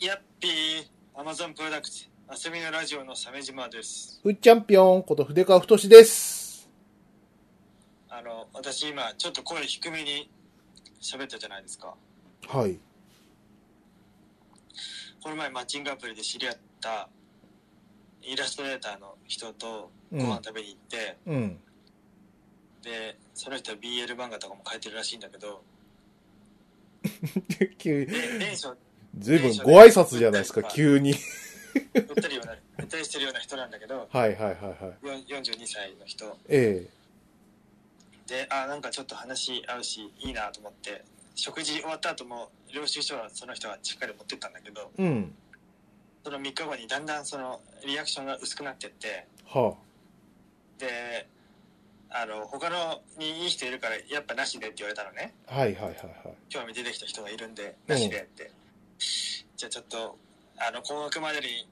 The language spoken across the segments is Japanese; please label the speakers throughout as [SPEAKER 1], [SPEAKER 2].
[SPEAKER 1] やっぴー、アマゾンプロダクツ、遊びのラジオの鮫島です。
[SPEAKER 2] ふっちゃんぴょんこと筆川太志です。
[SPEAKER 1] あの、私今、ちょっと声低めに喋ったじゃないですか。
[SPEAKER 2] はい。
[SPEAKER 1] この前、マッチングアプリで知り合ったイラストレーターの人と
[SPEAKER 2] うん
[SPEAKER 1] ご飯食べに行って、
[SPEAKER 2] うん。
[SPEAKER 1] で、その人は BL 漫画とかも書いてるらしいんだけど、
[SPEAKER 2] 急
[SPEAKER 1] で、テンション、
[SPEAKER 2] ずい ぶんご挨拶じゃないですか、急に。
[SPEAKER 1] 乗ってるような、 乗ったりしてるような人なんだけど、
[SPEAKER 2] はいはいはいはい。
[SPEAKER 1] よん42歳の人。
[SPEAKER 2] え
[SPEAKER 1] で、あ、なんかちょっと話合うし、いいなと思って、食事終わった後も、領収書はその人がしっかり持ってったんだけど、
[SPEAKER 2] えうん。
[SPEAKER 1] その3日後にだんだんそのリアクションが薄くなってって
[SPEAKER 2] は
[SPEAKER 1] であの他のにいい人いるからやっぱなしでって言われたのね
[SPEAKER 2] あ。はいはいはいはい。
[SPEAKER 1] 興味出てきた人がいるんで
[SPEAKER 2] うん
[SPEAKER 1] なしでってじゃあちょっとあの高額までに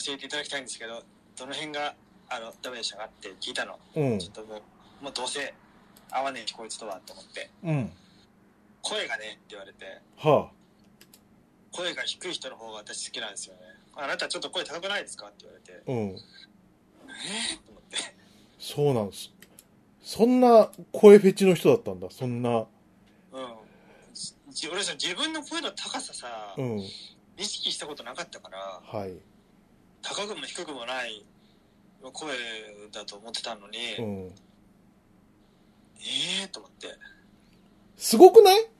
[SPEAKER 1] 教えていただきたいんですけどどの辺があのダメでしたかって聞いたの
[SPEAKER 2] うん
[SPEAKER 1] ちょっ。ともうもうどうせ合わねえしこいつとはと思って
[SPEAKER 2] うん。
[SPEAKER 1] 声がねって言われて
[SPEAKER 2] は
[SPEAKER 1] 声が低い人の方が私好きなんですよねあなたちょっと声高くないですかって言われて
[SPEAKER 2] あ。うん。
[SPEAKER 1] えっと思って
[SPEAKER 2] そうなんです。そんな声フェチの人だったんだ。そんな。
[SPEAKER 1] うんじ俺さ自分の声の高ささ、
[SPEAKER 2] うん。
[SPEAKER 1] 意識したことなかったから
[SPEAKER 2] はい。
[SPEAKER 1] 高くも低くもない声だと思ってたのに、
[SPEAKER 2] うん。
[SPEAKER 1] ええと思って、
[SPEAKER 2] すごくない
[SPEAKER 1] うん、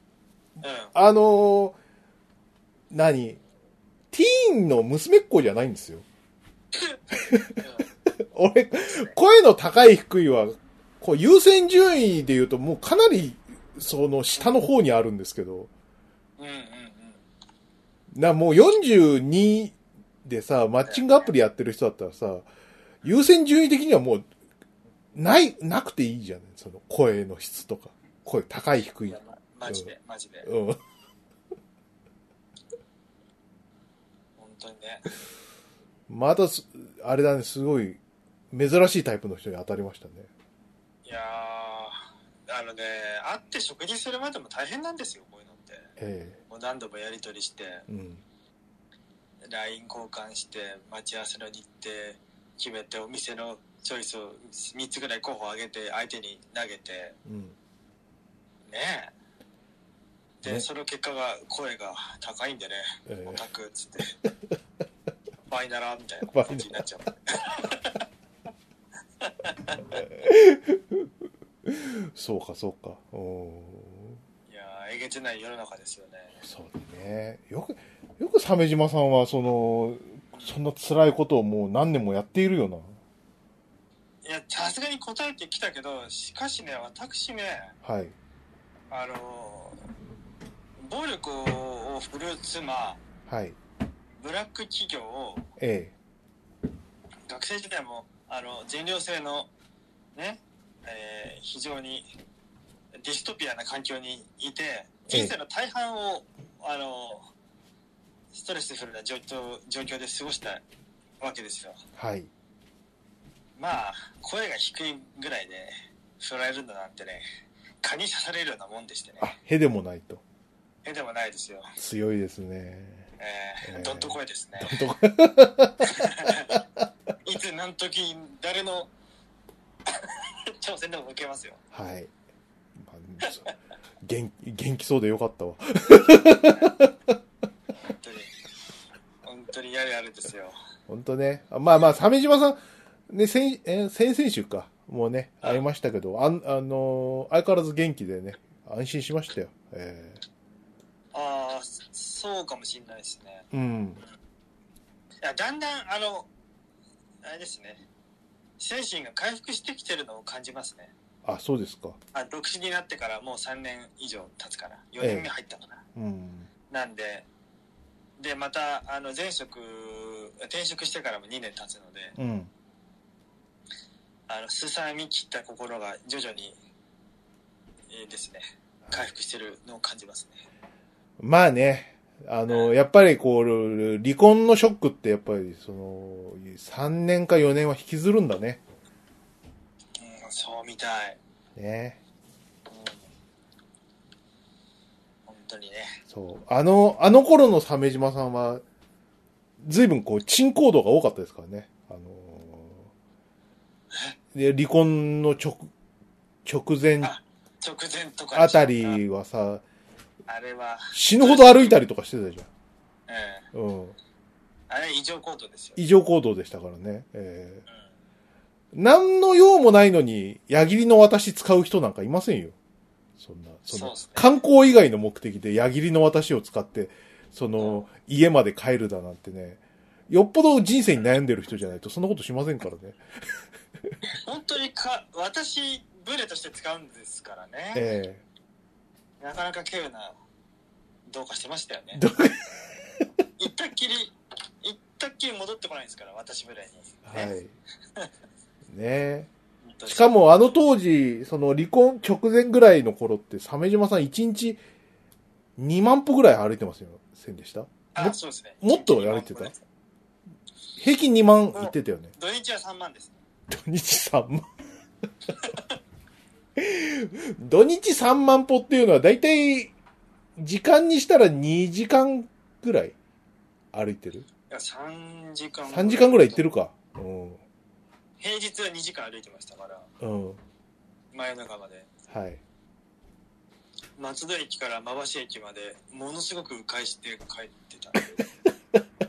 [SPEAKER 2] あのー、何ティーンの娘っ子じゃないんですよ。俺、声の高い低いは、こう優先順位で言うともうかなり、その下の方にあるんですけど、
[SPEAKER 1] うん、うんうん
[SPEAKER 2] な、もう42でさ、マッチングアプリやってる人だったらさ、優先順位的にはもう、ない、なくていいじゃないその声の質とか。声高い
[SPEAKER 1] うん
[SPEAKER 2] 低
[SPEAKER 1] い
[SPEAKER 2] い
[SPEAKER 1] や。まマジでマジで
[SPEAKER 2] うん。
[SPEAKER 1] 本当にね
[SPEAKER 2] またす、あれだね、すごい、珍しいタイプの人に当たりましたね。
[SPEAKER 1] いやーあのね会って食事するまでも大変なんですよこういうのって
[SPEAKER 2] え
[SPEAKER 1] もう何度もやり取りして
[SPEAKER 2] え。うん。
[SPEAKER 1] LINE 交換して待ち合わせの日程決めてお店のチョイスを3つぐらい候補上げて相手に投げて
[SPEAKER 2] うん。
[SPEAKER 1] ねえで、
[SPEAKER 2] ね
[SPEAKER 1] その結果が声が高いんでね
[SPEAKER 2] え
[SPEAKER 1] オ
[SPEAKER 2] え
[SPEAKER 1] タクっつって バイナラみたいな
[SPEAKER 2] バイナラ
[SPEAKER 1] 感じになっちゃう
[SPEAKER 2] そうか、そうか。うん。
[SPEAKER 1] いやーえげつない世の中ですよね
[SPEAKER 2] そうだね。よく、よく鮫島さんは、その、そんな辛いことをもう何年もやっているよな。
[SPEAKER 1] いやさすがに答えてきたけどしかしね私ね
[SPEAKER 2] はい。
[SPEAKER 1] あのー暴力を振るう妻
[SPEAKER 2] はい。
[SPEAKER 1] ブラック企業を
[SPEAKER 2] え
[SPEAKER 1] 学生時代もあの全寮制のね、えー非常にディストピアな環境にいて
[SPEAKER 2] ええ
[SPEAKER 1] 人生の大半を、あのストレスフルな状況状況で過ごしたわけですよ
[SPEAKER 2] え。はい。
[SPEAKER 1] まあ声が低いぐらいで振られるんだなんてね蚊に刺されるようなもんでしてね
[SPEAKER 2] あ、へでもないと。
[SPEAKER 1] えでもないですよ、
[SPEAKER 2] 強いですね。
[SPEAKER 1] えー
[SPEAKER 2] ええ
[SPEAKER 1] どんと声ですね
[SPEAKER 2] どんとこ
[SPEAKER 1] いつ何時誰の 挑戦でも受けますよ
[SPEAKER 2] はい。まあそ元気、元気そうでよかったわ。
[SPEAKER 1] 本当に本当にやれやれですよ
[SPEAKER 2] ほんとね。あまあまあ、鮫島さん、ね、先、えー先々週か。もうね、
[SPEAKER 1] うん
[SPEAKER 2] 会いましたけど、あん、あのー相変わらず元気でね、安心しましたよ。え
[SPEAKER 1] ああそうかもしれないですね
[SPEAKER 2] えうん。
[SPEAKER 1] いやだんだんあのあれですね精神が回復してきてるのを感じますね
[SPEAKER 2] あ、そうですか。
[SPEAKER 1] あ独身になってからもう3年以上経つから4年目入ったから、
[SPEAKER 2] うん。
[SPEAKER 1] なんででまたあの前職転職してからも2年経つので
[SPEAKER 2] うん。
[SPEAKER 1] あのすさみきった心が徐々に、えーですね回復してるのを感じますね
[SPEAKER 2] まあね、あの、やっぱりこう、離婚のショックってやっぱり、その、3年か4年は引きずるんだね。
[SPEAKER 1] うんそうみたい
[SPEAKER 2] ね。
[SPEAKER 1] 本当にね。
[SPEAKER 2] そう。あの、あの頃の鮫島さんは、随分こう、沈行動が多かったですからね。あのーで、離婚の直、直前
[SPEAKER 1] 直前とか
[SPEAKER 2] あた。りはさ、
[SPEAKER 1] あれは、
[SPEAKER 2] 死ぬほど歩いたりとかしてたじゃ
[SPEAKER 1] うん。
[SPEAKER 2] ん。うん。
[SPEAKER 1] あれ異常行動ですよ。
[SPEAKER 2] 異常行動でしたからね。え
[SPEAKER 1] う
[SPEAKER 2] ー
[SPEAKER 1] ん。
[SPEAKER 2] 何の用もないのに、矢切の私使う人なんかいませんよ。そんな、そ
[SPEAKER 1] そう
[SPEAKER 2] の
[SPEAKER 1] で、すね。
[SPEAKER 2] 観光以外の目的で矢切の私を使って、その、家まで帰るだなんてね、よっぽど人生に悩んでる人じゃないとそんなことしませんから ね。
[SPEAKER 1] 本当にか、私、ブレとして使うんですからね。
[SPEAKER 2] え
[SPEAKER 1] なかなか稀有な、どうかしてましたよね
[SPEAKER 2] ど。
[SPEAKER 1] 行ったっきり、行ったっきり戻ってこないんですから、私ブレに。
[SPEAKER 2] えは
[SPEAKER 1] ね
[SPEAKER 2] い。ね
[SPEAKER 1] 本当に
[SPEAKER 2] しかもあの当時、その離婚直前ぐらいの頃って、鮫島さん1日2万歩ぐらい歩いてますよ。せんでした
[SPEAKER 1] あ、そうですね。
[SPEAKER 2] もっとやれてた平均2万いってたよね。
[SPEAKER 1] 土日は3万です。
[SPEAKER 2] 土日3万。土日3万歩っていうのは大体、時間にしたら2時間ぐらい歩いてる
[SPEAKER 1] いや、3時間。
[SPEAKER 2] ?3 時間ぐらい行ってるか。うん。
[SPEAKER 1] 平日は2時間歩いてましたから、
[SPEAKER 2] うん。
[SPEAKER 1] 真夜中まで。
[SPEAKER 2] はい。
[SPEAKER 1] 松戸駅から馬橋駅まで、ものすごく迂回して帰ってた。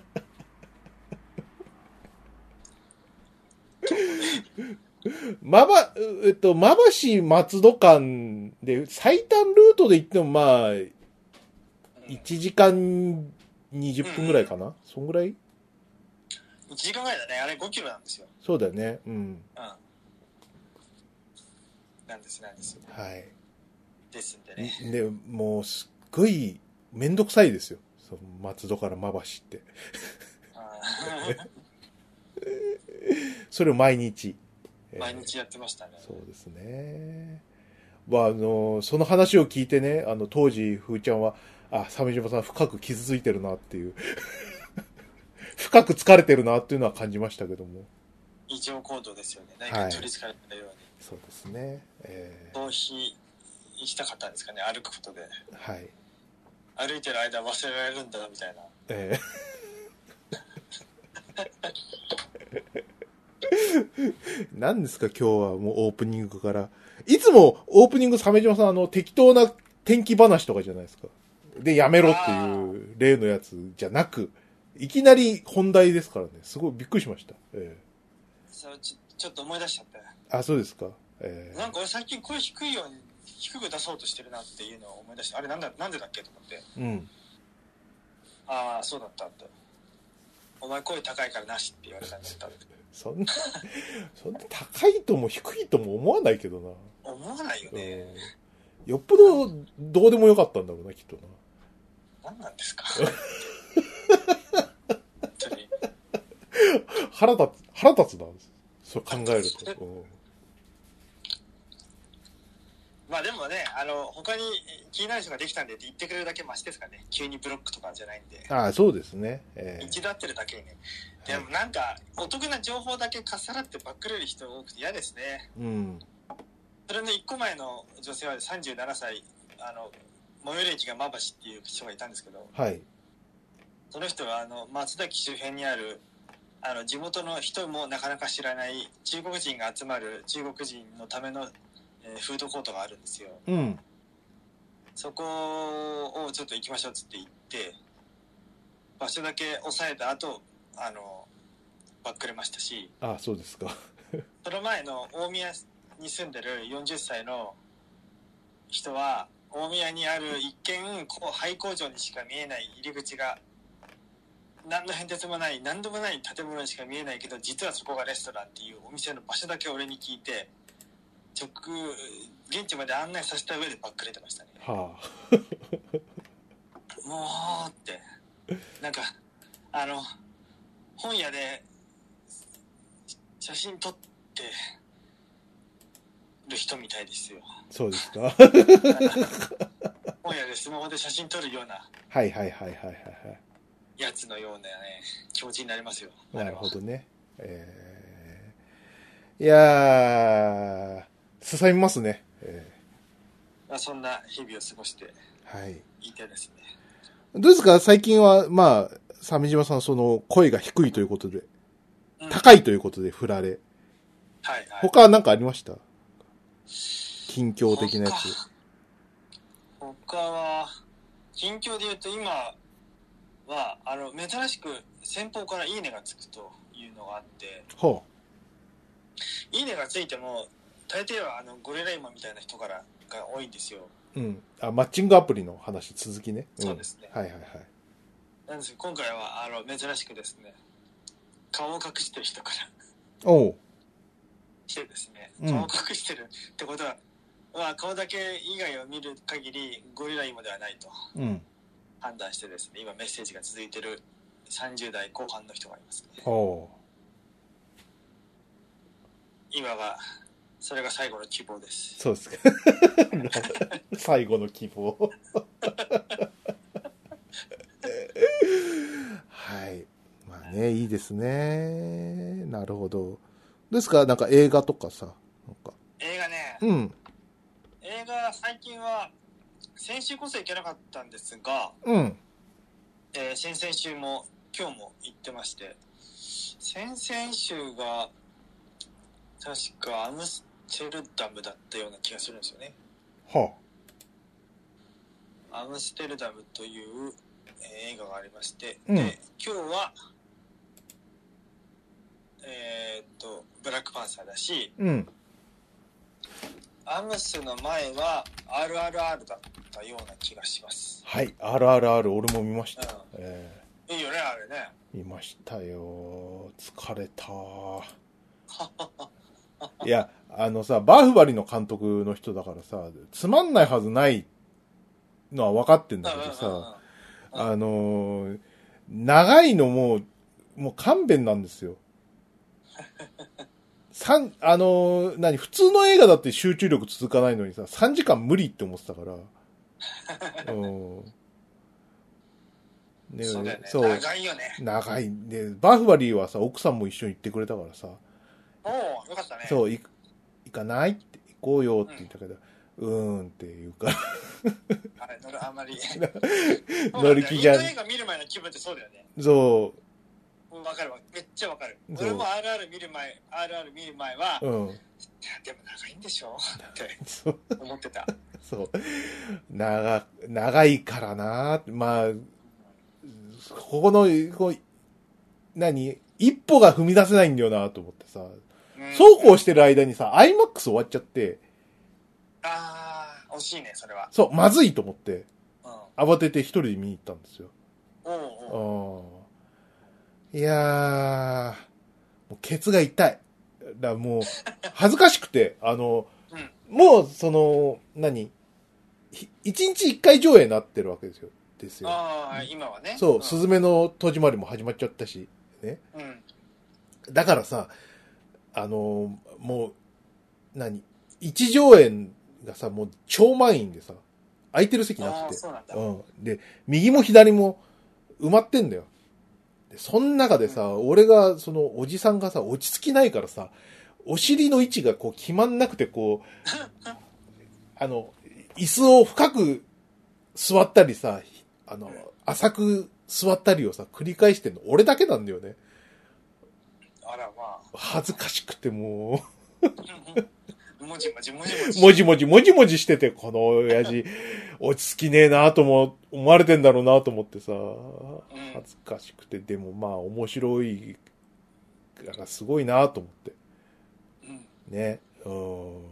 [SPEAKER 2] まば、うえっと、まばし松戸間で、最短ルートで行ってもまあ、
[SPEAKER 1] うん
[SPEAKER 2] 1時間20分ぐらいかな、そんぐらい
[SPEAKER 1] 1時間ぐらいだね。あれ5キロなんですよ。
[SPEAKER 2] そうだよね。うん。
[SPEAKER 1] うん。なんです、なんです。
[SPEAKER 2] はい。
[SPEAKER 1] ですんでね。
[SPEAKER 2] で、もうすっごいめんどくさいですよ。その松戸からまばしって。
[SPEAKER 1] あ
[SPEAKER 2] それを毎日。え
[SPEAKER 1] ー
[SPEAKER 2] ー
[SPEAKER 1] 毎日やってましたね。
[SPEAKER 2] そうですね。まあ、あの、その話を聞いてね、あの、当時、ふーちゃんは、あ、鮫島さん深く傷ついてるなっていう、 深く疲れてるなっていうのは感じましたけども。
[SPEAKER 1] 異常行動ですよね。何
[SPEAKER 2] は
[SPEAKER 1] か
[SPEAKER 2] い
[SPEAKER 1] 取り憑かれたように。
[SPEAKER 2] そうですね。えー
[SPEAKER 1] 逃避したかったんですかね。歩くことで。
[SPEAKER 2] はい。
[SPEAKER 1] 歩いてる間忘れられるんだな、みたいな。
[SPEAKER 2] えー何ですか今日はもうオープニングから。いつもオープニング鮫島さんあの適当な天気話とかじゃないですか。で、やめろっていう例のやつじゃなく、いきなり本題ですからね。すごいびっくりしました。え
[SPEAKER 1] そうちょちょっと思い出しちゃったよ
[SPEAKER 2] ーあ、そうですか。えー
[SPEAKER 1] なんか俺最近声低いように低く出そうとしてるなっていうのを思い出してあれなんだなんでだっけと思って
[SPEAKER 2] うん。
[SPEAKER 1] ああそうだったってお前声高いからなしって言われたんだったって
[SPEAKER 2] そんな、そんな高いとも低いとも思わないけどな。
[SPEAKER 1] 思わないよね
[SPEAKER 2] うんよっぽどどうでもよかったんだろうな、きっとな。
[SPEAKER 1] 何なんですか本当に
[SPEAKER 2] 腹立つ、腹立つな。そう考えると。うん
[SPEAKER 1] まあでもねあの他に気になる人ができたんでって言ってくれるだけマシですかね急にブロックとかじゃないんで
[SPEAKER 2] ああ、そうですね。ええ
[SPEAKER 1] 一度会ってるだけにねでもなんかお得な情報だけかっさらってばっくれる人多くて嫌ですね
[SPEAKER 2] うん。
[SPEAKER 1] それの1個前の女性は37歳あの最寄り駅が馬橋っていう人がいたんですけど
[SPEAKER 2] はい。
[SPEAKER 1] その人はあの松崎周辺にあるあの地元の人もなかなか知らない中国人が集まる中国人のための、えーフードコートがあるんですよ
[SPEAKER 2] うん。
[SPEAKER 1] そこをちょっと行きましょうっつって行って場所だけ押さえた後あのバックれましたし
[SPEAKER 2] ああ、そうですか。
[SPEAKER 1] その前の大宮に住んでる40歳の人は、大宮にある一見、こう廃工場にしか見えない入り口が、何の変哲もない、何でもない建物にしか見えないけど、実はそこがレストランっていうお店の場所だけ俺に聞いて、直、現地まで案内させた上でばっくれてましたね。
[SPEAKER 2] はあ。
[SPEAKER 1] もうって。なんか、あの、本屋で写真撮ってる人みたいですよ。
[SPEAKER 2] そうですか。 はい
[SPEAKER 1] 本屋でスマホで写真撮るような
[SPEAKER 2] はいはいはいはいはい。
[SPEAKER 1] やつのようなね、気持ちになりますよ。
[SPEAKER 2] なるほ
[SPEAKER 1] あれは。
[SPEAKER 2] どね。ええいやー、すさみますね。え
[SPEAKER 1] まあ、そんな日々を過ごして
[SPEAKER 2] えはい。
[SPEAKER 1] いてですね。
[SPEAKER 2] どうですか最近は、まあ、鮫島さん、その、声が低いということで、
[SPEAKER 1] うんはい
[SPEAKER 2] 高いということで振られ。
[SPEAKER 1] はい。
[SPEAKER 2] 他は何かありました近況的なやつ。
[SPEAKER 1] 他他は、近況で言うと今は、あの、珍しく先方からいいねがつくというのがあって、
[SPEAKER 2] ほ
[SPEAKER 1] いいねがついても、大抵はあの、ゴリラ今みたいな人からが多いんですよ。
[SPEAKER 2] う。うん。あ、マッチングアプリの話、続きね。ん
[SPEAKER 1] そうですね
[SPEAKER 2] はいはいはい。
[SPEAKER 1] なんですけど、今回は、あの、珍しくですね、顔を隠してる人から
[SPEAKER 2] おう。
[SPEAKER 1] 来てですね
[SPEAKER 2] う、ん
[SPEAKER 1] 顔を隠してるってことは、まあ、顔だけ以外を見る限り、ゴリラ芋ではないと
[SPEAKER 2] うん。
[SPEAKER 1] 判断してですね、今メッセージが続いてる30代後半の人がいますね。
[SPEAKER 2] ほ
[SPEAKER 1] 今が、それが最後の希望です
[SPEAKER 2] う。。そうです か。最後の希望。はい。まあね、いいですね。なるほど。どうですかなんか映画とかさ。なんか
[SPEAKER 1] 映画ね、
[SPEAKER 2] うん。
[SPEAKER 1] 映画最近は、先週こそ行けなかったんですが、
[SPEAKER 2] うん。
[SPEAKER 1] えー先々週も今日も行ってまして先々週が確かアムステルダムだったような気がするんですよね
[SPEAKER 2] は
[SPEAKER 1] アムステルダムという、えー映画がありまして、
[SPEAKER 2] うん
[SPEAKER 1] で今日はえーっとブラックパンサーだし
[SPEAKER 2] あ。うん。
[SPEAKER 1] アムスの前は RRR だったような気がします
[SPEAKER 2] はい。RRR、俺も見ました。
[SPEAKER 1] う
[SPEAKER 2] え
[SPEAKER 1] んいいよねあれね
[SPEAKER 2] ー見ましたよ。疲れ た。いや、あのさ、バーフバリの監督の人だからさ、つまんないはずないのは分かってんだけど
[SPEAKER 1] うんうんうんう
[SPEAKER 2] さ、
[SPEAKER 1] んうん
[SPEAKER 2] あのー長いのもう、もう勘弁なんで すよ。三、あのー何、普通の映画だって集中力続かないのにさ、3時間無理って思ってたから。 うん。ね
[SPEAKER 1] そうだよね
[SPEAKER 2] そう。
[SPEAKER 1] 長いよね
[SPEAKER 2] 長い。で、バフバリーはさ、奥さんも一緒に行ってくれたからさ、
[SPEAKER 1] おおよかったね
[SPEAKER 2] そう、い行かないって、行こうよって言ったけど、うーんって言うから、
[SPEAKER 1] あれ乗るあんま り
[SPEAKER 2] 乗り気じゃん
[SPEAKER 1] そうなんだよインド映画見る前の気分ってそうだよね
[SPEAKER 2] そ
[SPEAKER 1] うんわかるわめっちゃわかる
[SPEAKER 2] そう
[SPEAKER 1] 俺も RR 見る前 RR 見る前は、
[SPEAKER 2] う、
[SPEAKER 1] い
[SPEAKER 2] うん、
[SPEAKER 1] やでも長いんでしょって
[SPEAKER 2] そう、
[SPEAKER 1] 思ってた
[SPEAKER 2] そう、長、長いからなまあ、ここの、こう、何、一歩が踏み出せないんだよなと思ってさ、
[SPEAKER 1] うん
[SPEAKER 2] そうこうしてる間にさ、IMAX 終わっちゃって、
[SPEAKER 1] ああ惜しいねそれは
[SPEAKER 2] そう、まずいと思って、
[SPEAKER 1] うん
[SPEAKER 2] 慌てて一人で見に行ったんですよ。
[SPEAKER 1] おうおう
[SPEAKER 2] うんいやー、もうケツが痛い。だからもう、恥ずかしくて、あの、
[SPEAKER 1] うん
[SPEAKER 2] もう、その、何ひ一日一回上映になってるわけですよ。ですよ。
[SPEAKER 1] ああ今はね
[SPEAKER 2] そう、
[SPEAKER 1] ん
[SPEAKER 2] すずめの戸締まりも始まっちゃったし。
[SPEAKER 1] うん
[SPEAKER 2] だからさ、あの、もう、何一上映がさ、もう超満員でさ、空いてる席な
[SPEAKER 1] あ
[SPEAKER 2] く
[SPEAKER 1] あ
[SPEAKER 2] て。
[SPEAKER 1] そうなんだ
[SPEAKER 2] うん。で、右も左も埋まってんだよ。で、そん中でさ、俺が、その、おじさんがさ、落ち着きないからさ、お尻の位置がこう決まんなくて、こう、あの、椅子を深く座ったりさ、あの、浅く座ったりをさ、繰り返してんの、俺だけなんだよね。
[SPEAKER 1] あらま
[SPEAKER 2] 恥ずかしくても
[SPEAKER 1] あもじもじもじも
[SPEAKER 2] う、
[SPEAKER 1] じ
[SPEAKER 2] もじもじもじもじしてて、この親父、落ち着きねえなとも思われてんだろうなと思ってさ、
[SPEAKER 1] うん
[SPEAKER 2] 恥ずかしくて、でもまあ面白いからすごいなと思って。
[SPEAKER 1] うん
[SPEAKER 2] ね。うん。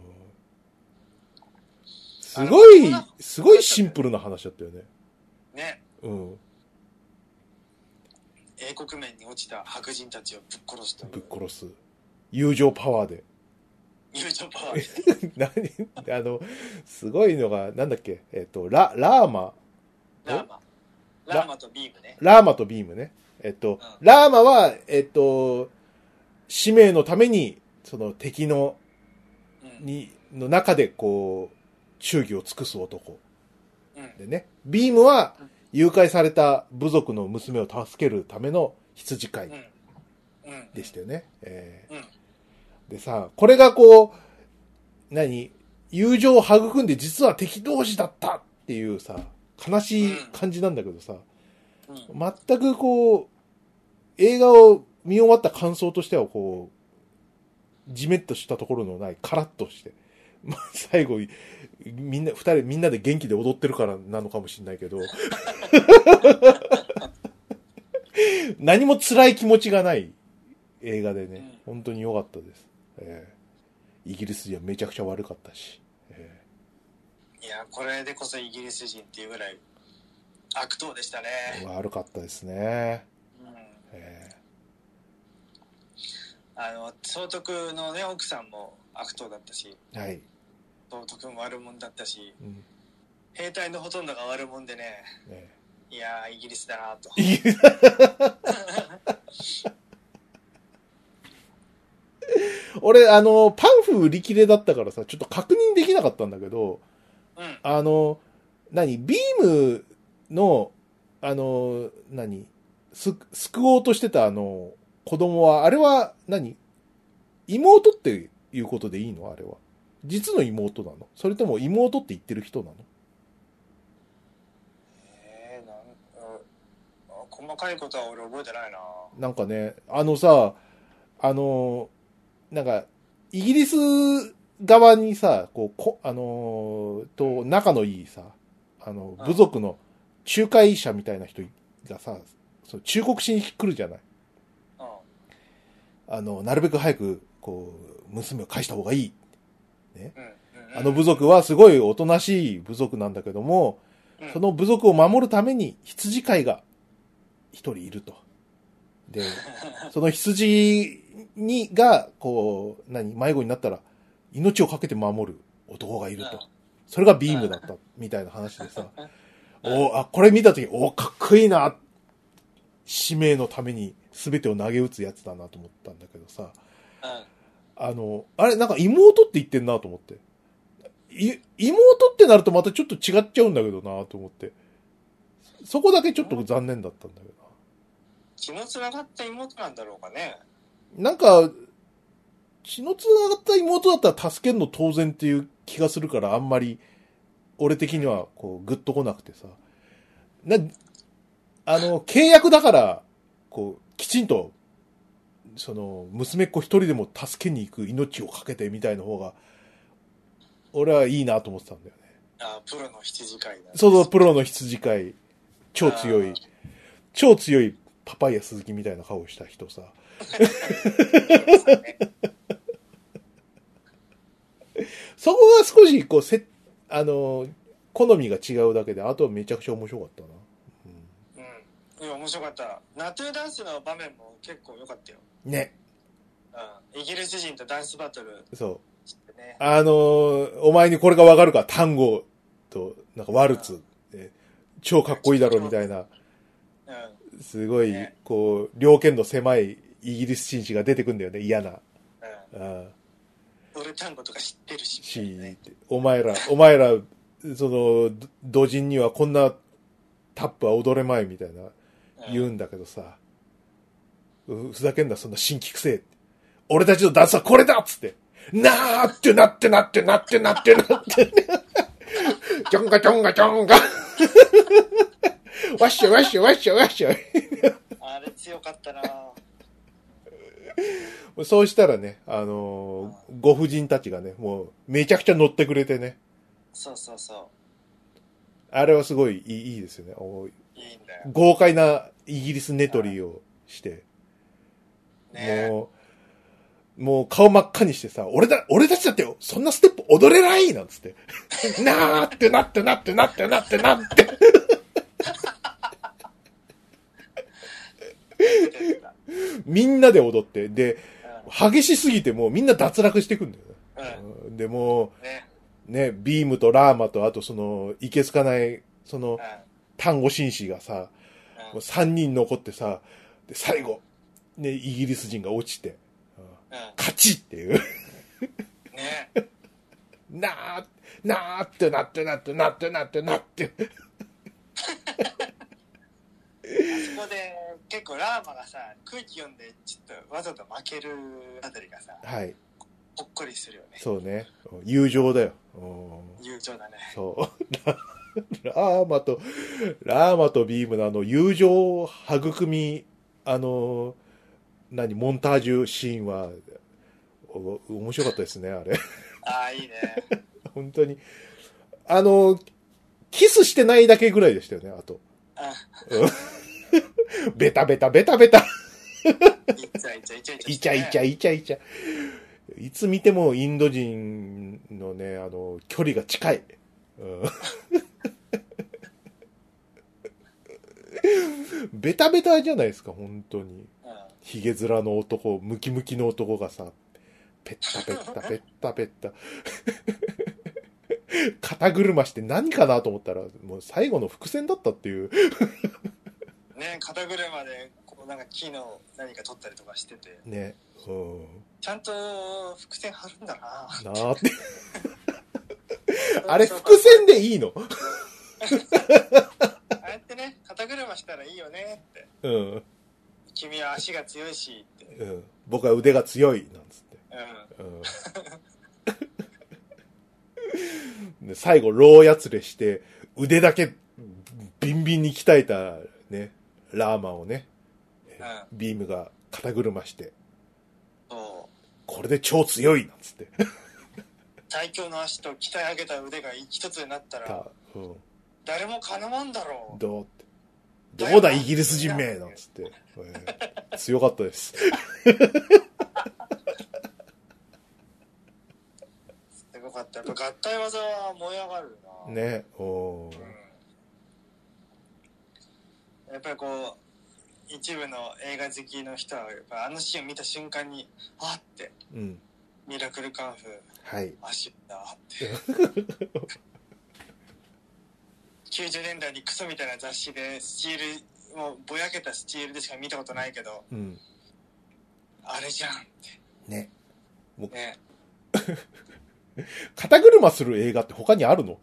[SPEAKER 2] すごい
[SPEAKER 1] あの、
[SPEAKER 2] すごいシンプルな話だったよね。
[SPEAKER 1] ね
[SPEAKER 2] うん。
[SPEAKER 1] 英国面に落ちた白人たちをぶっ殺すとい
[SPEAKER 2] ぶっ
[SPEAKER 1] う
[SPEAKER 2] 殺す。友情パワーで。
[SPEAKER 1] 友情パワーで
[SPEAKER 2] 何 あの、すごいのが、なんだっけ、えっ、と、ラ、ラーマ。
[SPEAKER 1] ラーマラーマとビームね
[SPEAKER 2] ラーマとビームね。えっ
[SPEAKER 1] う
[SPEAKER 2] と、
[SPEAKER 1] ん
[SPEAKER 2] ラーマは、えっと、使命のために、その敵の、
[SPEAKER 1] うん
[SPEAKER 2] に、の中でこう、忠義を尽くす男
[SPEAKER 1] うん
[SPEAKER 2] でね。ビームは
[SPEAKER 1] うん、
[SPEAKER 2] 誘拐された部族の娘を助けるための羊飼い
[SPEAKER 1] うんうん
[SPEAKER 2] でしたよね。え
[SPEAKER 1] うん
[SPEAKER 2] ーでさ、これがこう、何友情を育んで実は敵同士だったっていうさ、悲しい感じなんだけどさ、
[SPEAKER 1] うん
[SPEAKER 2] 全くこう、映画を見終わった感想としてはこう、じめっとしたところのない、カラッとして。まあ、最後、みんな、二人みんなで元気で踊ってるからなのかもしれないけど、何も辛い気持ちがない映画でね、本当に良かったです。ええイギリス人はめちゃくちゃ悪かったし。え
[SPEAKER 1] いやこれでこそイギリス人っていうぐらい悪党でしたね、
[SPEAKER 2] え悪かったですね。
[SPEAKER 1] うん、
[SPEAKER 2] え
[SPEAKER 1] あの総督のね奥さんも悪党だったし
[SPEAKER 2] えはい。
[SPEAKER 1] 総督も悪者だったし
[SPEAKER 2] うんね
[SPEAKER 1] 兵隊のほとんどが悪者でね
[SPEAKER 2] え
[SPEAKER 1] いやーイギリスだなと
[SPEAKER 2] イギリス俺、あの、パンフ売り切れだったからさ、ちょっと確認できなかったんだけど、
[SPEAKER 1] うん
[SPEAKER 2] あの、何、ビームの、あの、何、す、救おうとしてたあの、子供は、あれは何、妹っていうことでいいのあれは。実の妹なのそれとも妹って言ってる人なの
[SPEAKER 1] えー、なんうんあ細かいことは俺覚えてないな
[SPEAKER 2] なんかね、あのさ、あの、なんか、イギリス側にさ、こう、こあの、と仲のいいさ、あの
[SPEAKER 1] う、ん
[SPEAKER 2] 部族の仲介者みたいな人がさ、そう忠告しに来るじゃない。
[SPEAKER 1] うん
[SPEAKER 2] あの、なるべく早く、こう、娘を返した方がいい。
[SPEAKER 1] うんうん
[SPEAKER 2] あの部族はすごいおとなしい部族なんだけども、
[SPEAKER 1] うん
[SPEAKER 2] その部族を守るために羊飼いが一人いると。 で、その羊にが、こう、何、迷子になったら、命を懸けて守る男がいる
[SPEAKER 1] うん
[SPEAKER 2] と。それがビームだった、みたいな話でさ。
[SPEAKER 1] うん
[SPEAKER 2] おあ、これ見たとき、おかっこいいな。使命のために全てを投げ打つやつだなと思ったんだけどさ。
[SPEAKER 1] うん
[SPEAKER 2] あの、あれ、なんか妹って言ってんなと思って。い、妹ってなるとまたちょっと違っちゃうんだけどなと思って。そこだけちょっと残念だったんだけど
[SPEAKER 1] 血のつながった妹なんだろうかね
[SPEAKER 2] な。なんか、血の繋がった妹だったら助けるの当然っていう気がするから、あんまり、俺的にはこう、グッと来なくてさ。な、あの、契約だから、こう、きちんと、その、娘っ子一人でも助けに行く命をかけてみたいな方が、俺はいいなと思ってたんだよね。
[SPEAKER 1] あープロの羊飼いだ
[SPEAKER 2] そうそう、プロの羊飼い、超強
[SPEAKER 1] あ
[SPEAKER 2] い
[SPEAKER 1] ー、
[SPEAKER 2] 超強いパパイヤ鈴木みたいな顔をした人さ。そこが少し、こう、せ、あの、好みが違うだけで、あとはめちゃくちゃ面白かったな。
[SPEAKER 1] うんいや面白かったナトゥーダンスの場面も結構良かったよ、
[SPEAKER 2] うん、ね、
[SPEAKER 1] うん、イギリス人とダンスバトル
[SPEAKER 2] そう。
[SPEAKER 1] してね
[SPEAKER 2] あのーお前にこれがわかるか、単語と、なんかワルツ、え超かっこいいだろ、みたいな、
[SPEAKER 1] うん
[SPEAKER 2] すごい
[SPEAKER 1] ね、
[SPEAKER 2] こう、両県の狭いイギリス紳士が出てくんだよね、嫌な。うん、
[SPEAKER 1] うん俺単語とか知ってるし
[SPEAKER 2] し、
[SPEAKER 1] ね
[SPEAKER 2] お前ら、お前ら、その、ど土人にはこんなタップは踊れまい、みたいな、
[SPEAKER 1] うん
[SPEAKER 2] 言うんだけどさ、うふざけんな、そんな新規くせえ。俺たちのダンスはこれだっつって。なーってなってなってなってなってなって。ちょんがちょんがちょんが。わっしょいわっしょいわっしょいわっしょい。
[SPEAKER 1] あれ強かったな
[SPEAKER 2] そうしたらね、あのーご婦人たちがね、もうめちゃくちゃ乗ってくれてね。
[SPEAKER 1] そうそうそ
[SPEAKER 2] あれはすごいいいいいですよね。お
[SPEAKER 1] ういいんだよ
[SPEAKER 2] 豪快なイギリスネトリをして。
[SPEAKER 1] ね
[SPEAKER 2] もう、もう顔真っ赤にしてさ、俺だ、俺たちだってよ、そんなステップ踊れないなんつって。 なーってなってなってなってなってなって。
[SPEAKER 1] 出てた
[SPEAKER 2] みんなで踊って。で、
[SPEAKER 1] う
[SPEAKER 2] 激しすぎてもうみんな脱落していくんだよ
[SPEAKER 1] ん
[SPEAKER 2] ね
[SPEAKER 1] う。
[SPEAKER 2] うんで、も
[SPEAKER 1] んね
[SPEAKER 2] う、ね、ビームとラーマと、あとその、いけすかない、その
[SPEAKER 1] うん、
[SPEAKER 2] 単語紳士がさ、
[SPEAKER 1] う
[SPEAKER 2] もうん3人残ってさ、で、最後、ね、イギリス人が落ちて、うん
[SPEAKER 1] う
[SPEAKER 2] 勝ちってい
[SPEAKER 1] ん
[SPEAKER 2] う。
[SPEAKER 1] ね
[SPEAKER 2] なー、なーってなってなってなってなってなって。
[SPEAKER 1] そこで結構ラーマがさ空気読んでちょっとわざと負けるあたりがさ
[SPEAKER 2] はい。
[SPEAKER 1] ほっこりするよね
[SPEAKER 2] そうね。友情だよ。うん
[SPEAKER 1] 友情だね
[SPEAKER 2] そう。 ラーマと、ラーマとビームのあの、友情を育み、あの、何、モンタージュシーンは、お面白かったですね、あれ。
[SPEAKER 1] ああ、いいね。
[SPEAKER 2] 本当に。あの、キスしてないだけぐらいでしたよね、あと。
[SPEAKER 1] あ
[SPEAKER 2] うんベタベタベタベタ。
[SPEAKER 1] イチャイチャイチャイチャ。
[SPEAKER 2] イチャイチャ
[SPEAKER 1] イ。
[SPEAKER 2] イチャイチャ。いつ見てもインド人のね、あの、距離が近い。うん ベタベタじゃないですか、本当に。
[SPEAKER 1] うん。
[SPEAKER 2] ヒゲ面の男、ムキムキの男がさ、ペッタペッタ、ペッタペッタ。 肩車して何かなと思ったら、もう最後の伏線だったっていう。
[SPEAKER 1] ね、肩車で、こう、なんか木の何か取ったりとかしてて、
[SPEAKER 2] ね。うん。
[SPEAKER 1] ちゃんと伏線張るんだな
[SPEAKER 2] なーって。 あれ、伏線でいいの
[SPEAKER 1] ああやってね、肩車したらいいよねって。
[SPEAKER 2] うん。
[SPEAKER 1] 君は足が強いしって。うん。
[SPEAKER 2] うん。僕は腕が強い、なんつって。うん。で最後、牢やつれして、腕だけビンビンに鍛えた、ね、ラーマンをね、
[SPEAKER 1] うん。
[SPEAKER 2] ビームが肩車して、
[SPEAKER 1] そ
[SPEAKER 2] これで超強いなんつって
[SPEAKER 1] う。最強の足と鍛え上げた腕が一つになったら、
[SPEAKER 2] た。うん。
[SPEAKER 1] 誰もかなわんだろう。
[SPEAKER 2] どうって。どうだ、イギリス人名なんつって。えー強かったです。
[SPEAKER 1] すごかった。やっぱ合体技は燃え上がるな。。
[SPEAKER 2] ね。おー
[SPEAKER 1] やっぱりこう一部の映画好きの人はやっぱあのシーンを見た瞬間にあって
[SPEAKER 2] うん。
[SPEAKER 1] ミラクルカンフー
[SPEAKER 2] はい。
[SPEAKER 1] 足だって90年代にクソみたいな雑誌でスチールもうぼやけたスチールでしか見たことないけど
[SPEAKER 2] うん。
[SPEAKER 1] あれじゃんっ
[SPEAKER 2] ね。
[SPEAKER 1] てね
[SPEAKER 2] 肩車する映画って他にあるの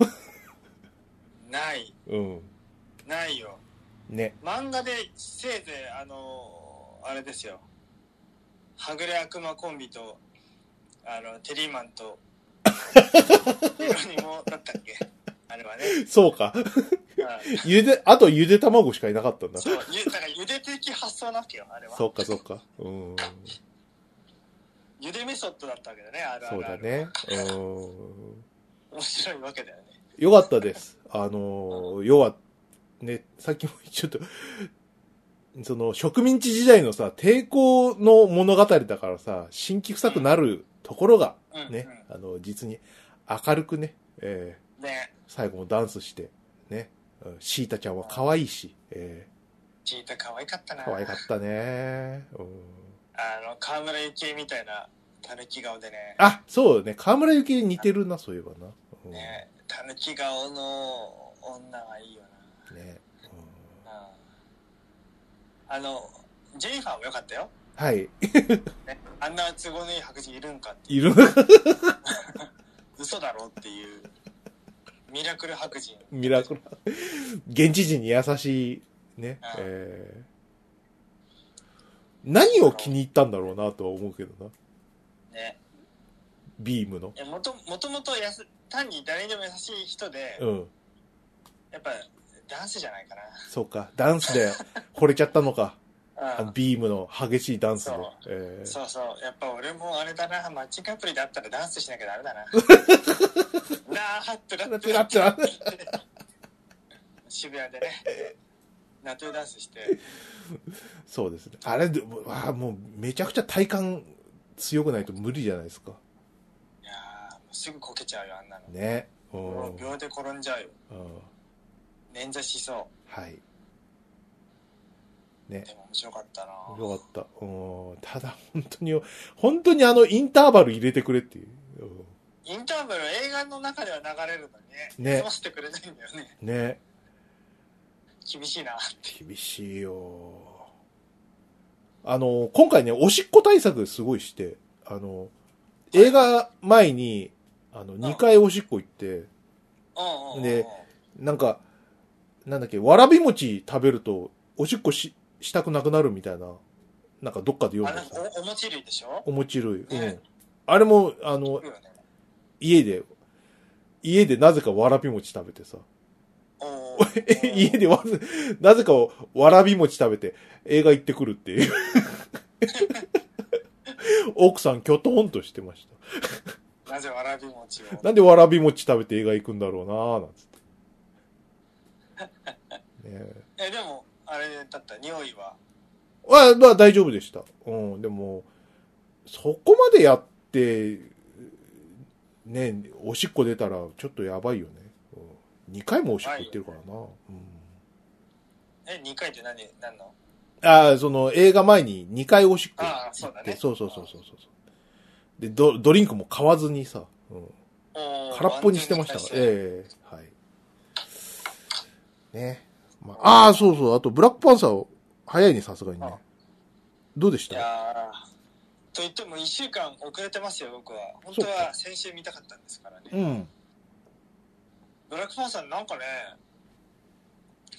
[SPEAKER 1] ない
[SPEAKER 2] うん。
[SPEAKER 1] ないよ
[SPEAKER 2] ね。
[SPEAKER 1] 漫画でせいぜいあのあれですよはぐれ悪魔コンビとあのテリーマンとヒロニモだったっけあれはね、
[SPEAKER 2] そうか。
[SPEAKER 1] うん
[SPEAKER 2] ゆで、あとゆで卵しかいなかったんだ。
[SPEAKER 1] そうゆだからゆで的発想なわけよあれは
[SPEAKER 2] そうか、そうか。うん。
[SPEAKER 1] ゆでメソッドだったわけだねあるあるあ
[SPEAKER 2] そう
[SPEAKER 1] る
[SPEAKER 2] だね。うん。
[SPEAKER 1] 面白いわけだよね
[SPEAKER 2] よかったです。あのー、要は、ね、さっきもちょっと、その植民地時代のさ、抵抗の物語だからさ、新規臭くなるところが、
[SPEAKER 1] うん
[SPEAKER 2] ね、あの、実に明るくね、え
[SPEAKER 1] う
[SPEAKER 2] ー
[SPEAKER 1] ん、ね
[SPEAKER 2] 最後もダンスして、ね、うんシータちゃんは可愛いし、え
[SPEAKER 1] 聞いた可愛かったな
[SPEAKER 2] ー可愛かったね。うん
[SPEAKER 1] あの河村ゆきえみたいなたぬき顔でね
[SPEAKER 2] あ、そうね、河村ゆきに似てるな、そういえばな。うんね
[SPEAKER 1] ねたぬき顔の女はいいよな
[SPEAKER 2] うん
[SPEAKER 1] うんあの、ジェイファーも良かったよ。
[SPEAKER 2] はい、
[SPEAKER 1] ね、あんな都合のいい白人いるんかって、
[SPEAKER 2] いる、
[SPEAKER 1] 嘘だろっていう、ミラクル白人。
[SPEAKER 2] ミラクル。現地人に優しい、ね
[SPEAKER 1] ああ。
[SPEAKER 2] えー何を気に入ったんだろうなとは思うけどな。
[SPEAKER 1] ね。
[SPEAKER 2] ビームの。
[SPEAKER 1] いやもと、もともとやす単に誰にでも優しい人で、
[SPEAKER 2] うん。
[SPEAKER 1] やっぱ、ダンスじゃないか
[SPEAKER 2] そうか。ダンスで惚れちゃったのか。
[SPEAKER 1] な。 うん。
[SPEAKER 2] ビームの激しいダンスで
[SPEAKER 1] そう。
[SPEAKER 2] えー
[SPEAKER 1] そうそう。やっぱ俺もあれだな、マッチングアプリだったらダンスしなきゃダメ だな。なーっとなってなってなって。渋谷でね、ナトゥダンスして。
[SPEAKER 2] そうですね。あれで、うわあもうめちゃくちゃ体幹強くないと無理じゃないですか。
[SPEAKER 1] いやーもうすぐこけちゃうよ、あんなの。
[SPEAKER 2] ね。うん
[SPEAKER 1] もう秒で転んじゃうよ。
[SPEAKER 2] うん
[SPEAKER 1] 捻挫しそ
[SPEAKER 2] はい。
[SPEAKER 1] う。でも面白かったな
[SPEAKER 2] よかった。うんただ本当に、本当にあのインターバル入れてくれっていう。うん
[SPEAKER 1] インターバル映画の中では流れるのにね、
[SPEAKER 2] ね
[SPEAKER 1] 休ませてくれないんだよね。
[SPEAKER 2] ね
[SPEAKER 1] 厳しいな。
[SPEAKER 2] 厳しいよあの今回ねおしっこ対策すごいしてあの映画前にあの2回おしっこ行って
[SPEAKER 1] うんうんうん。
[SPEAKER 2] でなんかなんだっけわらび餅食べるとおしっこししたくなくなるみたいななんかどっかで読ん
[SPEAKER 1] あ、
[SPEAKER 2] で
[SPEAKER 1] なんか
[SPEAKER 2] た
[SPEAKER 1] おお餅類でしょ
[SPEAKER 2] お餅類、う
[SPEAKER 1] ね
[SPEAKER 2] ん、あれもあの
[SPEAKER 1] そうよね。
[SPEAKER 2] 家で家でなぜかわらび餅食べてさ 家でわず、なぜかをわらび餅食べて映画行ってくるっていう。 奥さんきょとんとしてました。
[SPEAKER 1] なぜわらび餅を。
[SPEAKER 2] なんでわらび餅食べて映画行くんだろうなぁ、なんつって。ねえ。
[SPEAKER 1] え、でも、あれだった、匂いは。
[SPEAKER 2] あ、まあ大丈夫でした。うん、でも、そこまでやって、ね、おしっこ出たらちょっとやばいよね。うん、2回もおしっこ行ってるからな。うん
[SPEAKER 1] え、2回って何、何の
[SPEAKER 2] ああ、その映画前に2回おしっこ
[SPEAKER 1] ああ
[SPEAKER 2] 行
[SPEAKER 1] そう
[SPEAKER 2] っ
[SPEAKER 1] だ
[SPEAKER 2] て、
[SPEAKER 1] ね
[SPEAKER 2] そうそうそうそうそう。でド、ドリンクも買わずにさ、うん、
[SPEAKER 1] おー
[SPEAKER 2] 空っぽにしてましたから。
[SPEAKER 1] 完全に
[SPEAKER 2] ええはい。ね。まあ、ああ、そうそう。あと、ブラックパンサーを、早いね、さすがにね
[SPEAKER 1] あ。
[SPEAKER 2] どうでし
[SPEAKER 1] い
[SPEAKER 2] た
[SPEAKER 1] やーと言っても1週間遅れてますよ、僕は。本当は先週見たかったんですからね。
[SPEAKER 2] うん。
[SPEAKER 1] ブラックフォンさんなんかね、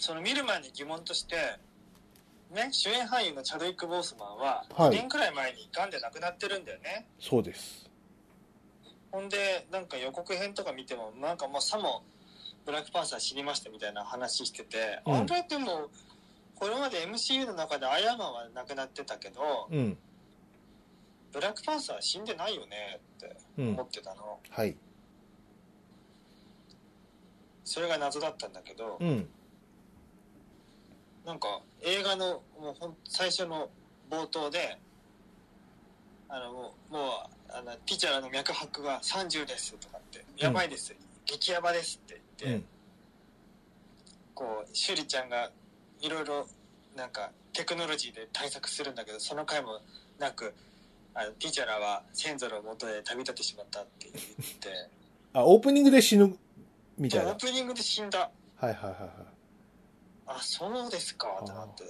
[SPEAKER 1] その見る前に疑問として、ね、主演俳優のチャドウィック・ボースマンは、
[SPEAKER 2] はい
[SPEAKER 1] 2年くらい前に癌で亡くなってるんだよね。
[SPEAKER 2] そうです。
[SPEAKER 1] ほんで、なんか予告編とか見ても、なんかもうさも、ブラックパンサー死にましたみたいな話してて、
[SPEAKER 2] うん
[SPEAKER 1] あれでも、これまで MCU の中でアイアンマンは亡くなってたけど、
[SPEAKER 2] うん。
[SPEAKER 1] ブラックパンサーは死んでないよねって
[SPEAKER 2] うん
[SPEAKER 1] 思。ってたの。
[SPEAKER 2] はい。
[SPEAKER 1] それが謎だったんだけど、
[SPEAKER 2] うん。
[SPEAKER 1] なんか映画のもうほん最初の冒頭であのもうもうあのティチャーの脈拍が30ですとかって「やばいです、激ヤバです」って
[SPEAKER 2] う
[SPEAKER 1] 言って、
[SPEAKER 2] ん。
[SPEAKER 1] こうシュリちゃんがいろいろなんかテクノロジーで対策するんだけどその回もなくあのティチャラは先祖の元へ旅立ってしまったって言って
[SPEAKER 2] あ、オープニングで死ぬ、みたい
[SPEAKER 1] オ
[SPEAKER 2] な。
[SPEAKER 1] ー
[SPEAKER 2] はい
[SPEAKER 1] プニングで死んだ
[SPEAKER 2] はいはいはい。
[SPEAKER 1] あそうですかってなって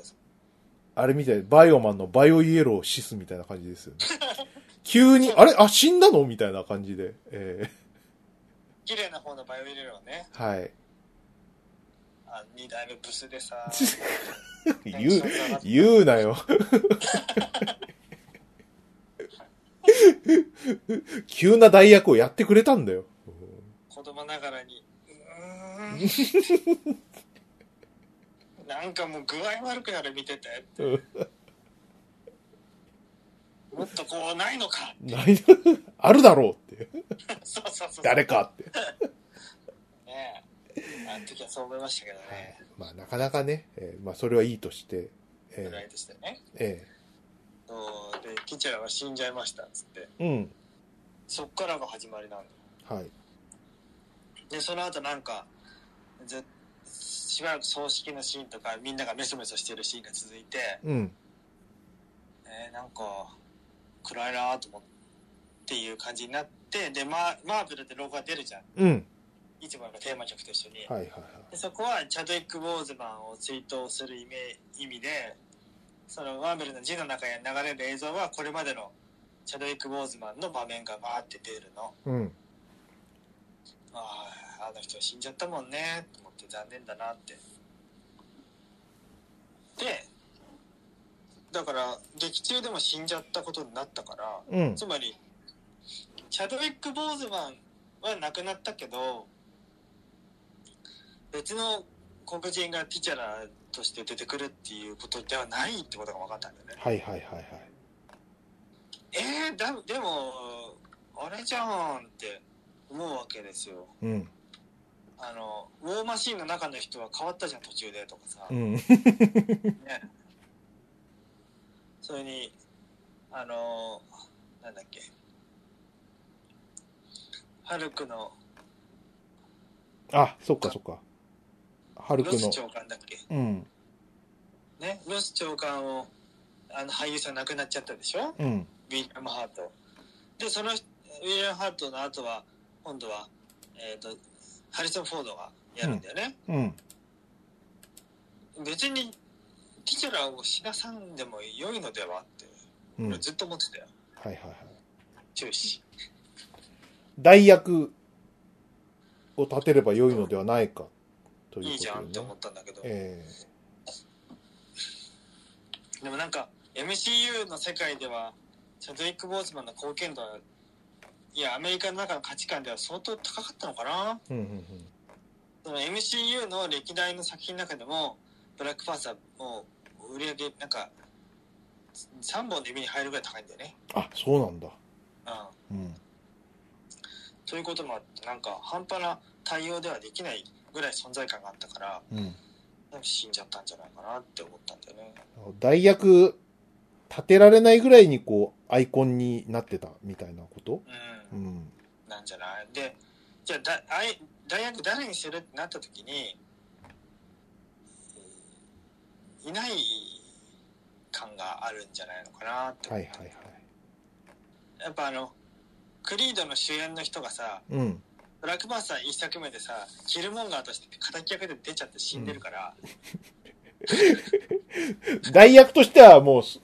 [SPEAKER 2] あれみたい、バイオマンのバイオイエローシスみたいな感じですよね。急 に、あれあ、死んだのみたいな感じで。え
[SPEAKER 1] 綺麗な方のバイオリルをね
[SPEAKER 2] え はい。
[SPEAKER 1] あ2代目ブスでさ
[SPEAKER 2] 言う、言うな よ。急な代役をやってくれたんだよ。
[SPEAKER 1] 子供ながらに、うーん。なんかもう具合悪くなる見てて。
[SPEAKER 2] うん
[SPEAKER 1] もっとこうないのか。
[SPEAKER 2] ない、あるだろうって。
[SPEAKER 1] そうそうそう。
[SPEAKER 2] 誰。かって。
[SPEAKER 1] ねえ。あの時はそう思いましたけどね。
[SPEAKER 2] まあ、なかなかね、えーまあ、それはいいとして、え
[SPEAKER 1] ぐら
[SPEAKER 2] ー
[SPEAKER 1] いでしたね。
[SPEAKER 2] え
[SPEAKER 1] そうで、ティチャラは死んじゃいましたっつって。
[SPEAKER 2] ーうん。
[SPEAKER 1] そっからが始まりなんだよ。
[SPEAKER 2] はい。
[SPEAKER 1] で、その後なんか、ずしばらく葬式のシーンとか、みんながメソメソしてるシーンが続いて、
[SPEAKER 2] うん。
[SPEAKER 1] えー、なんか暗いなーと思っていう感じになってでマーマーベルってロゴが出るじゃん
[SPEAKER 2] うん。
[SPEAKER 1] いつものテーマ曲と一緒に、
[SPEAKER 2] はいはいはい。
[SPEAKER 1] でそこはチャドウィック・ボーズマンを追悼する意味意味でそのマーベルの字の中に流れる映像はこれまでのチャドウィック・ボーズマンの場面がバーって出るの
[SPEAKER 2] うん。
[SPEAKER 1] あああの人死んじゃったもんねと思って残念だなってでだから劇中でも死んじゃったことになったから
[SPEAKER 2] うん。
[SPEAKER 1] つまりチャドウィック・ボーズマンは亡くなったけど別の黒人がティチャラとして出てくるっていうことではないってことが分かったんだよね
[SPEAKER 2] はいはいはいはい。
[SPEAKER 1] えー、だでもあれじゃんって思うわけですよ
[SPEAKER 2] うん。
[SPEAKER 1] あのウォーマシーンの中の人は変わったじゃん途中でとかさ、
[SPEAKER 2] うん。
[SPEAKER 1] ねそれにあのーなんだっけハルクの
[SPEAKER 2] あ、そっかそっか。ハルク
[SPEAKER 1] ロス
[SPEAKER 2] の。
[SPEAKER 1] 長官だっけ
[SPEAKER 2] うん。
[SPEAKER 1] ねロス長官をあの俳優さん亡くなっちゃったでしょ
[SPEAKER 2] うん。
[SPEAKER 1] ウィリアム・ハートでその人ウィリアム・ハートの後は今度は、えー、とハリソン・フォードがやるんだよね、
[SPEAKER 2] うん。
[SPEAKER 1] 別にティチャラを死なさんでも良いのではって
[SPEAKER 2] うん。は
[SPEAKER 1] 俺
[SPEAKER 2] い
[SPEAKER 1] ずっと思ってたよ
[SPEAKER 2] はいはい。
[SPEAKER 1] 終始
[SPEAKER 2] 代役を立てれば良いのではないか。ということで、ね。
[SPEAKER 1] いいじゃんって思ったんだけど、
[SPEAKER 2] え
[SPEAKER 1] でもなんか MCU の世界ではチャドウィック・ボーズマンの貢献度はいやアメリカの中の価値観では相当高かったのかな
[SPEAKER 2] えうんうん
[SPEAKER 1] そその MCU の歴代の作品の中でもブラックパンサーもう売り上げなんか3本で目に入るぐらい高いんだよね。
[SPEAKER 2] あ、そうなんだ。
[SPEAKER 1] うん、
[SPEAKER 2] うん。
[SPEAKER 1] ということもあってなんか半端な対応ではできないぐらい存在感があったから
[SPEAKER 2] うん。
[SPEAKER 1] なんか死んじゃったんじゃないかなって思ったんだよね。
[SPEAKER 2] 代役立てられないぐらいにこう、アイコンになってたみたいなこと
[SPEAKER 1] うん
[SPEAKER 2] うん。
[SPEAKER 1] なんじゃないでじゃあだあい大学誰にするってなった時にうんいない感があるんじゃないのかなって
[SPEAKER 2] は
[SPEAKER 1] 思、
[SPEAKER 2] いうはいはい。
[SPEAKER 1] やっぱあのクリードの主演の人がさ
[SPEAKER 2] うん。
[SPEAKER 1] ブラックバーサー一作目でさキルモンガーとして敵役で出ちゃって死んでるから、
[SPEAKER 2] 代役としてはもう、そ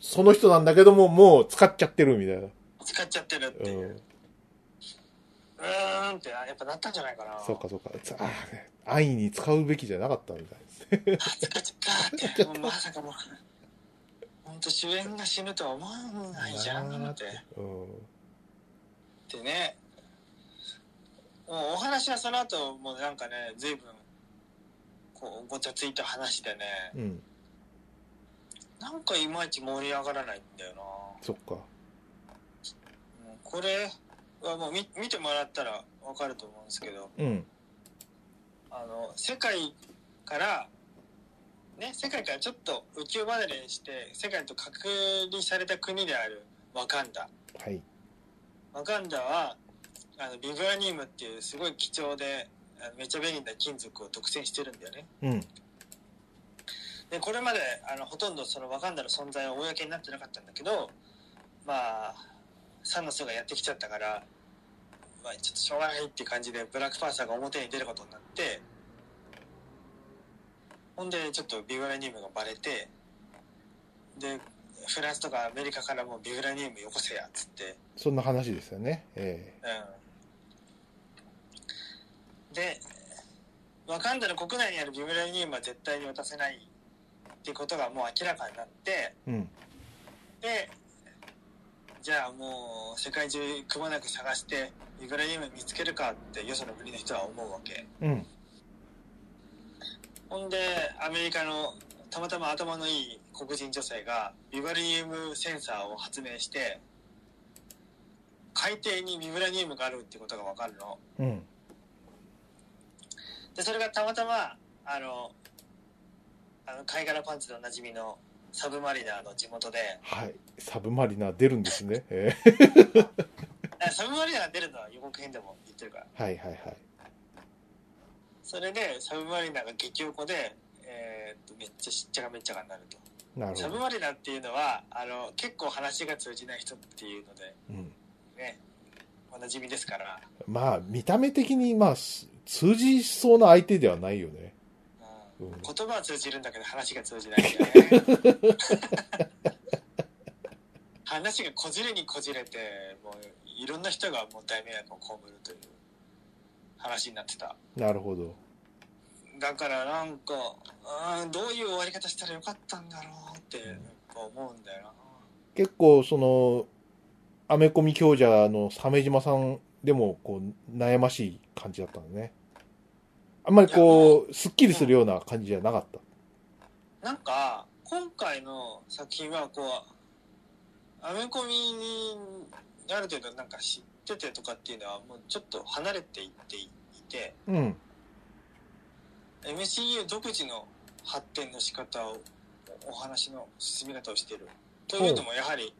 [SPEAKER 2] その人なんだけども、もう使っちゃってるみたいな。。
[SPEAKER 1] 使っちゃってるっていううんうーんってあやっぱなったんじゃないかな
[SPEAKER 2] そうかそうか。つああ、安易に使うべきじゃなかったみたいですね。
[SPEAKER 1] あ使っちゃったってもうまさかもう本当主演が死ぬとは思わないじゃんって。
[SPEAKER 2] うん。
[SPEAKER 1] ってねもうお話はその後もうなんかね随分こうごちゃついた話でね
[SPEAKER 2] うん。
[SPEAKER 1] なんかいまいち盛り上がらないんだよな
[SPEAKER 2] そっか。
[SPEAKER 1] もうこれはもう見見てもらったらわかると思うんですけど
[SPEAKER 2] うん。
[SPEAKER 1] あの世界からね世界からちょっと宇宙離れにして世界と隔離された国であるワカンダ
[SPEAKER 2] はい。
[SPEAKER 1] ワカンダはあのビブラニウムっていうすごい貴重であのめっちゃ便利な金属を独占してるんだよね。
[SPEAKER 2] うん。
[SPEAKER 1] でこれまであのほとんどそのワカンダの存在は公になってなかったんだけどまあサノスがやってきちゃったから、まあ、ちょっとしょうがないっていう感じでブラックパンサーが表に出ることになってほんでちょっとビブラニウムがバレてでフランスとかアメリカからもうビブラニウムよこせやっつって
[SPEAKER 2] そんな話ですよね。え
[SPEAKER 1] うんでワカンダの国内にあるビブラニウムは絶対に渡せないっていうことがもう明らかになって
[SPEAKER 2] えうん。
[SPEAKER 1] でじゃあもう世界中くまなく探してビブラニウム見つけるかってよその国の人は思うわけ
[SPEAKER 2] うん。
[SPEAKER 1] ほんでアメリカのたまたま頭のいい黒人女性がビブラニウムセンサーを発明して海底にビブラニウムがあるってことが分かるの
[SPEAKER 2] うん。
[SPEAKER 1] でそれがたまたまあのあの貝殻パンツでおなじみのサブマリナーの地元で
[SPEAKER 2] はい。サブマリナー出るんですね。え
[SPEAKER 1] あサブマリナーが出るのは予告編でも言ってるから
[SPEAKER 2] えはいはいはい。
[SPEAKER 1] それでサブマリナーが激おこで、えーっとめっちゃしっちゃかめっちゃかになると
[SPEAKER 2] なる
[SPEAKER 1] サ
[SPEAKER 2] ほ
[SPEAKER 1] ブ
[SPEAKER 2] ど。
[SPEAKER 1] マリナーっていうのはあの結構話が通じない人っていうので
[SPEAKER 2] うん、
[SPEAKER 1] ねおなじみですから、
[SPEAKER 2] まあ、見た目的に、まあ、す通じしそうな相手ではないよね。
[SPEAKER 1] う
[SPEAKER 2] うんん、
[SPEAKER 1] 言葉は通じるんだけど話が通じないんだよね話がこじれにこじれてもういろんな人がもう大迷惑を被るという話になってた
[SPEAKER 2] なるほど。
[SPEAKER 1] だからなんかうんどういう終わり方したらよかったんだろうってやっぱ思うんだよな
[SPEAKER 2] 結構、その、アメコミ強者の鮫島さんでも、こう、悩ましい感じだったのね。あんまりこう、すっきりするような感じじゃなかった。
[SPEAKER 1] なんか今回の作品はこうアメコミにある程度なんか知っててとかっていうのはもうちょっと離れていっていて
[SPEAKER 2] うん。
[SPEAKER 1] MCU 独自の発展の仕方をお話の進み方をしているというのもやはり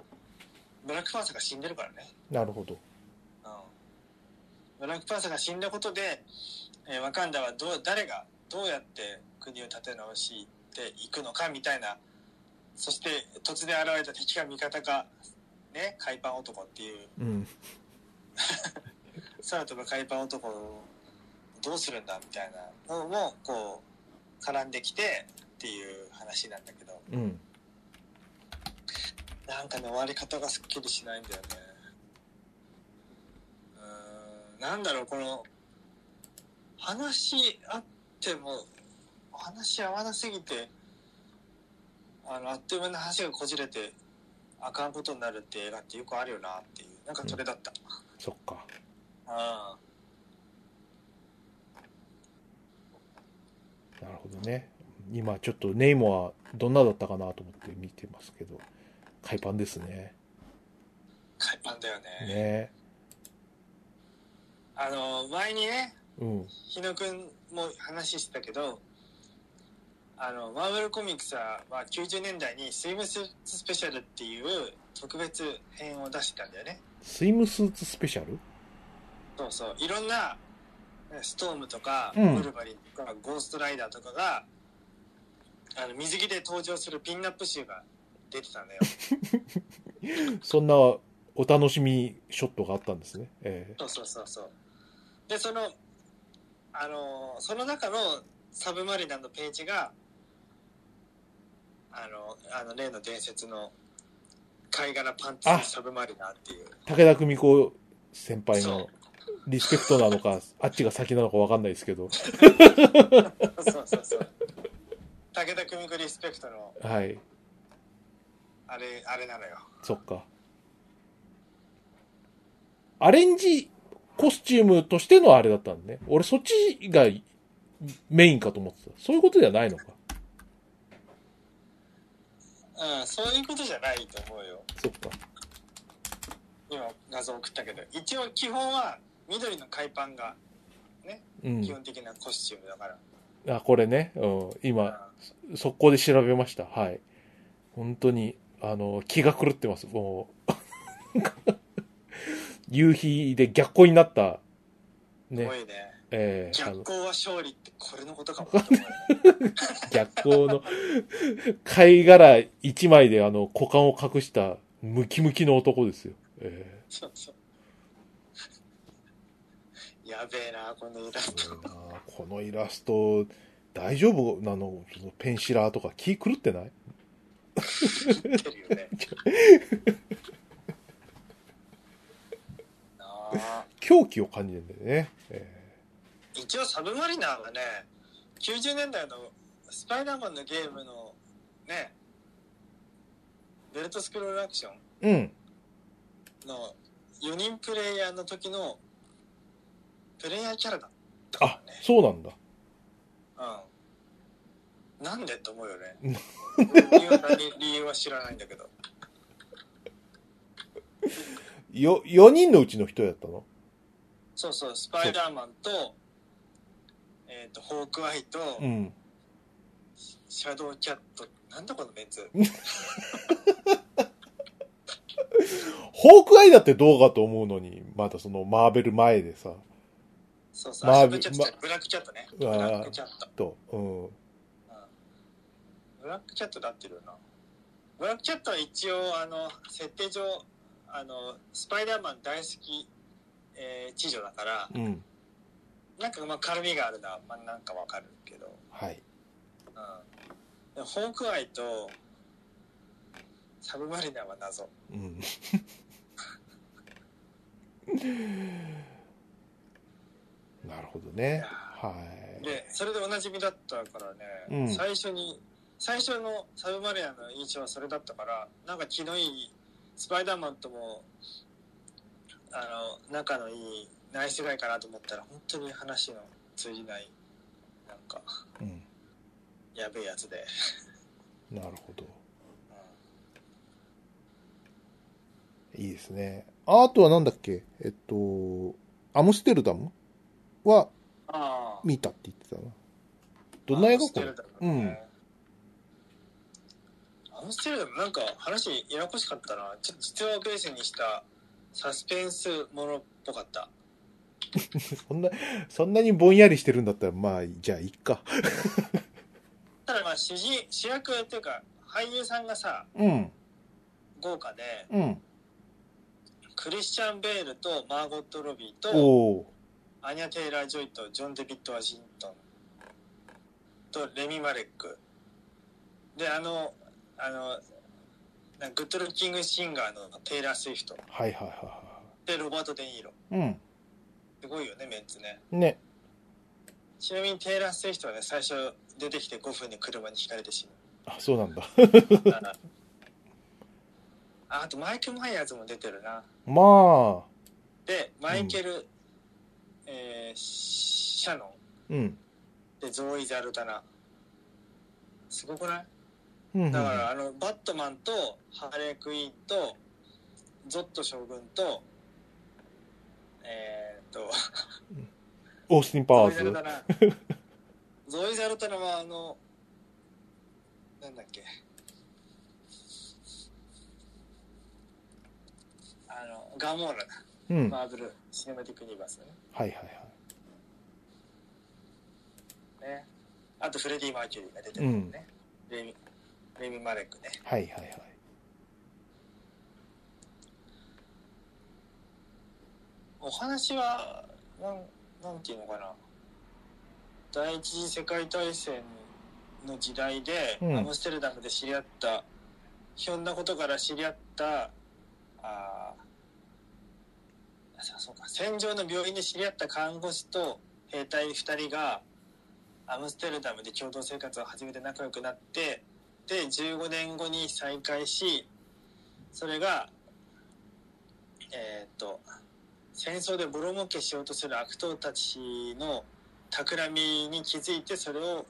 [SPEAKER 1] ブラックパンサーが死んでるからね、
[SPEAKER 2] なるほど。
[SPEAKER 1] うん、ブラックパンサーが死んだことで、えーワカンダはどう誰がどうやって国を立て直していくのかみたいなそして突然現れた敵か味方かね海パン男っていう
[SPEAKER 2] うん。
[SPEAKER 1] 空飛ぶ海パン男をどうするんだみたいなのもこう絡んできてっていう話なんだけど
[SPEAKER 2] うん。
[SPEAKER 1] なんかね終わり方がすっきりしないんだよねうーんなんだろうこの話し合っても話し合わなすぎてあのあっという間に話がこじれてあかんことになるって映画ってよくあるよなっていうなんかそれだった、
[SPEAKER 2] そっか。
[SPEAKER 1] ああ
[SPEAKER 2] なるほどね。今ちょっとネイモはどんなだったかなと思って見てますけど、海パンですね。
[SPEAKER 1] 海パンだよね
[SPEAKER 2] ね
[SPEAKER 1] あの前にね
[SPEAKER 2] うん。
[SPEAKER 1] 日野君も話してたけどあのマーベルコミックスはまあ90年代に「スイムスーツスペシャル」っていう特別編を出してたんだよね
[SPEAKER 2] スイムスーツスペシャル
[SPEAKER 1] そうそういろんなねストームとか
[SPEAKER 2] うん
[SPEAKER 1] ブルバリンとかゴーストライダーとかがあの水着で登場するピンナップ集が出てたんだよ
[SPEAKER 2] そんなお楽しみショットがあったんですね。え
[SPEAKER 1] そうそうそうそうでそのあのその中のサブマリナのページがあのあの例の伝説の貝殻パンツ
[SPEAKER 2] あ
[SPEAKER 1] サブマリナっていう
[SPEAKER 2] え武田久美子先輩
[SPEAKER 1] そう
[SPEAKER 2] のリスペクトなのか、あっちが先なのかわかんないですけど、
[SPEAKER 1] そうそうそう 武田久美子リスペクトの
[SPEAKER 2] はい。
[SPEAKER 1] あれあれなのよ
[SPEAKER 2] そっか。アレンジコスチュームとしてのあれだったんだね。俺そっちがメインかと思ってた。そういうことではないのか。
[SPEAKER 1] うん、そういうことじゃないと思うよ。
[SPEAKER 2] そっか。
[SPEAKER 1] 今画像送ったけど、一応基本は緑の海パンが
[SPEAKER 2] う
[SPEAKER 1] 基
[SPEAKER 2] ん。
[SPEAKER 1] 本的なコスチュームだから。
[SPEAKER 2] あ、これね。うん。今、速攻で調べました。はい。本当に、あの、気が狂ってます。もう、 夕日で逆光になった、
[SPEAKER 1] うん、
[SPEAKER 2] ね
[SPEAKER 1] すご、いね。
[SPEAKER 2] えーあ
[SPEAKER 1] 逆
[SPEAKER 2] の
[SPEAKER 1] 光は勝利ってこれのことかもって思うよね。
[SPEAKER 2] 逆光の貝殻一枚であの股間を隠したムキムキの男ですよ。え
[SPEAKER 1] そうそう。 やべえな、このイラス
[SPEAKER 2] ーす
[SPEAKER 1] ト。
[SPEAKER 2] ごいなこのイラスト、大丈夫なのそのペンシラーとか気狂ってない
[SPEAKER 1] 言ってるよね。なあ
[SPEAKER 2] 狂気を感じるんだよね。え
[SPEAKER 1] 一応サブマリナーはね、90年代のスパイダーマンのゲームのね、ベルトスクロールアクション
[SPEAKER 2] ーうん。
[SPEAKER 1] の4人プレイヤーの時のプレイヤーキャラだった
[SPEAKER 2] あ
[SPEAKER 1] か、
[SPEAKER 2] そうなんだ。
[SPEAKER 1] らね。うん。なんでと思うよね。
[SPEAKER 2] な
[SPEAKER 1] 理由は理由は知らないんだけど。
[SPEAKER 2] よ、4人のうちの一人だったの
[SPEAKER 1] そうそう、スパイダーマンと、えっ、と、ホークアイと、
[SPEAKER 2] うん。
[SPEAKER 1] シャドウキャット、なんだこのメンズ。
[SPEAKER 2] ホークアイだってどうかと思うのに、まだそのマーベル前でさ、
[SPEAKER 1] そうそう、
[SPEAKER 2] マ
[SPEAKER 1] シ
[SPEAKER 2] ー
[SPEAKER 1] ャド
[SPEAKER 2] ブ
[SPEAKER 1] ウキャットじゃない、ブラックキャットね。ブ
[SPEAKER 2] うわー
[SPEAKER 1] ラックキャット。
[SPEAKER 2] と、うん。
[SPEAKER 1] ブラックキャットだってるよな。ブラックキャットは一応、あの、設定上、あの、スパイダーマン大好き、えー、知女だから、
[SPEAKER 2] うん。
[SPEAKER 1] なんかまあ絡みがあるのは、まあなんかわかるけど、
[SPEAKER 2] はい。
[SPEAKER 1] うん。でもホークアイと、サブマリナーは謎。
[SPEAKER 2] うん。 なるほどね。はい。
[SPEAKER 1] で、それでおなじみだったからね、
[SPEAKER 2] うん
[SPEAKER 1] 最初に、最初のサブマリナーの印象はそれだったから、なんか気のいい、スパイダーマンとも、あの、仲のいい、ナイスガイかなと思ったら、本当に話の通じない、なんか、
[SPEAKER 2] うん。
[SPEAKER 1] やべえやつで。
[SPEAKER 2] なるほど。
[SPEAKER 1] うん
[SPEAKER 2] いいですね。ああとはなんだっけえっと、アムステルダムは
[SPEAKER 1] ああ。
[SPEAKER 2] 見たって言ってたな。どんな映画こ
[SPEAKER 1] アム
[SPEAKER 2] れ
[SPEAKER 1] ステルダムねアムステルダムなんか話ややこしかったな。ちょっと実話をベースにしたサスペンスものっぽかった。
[SPEAKER 2] そんな、そんなにぼんやりしてるんだったら、まあ、じゃあ、いっか。
[SPEAKER 1] ただまあ主人主役っていうか俳優さんがさ
[SPEAKER 2] うん。
[SPEAKER 1] 豪華で
[SPEAKER 2] うん。
[SPEAKER 1] クリスチャン・ベールとマーゴット・ロビー
[SPEAKER 2] お
[SPEAKER 1] と
[SPEAKER 2] お
[SPEAKER 1] アニャ・テイラー・ジョイとジョン・デビッド・ワシントンとレミ・マレックであのあのなんかグッドルッキングシンガーのテイラー・スウィフト
[SPEAKER 2] ー。はいはいは
[SPEAKER 1] でロバート・デ・ニーロ
[SPEAKER 2] いはい。
[SPEAKER 1] すごいよねメンツね
[SPEAKER 2] うん。ね。
[SPEAKER 1] ちなみにテイラー・スウィフトはね最初出てきて5分で車にひかれてしまう
[SPEAKER 2] あ、そうなんだ。
[SPEAKER 1] ああとマイク・マイヤーズも出てるな
[SPEAKER 2] まあ、
[SPEAKER 1] でマイケル、えーシャノン
[SPEAKER 2] うん。
[SPEAKER 1] でゾーイ・ザルタナすごくない
[SPEAKER 2] うんうん
[SPEAKER 1] だからあのバットマンとハーレークイーンとゾット将軍とえー、っと
[SPEAKER 2] オースティン・パ
[SPEAKER 1] ゾ
[SPEAKER 2] ワ
[SPEAKER 1] イザル
[SPEAKER 2] ー
[SPEAKER 1] タ
[SPEAKER 2] ズ。
[SPEAKER 1] ナゾイザルタナはあのなんだっけあのガモーラだ
[SPEAKER 2] うん。はい
[SPEAKER 1] マーブルシネマティックユニバースだね
[SPEAKER 2] はいはい。
[SPEAKER 1] ねあとフレディ・マーキュリーが出てるんだよね、レミレミ・マレックね
[SPEAKER 2] はいはいはい。
[SPEAKER 1] お話はなんなんていうのかな第一次世界大戦の時代で、
[SPEAKER 2] うん
[SPEAKER 1] アムステルダムで知り合ったひょんなことから知り合ったあーそうそうか戦場の病院で知り合った看護師と兵隊2人がアムステルダムで共同生活を始めて仲良くなってで15年後に再会しそれがえーっと戦争でボロ儲けしようとする悪党たちの企みに気づいてそれを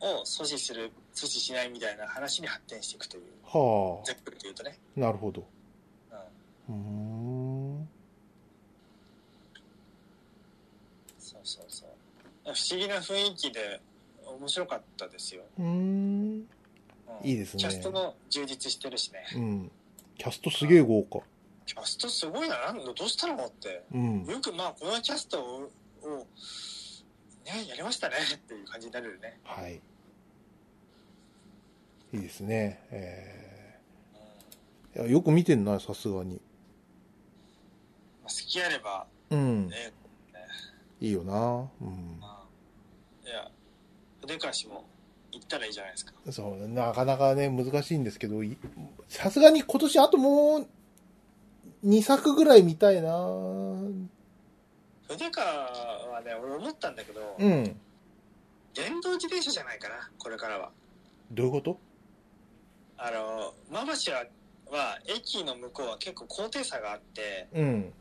[SPEAKER 1] を阻止する阻止しないみたいな話に発展していくという
[SPEAKER 2] は
[SPEAKER 1] ざっくりと言うとね、
[SPEAKER 2] あ。なるほど。
[SPEAKER 1] うん、
[SPEAKER 2] うーん。
[SPEAKER 1] そうそうそう不思議な雰囲気で面白かったですよ、
[SPEAKER 2] うーん。
[SPEAKER 1] うん
[SPEAKER 2] いいですね
[SPEAKER 1] キャストも充実してるしね
[SPEAKER 2] うん。キャストすげえ豪華。
[SPEAKER 1] キャストすごいななんだどうしたのって
[SPEAKER 2] うん。
[SPEAKER 1] よくまあこのキャストををねやりましたねっていう感じになるよね、
[SPEAKER 2] はい。いいですね。え
[SPEAKER 1] うん
[SPEAKER 2] ーいやよく見てんな、さすがに。
[SPEAKER 1] まあ、好きあれば、
[SPEAKER 2] うん。
[SPEAKER 1] ね
[SPEAKER 2] いいよな。うん。
[SPEAKER 1] いや、筆返しも行ったらいいじゃないですか。
[SPEAKER 2] そう、なかなかね、難しいんですけど、いさすがに今年あともう2作ぐらい見たいなうん。
[SPEAKER 1] 筆川はね、俺思ったんだけど、電動自転車じゃないかな、これからは。
[SPEAKER 2] どういうこと
[SPEAKER 1] あの、ママシは、は駅の向こうは結構高低差があって、
[SPEAKER 2] うん。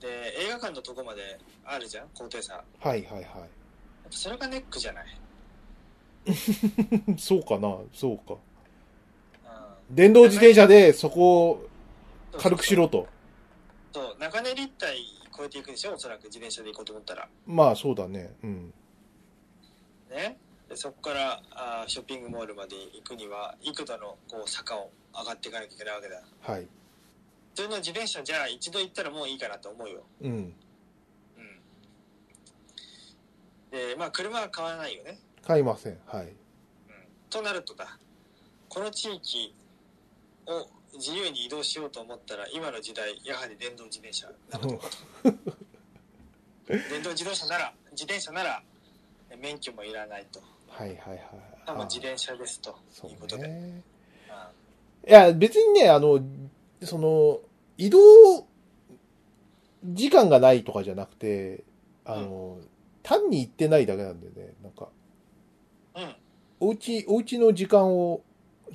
[SPEAKER 1] で、映画館のとこまであるじゃん、高低差。やっ
[SPEAKER 2] はいはいは
[SPEAKER 1] ぱそれがネックじゃない。
[SPEAKER 2] い。そうかなそうか。
[SPEAKER 1] う
[SPEAKER 2] 電動自転車でそこを
[SPEAKER 1] ん
[SPEAKER 2] 軽くしろと。
[SPEAKER 1] そう、中根立体越えていくでしょ、おそらく自転車で行こうと思ったら。
[SPEAKER 2] まあそうだね。うん。
[SPEAKER 1] ね。でそこからあーショッピングモールまで行くには、幾度のこう坂を上がっていかなきゃいけないわけだ。
[SPEAKER 2] はい。
[SPEAKER 1] 普通の自転車じゃあ一度行ったらもういいかなと思うよ、
[SPEAKER 2] うん。
[SPEAKER 1] うん、でまあ車は買わないよね、
[SPEAKER 2] 買いません。はい。
[SPEAKER 1] うん、となるとだこの地域を自由に移動しようと思ったら今の時代やはり電動自転車なのと電動自動車なら自転車ならえ免許もいらないと
[SPEAKER 2] はいはいはい。
[SPEAKER 1] あもう自転車ですと
[SPEAKER 2] そ
[SPEAKER 1] いうこ
[SPEAKER 2] う
[SPEAKER 1] とで、
[SPEAKER 2] ね。
[SPEAKER 1] うん
[SPEAKER 2] いや、別にね、あの、その、移動時間がないとかじゃなくて、あの、単に行ってないだけなんだよね。なんか、
[SPEAKER 1] うん
[SPEAKER 2] おうち、おうちの時間を、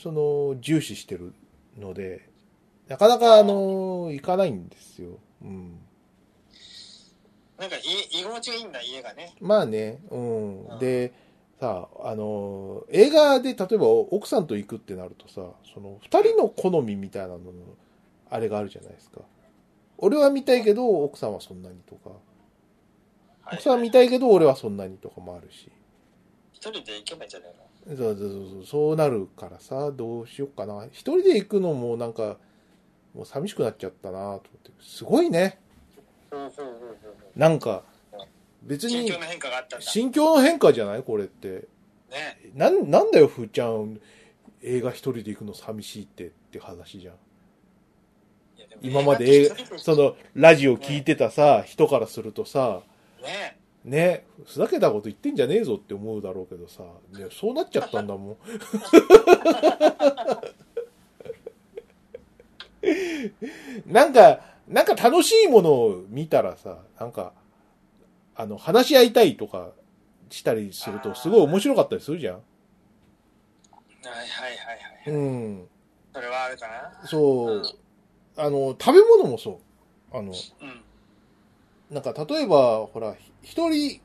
[SPEAKER 2] その、重視してるので、なかなか、あの、行かないんですよ。うん。
[SPEAKER 1] なんかい居心地がいいんだ家がね
[SPEAKER 2] まあね、う。
[SPEAKER 1] うんん
[SPEAKER 2] で、さあ、の、映画で例えば奥さんと行くってなるとさ、その、二人の好みみたいなのの、あれがあるじゃないですか。俺は見たいけど、奥さんはそんなにとか、奥さんは見
[SPEAKER 1] い
[SPEAKER 2] たいけど、俺はそんなにとかもあるし。
[SPEAKER 1] 一人で行けばいいんじゃないの
[SPEAKER 2] そうそうそうそう、そうなるからさ、どうしよっかな。一人で行くのもなんか、もう寂しくなっちゃったなと思って。すごいね。
[SPEAKER 1] ほうほうほうほうほう
[SPEAKER 2] なんか、別
[SPEAKER 1] 心
[SPEAKER 2] に
[SPEAKER 1] 境、の変化があったんだ
[SPEAKER 2] 心境の変化じゃないこれって。
[SPEAKER 1] ね
[SPEAKER 2] なん、なんだよ、ふーちゃん。映画一人で行くの寂しいってって話じゃん。
[SPEAKER 1] いやも
[SPEAKER 2] 今まで映
[SPEAKER 1] 映画って
[SPEAKER 2] 画、
[SPEAKER 1] 一
[SPEAKER 2] そ
[SPEAKER 1] 人で
[SPEAKER 2] の、ラジオ聞いてたさ、人からするとさ、
[SPEAKER 1] ね
[SPEAKER 2] ね、ふざけたこと言ってんじゃねえぞって思うだろうけどさ、ね、そうなっちゃったんだもん。なんか、なんか楽しいものを見たらさ、なんか、あの、話し合いたいとかしたりすると、すごい面白かったりするじゃん。
[SPEAKER 1] はいはいはいはい、
[SPEAKER 2] うん。
[SPEAKER 1] それはあるかな
[SPEAKER 2] そう
[SPEAKER 1] うん。
[SPEAKER 2] あの、食べ物もそう。あ
[SPEAKER 1] う
[SPEAKER 2] の、
[SPEAKER 1] ん
[SPEAKER 2] なんか例えば、ほら、ひ一人、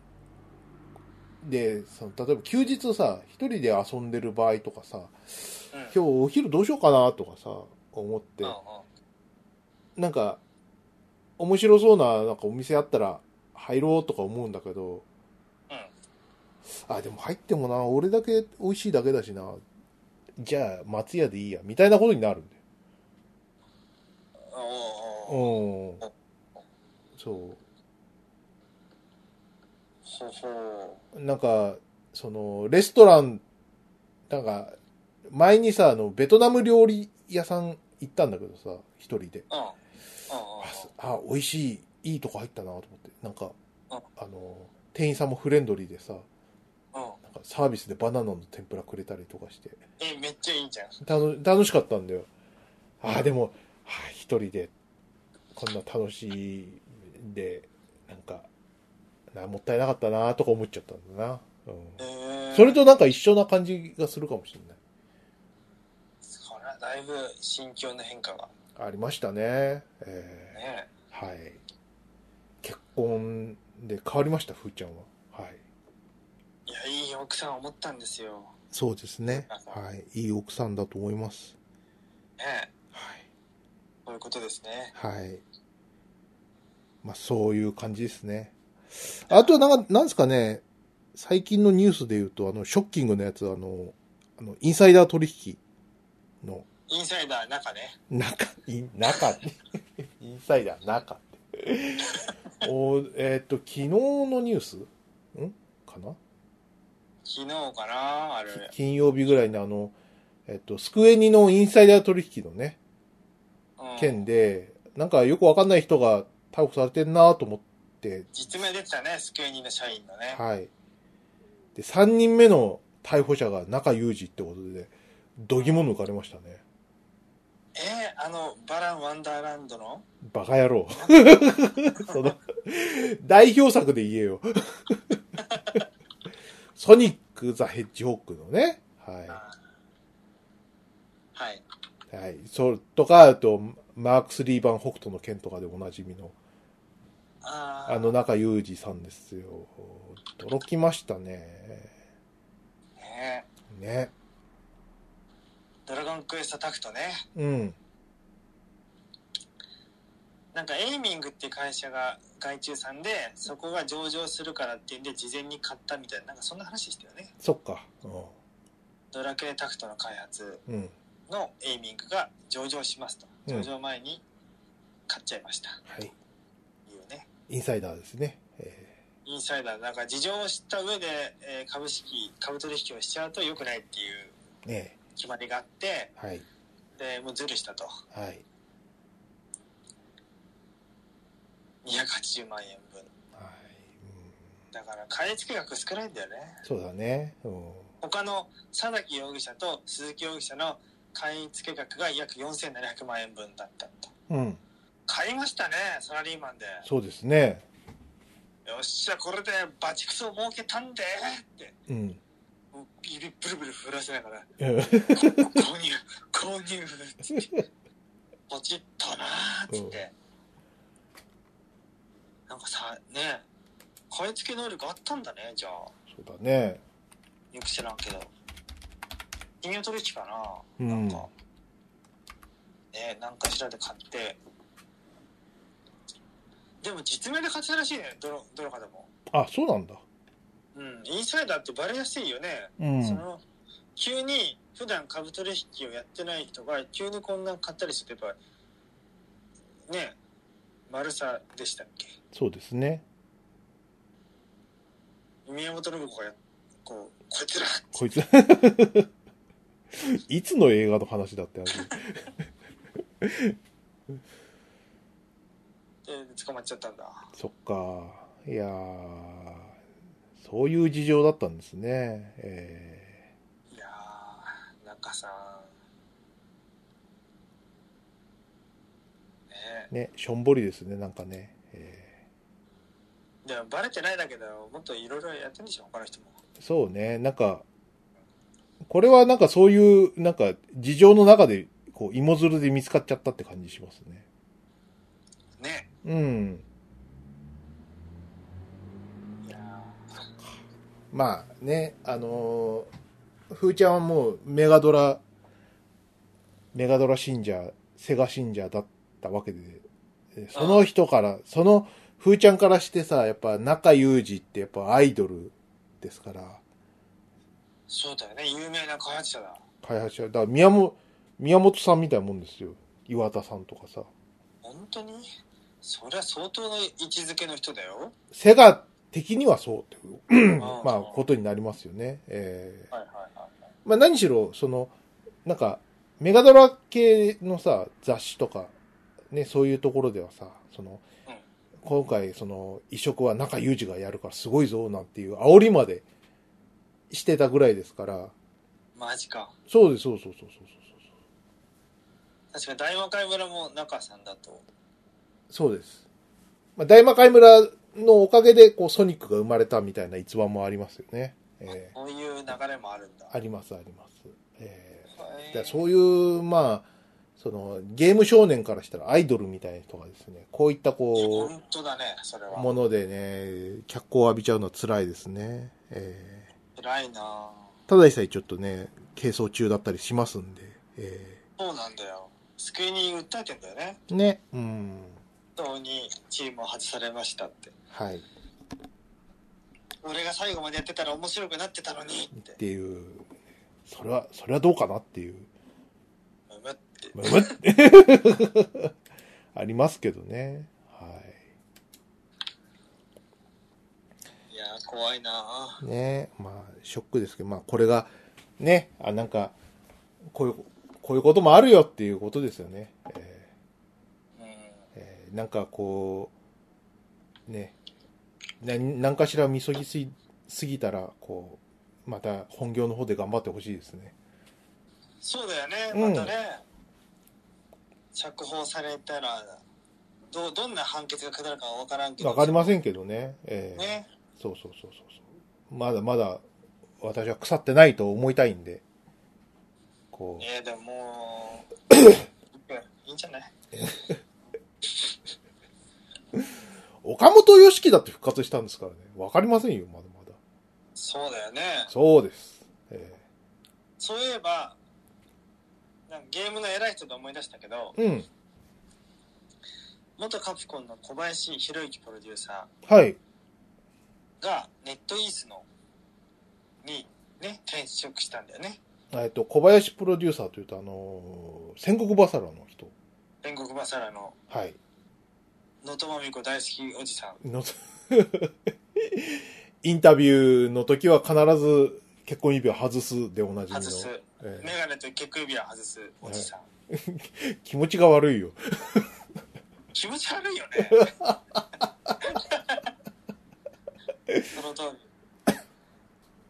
[SPEAKER 2] で、その例えば休日さ、一人で遊んでる場合とかさ、
[SPEAKER 1] うん
[SPEAKER 2] 今日お昼どうしようかなとかさ、思って
[SPEAKER 1] うんうん、
[SPEAKER 2] なんか、面白そうな、なんかお店あったら入ろうとか思うんだけど、
[SPEAKER 1] うん
[SPEAKER 2] あ、でも入ってもな、俺だけ美味しいだけだしな、じゃあ松屋でいいや、みたいなことになるんだよ。
[SPEAKER 1] おー
[SPEAKER 2] うん。そ
[SPEAKER 1] ほほ
[SPEAKER 2] う。なんか、その、レストラン、なんか、前にさ、あの、ベトナム料理屋さん行ったんだけどさ、一人で。
[SPEAKER 1] うんうんうん
[SPEAKER 2] あすあ、美味しい、いいとこ入ったなと思って。なんか
[SPEAKER 1] うん、
[SPEAKER 2] あの、店員さんもフレンドリーでさ、
[SPEAKER 1] うんうん
[SPEAKER 2] なんかサービスでバナナの天ぷらくれたりとかして、
[SPEAKER 1] えめっちゃいいじゃん
[SPEAKER 2] 楽楽しかったんだよ。ああ、でも、はあ一人で、こんな楽しいで、なんか、なもったいなかったなとか思っちゃったんだな。うん、
[SPEAKER 1] えー
[SPEAKER 2] それとなんか一緒な感じがするかもしれな
[SPEAKER 1] そりゃだいぶ心境の変化が
[SPEAKER 2] い。ありましたね。え
[SPEAKER 1] ね
[SPEAKER 2] ーはい。結婚で変わりました、ふーちゃんは。はい。
[SPEAKER 1] いやいい奥さんを持ったんですよ
[SPEAKER 2] そうですね。
[SPEAKER 1] はい
[SPEAKER 2] いい奥さんだと思います。
[SPEAKER 1] ね
[SPEAKER 2] はい。
[SPEAKER 1] そういうことですね
[SPEAKER 2] はい。まあ、そういう感じですね。あとはなんか、なんですかね、最近のニュースで言うと、あの、ショッキングのやつ、あの、あの、インサイダー取引の
[SPEAKER 1] インサイダー中ね
[SPEAKER 2] 中、い中って、インサイダー中って。おえっ、と、昨日のニュースんかな
[SPEAKER 1] 昨日かなあれ
[SPEAKER 2] き金曜日ぐらいにあの、えっ、と、スクエニのインサイダー取引のね、
[SPEAKER 1] うん
[SPEAKER 2] 件で、なんかよくわかんない人が逮捕されてんなと思って、
[SPEAKER 1] 実名出てたねスクエニの社員のね
[SPEAKER 2] はい。で、3人目の逮捕者が中裕二ってことで、どぎも抜かれましたね。
[SPEAKER 1] えーあのバランワンダーランドの
[SPEAKER 2] バカ野郎。 その、代表作で言えよ。 ソニック・ザ・ヘッジホックのね。は
[SPEAKER 1] あーはい
[SPEAKER 2] い。はい。それとか、あと、マークス・リーバン・北斗の剣とかでおなじみの、
[SPEAKER 1] あー
[SPEAKER 2] あの中裕二さんですよ。驚きましたね。
[SPEAKER 1] ね
[SPEAKER 2] ね。
[SPEAKER 1] ドラゴンクエストタクトね
[SPEAKER 2] うん。
[SPEAKER 1] なんかエイミングっていう会社が外注さんでそこが上場するからっていうんで事前に買ったみたいななんかそんな話でしたよね
[SPEAKER 2] そっか。う
[SPEAKER 1] ドラクエタクトの開発
[SPEAKER 2] ん。うん。
[SPEAKER 1] のエイミングが上場しますと
[SPEAKER 2] うん
[SPEAKER 1] 上場前に買っちゃいました、
[SPEAKER 2] はい。
[SPEAKER 1] というね
[SPEAKER 2] インサイダーですね。え
[SPEAKER 1] インサイダーなんか事情を知った上で、えー株式株取引をしちゃうと良くないっていう
[SPEAKER 2] ーね
[SPEAKER 1] 決まりがあって
[SPEAKER 2] えはい。
[SPEAKER 1] でもうズルしたと
[SPEAKER 2] はい。
[SPEAKER 1] 280万円分
[SPEAKER 2] はい。
[SPEAKER 1] だから買い付け額少ないんだよね
[SPEAKER 2] うん、そうだね。うん。
[SPEAKER 1] 他の佐崎容疑者と鈴木容疑者の買い付け額が約4700万円分だったと
[SPEAKER 2] うん。
[SPEAKER 1] 買いましたねサラリーマンで
[SPEAKER 2] そうですね。
[SPEAKER 1] よっしゃこれでバチクソ儲けたんでって
[SPEAKER 2] うん。
[SPEAKER 1] もう指ブルブル振らせながら
[SPEAKER 2] うん
[SPEAKER 1] 購入 購入つってポチッとなーっつって、なんかさね買い付け能力あったんだねじゃあ
[SPEAKER 2] そうだね。
[SPEAKER 1] よく知らんけど金融取引か
[SPEAKER 2] う
[SPEAKER 1] な、
[SPEAKER 2] ん
[SPEAKER 1] なんかねなんかしらで買ってでも実名で買ってたらしいねどのどの方も
[SPEAKER 2] あ、そうなんだ。
[SPEAKER 1] うんインサイダーってバレやすいよね、
[SPEAKER 2] うん。
[SPEAKER 1] その急に普段株取引をやってない人が急にこんなん買ったりすればね丸さでしたっけ
[SPEAKER 2] そうですね。
[SPEAKER 1] 宮本信子がやこうこいつら
[SPEAKER 2] こい つ。いつの映画の話だってあれ。
[SPEAKER 1] って捕まっちゃったんだ
[SPEAKER 2] そっか。いやー、そういう事情だったんですね。え
[SPEAKER 1] いやー、なんかさ、ね
[SPEAKER 2] ー、ね、しょんぼりですね、なんかね。え
[SPEAKER 1] え、でもバレてないだけど、もっといろいろやってんでしょ、他の人も。
[SPEAKER 2] ーそうね、なんか、これはなんかそういう、なんか事情の中で、こう、芋づるで見つかっちゃったって感じしますね。
[SPEAKER 1] ね
[SPEAKER 2] うん。
[SPEAKER 1] いやー
[SPEAKER 2] まあね、あのー、ふーちゃんはもうメガドラ、メガドラ信者、セガ信者だったわけで、えその人から、そのふーちゃんからしてさ、やっぱ中裕二ってやっぱアイドルですから、
[SPEAKER 1] そうだよね有名な開発者だ
[SPEAKER 2] 開発者、だから宮本、宮本さんみたいなもんですよ。岩田さんとかさ。
[SPEAKER 1] 本当にそりゃ相当の位置づけの人だよ、
[SPEAKER 2] セガ的にはそうっていう、まあ、
[SPEAKER 1] は
[SPEAKER 2] ことになりますよね。えー
[SPEAKER 1] いはいはいはい
[SPEAKER 2] まあ何しろ、その、なんか、メガドラ系のさ、雑誌とか、ね、そういうところではさ、その
[SPEAKER 1] うん、
[SPEAKER 2] 今回、その、移植は中裕二がやるからすごいぞ、なんていう煽りまでしてたぐらいですから、
[SPEAKER 1] マジか
[SPEAKER 2] そうです、そうそうそうそうそう
[SPEAKER 1] 確か大和会村も中さんだと
[SPEAKER 2] そう。そうです。まあ、大魔界村のおかげで、こう、ソニックが生まれたみたいな逸話もありますよね。え
[SPEAKER 1] こういう流れもあるんだ
[SPEAKER 2] ーあります、あります。えー
[SPEAKER 1] へー
[SPEAKER 2] だからそういう、まあ、その、ゲーム少年からしたらアイドルみたいな人がですね、こういったこ
[SPEAKER 1] 本当だねそれ
[SPEAKER 2] う、
[SPEAKER 1] は
[SPEAKER 2] ものでね、脚光を浴びちゃうのは辛いですね。え
[SPEAKER 1] 辛いなぁ
[SPEAKER 2] ーただでさえちょっとね、軽装中だったりしますんで、え
[SPEAKER 1] そうなんだよ救いに訴えてんだよね
[SPEAKER 2] ーね、うん、
[SPEAKER 1] 本当にチームを外されましたって
[SPEAKER 2] はい、っ
[SPEAKER 1] 俺が最後までやってたら面白くなってたのにって
[SPEAKER 2] ていう、それは、それはどうかなっていう、
[SPEAKER 1] むむって
[SPEAKER 2] むむってあ りますけどね、はい。
[SPEAKER 1] いやー怖いなぁ
[SPEAKER 2] ねまあ、ショックですけど、まあ、これが、ね、あ、なんか、こういう、こういうこともあるよっていうことですよね。え
[SPEAKER 1] う
[SPEAKER 2] ーえーなんかこう、ね、な、なんかしらみそぎすぎすぎたら、こう、また本業の方で頑張ってほしいですね。
[SPEAKER 1] んそうだよね
[SPEAKER 2] うん
[SPEAKER 1] またね、釈放されたらどうどんな判決が下るかは分からんけど
[SPEAKER 2] わかりませ
[SPEAKER 1] ん
[SPEAKER 2] んけどね。えー
[SPEAKER 1] ね
[SPEAKER 2] そうそうそうそうそう。まだまだ、私は腐ってないと思いたいんで、こう、
[SPEAKER 1] えー、でももういいんじゃない
[SPEAKER 2] 岡本良樹だって復活したんですからね。わかりませんよ、まだまだ。
[SPEAKER 1] そうだよね
[SPEAKER 2] そうです。え
[SPEAKER 1] そういえばなんかゲームの偉い人で思い出したけど
[SPEAKER 2] えうん。
[SPEAKER 1] 元カプコンの小林博之プロデューサ
[SPEAKER 2] はい。
[SPEAKER 1] ーがネットイースのにね転職したんだよね
[SPEAKER 2] えっと、小林プロデューサーというと、あのー戦国バサラの人。
[SPEAKER 1] 煉獄バサラの
[SPEAKER 2] はい。
[SPEAKER 1] 野友美子大好きおじさん
[SPEAKER 2] の インタビューの時は必ず結婚指輪外すでおなじみの
[SPEAKER 1] 外。す
[SPEAKER 2] え
[SPEAKER 1] メガネと結婚指輪外すおじさん、
[SPEAKER 2] え気持ちが悪いよ。
[SPEAKER 1] 気持ち悪いよねその通り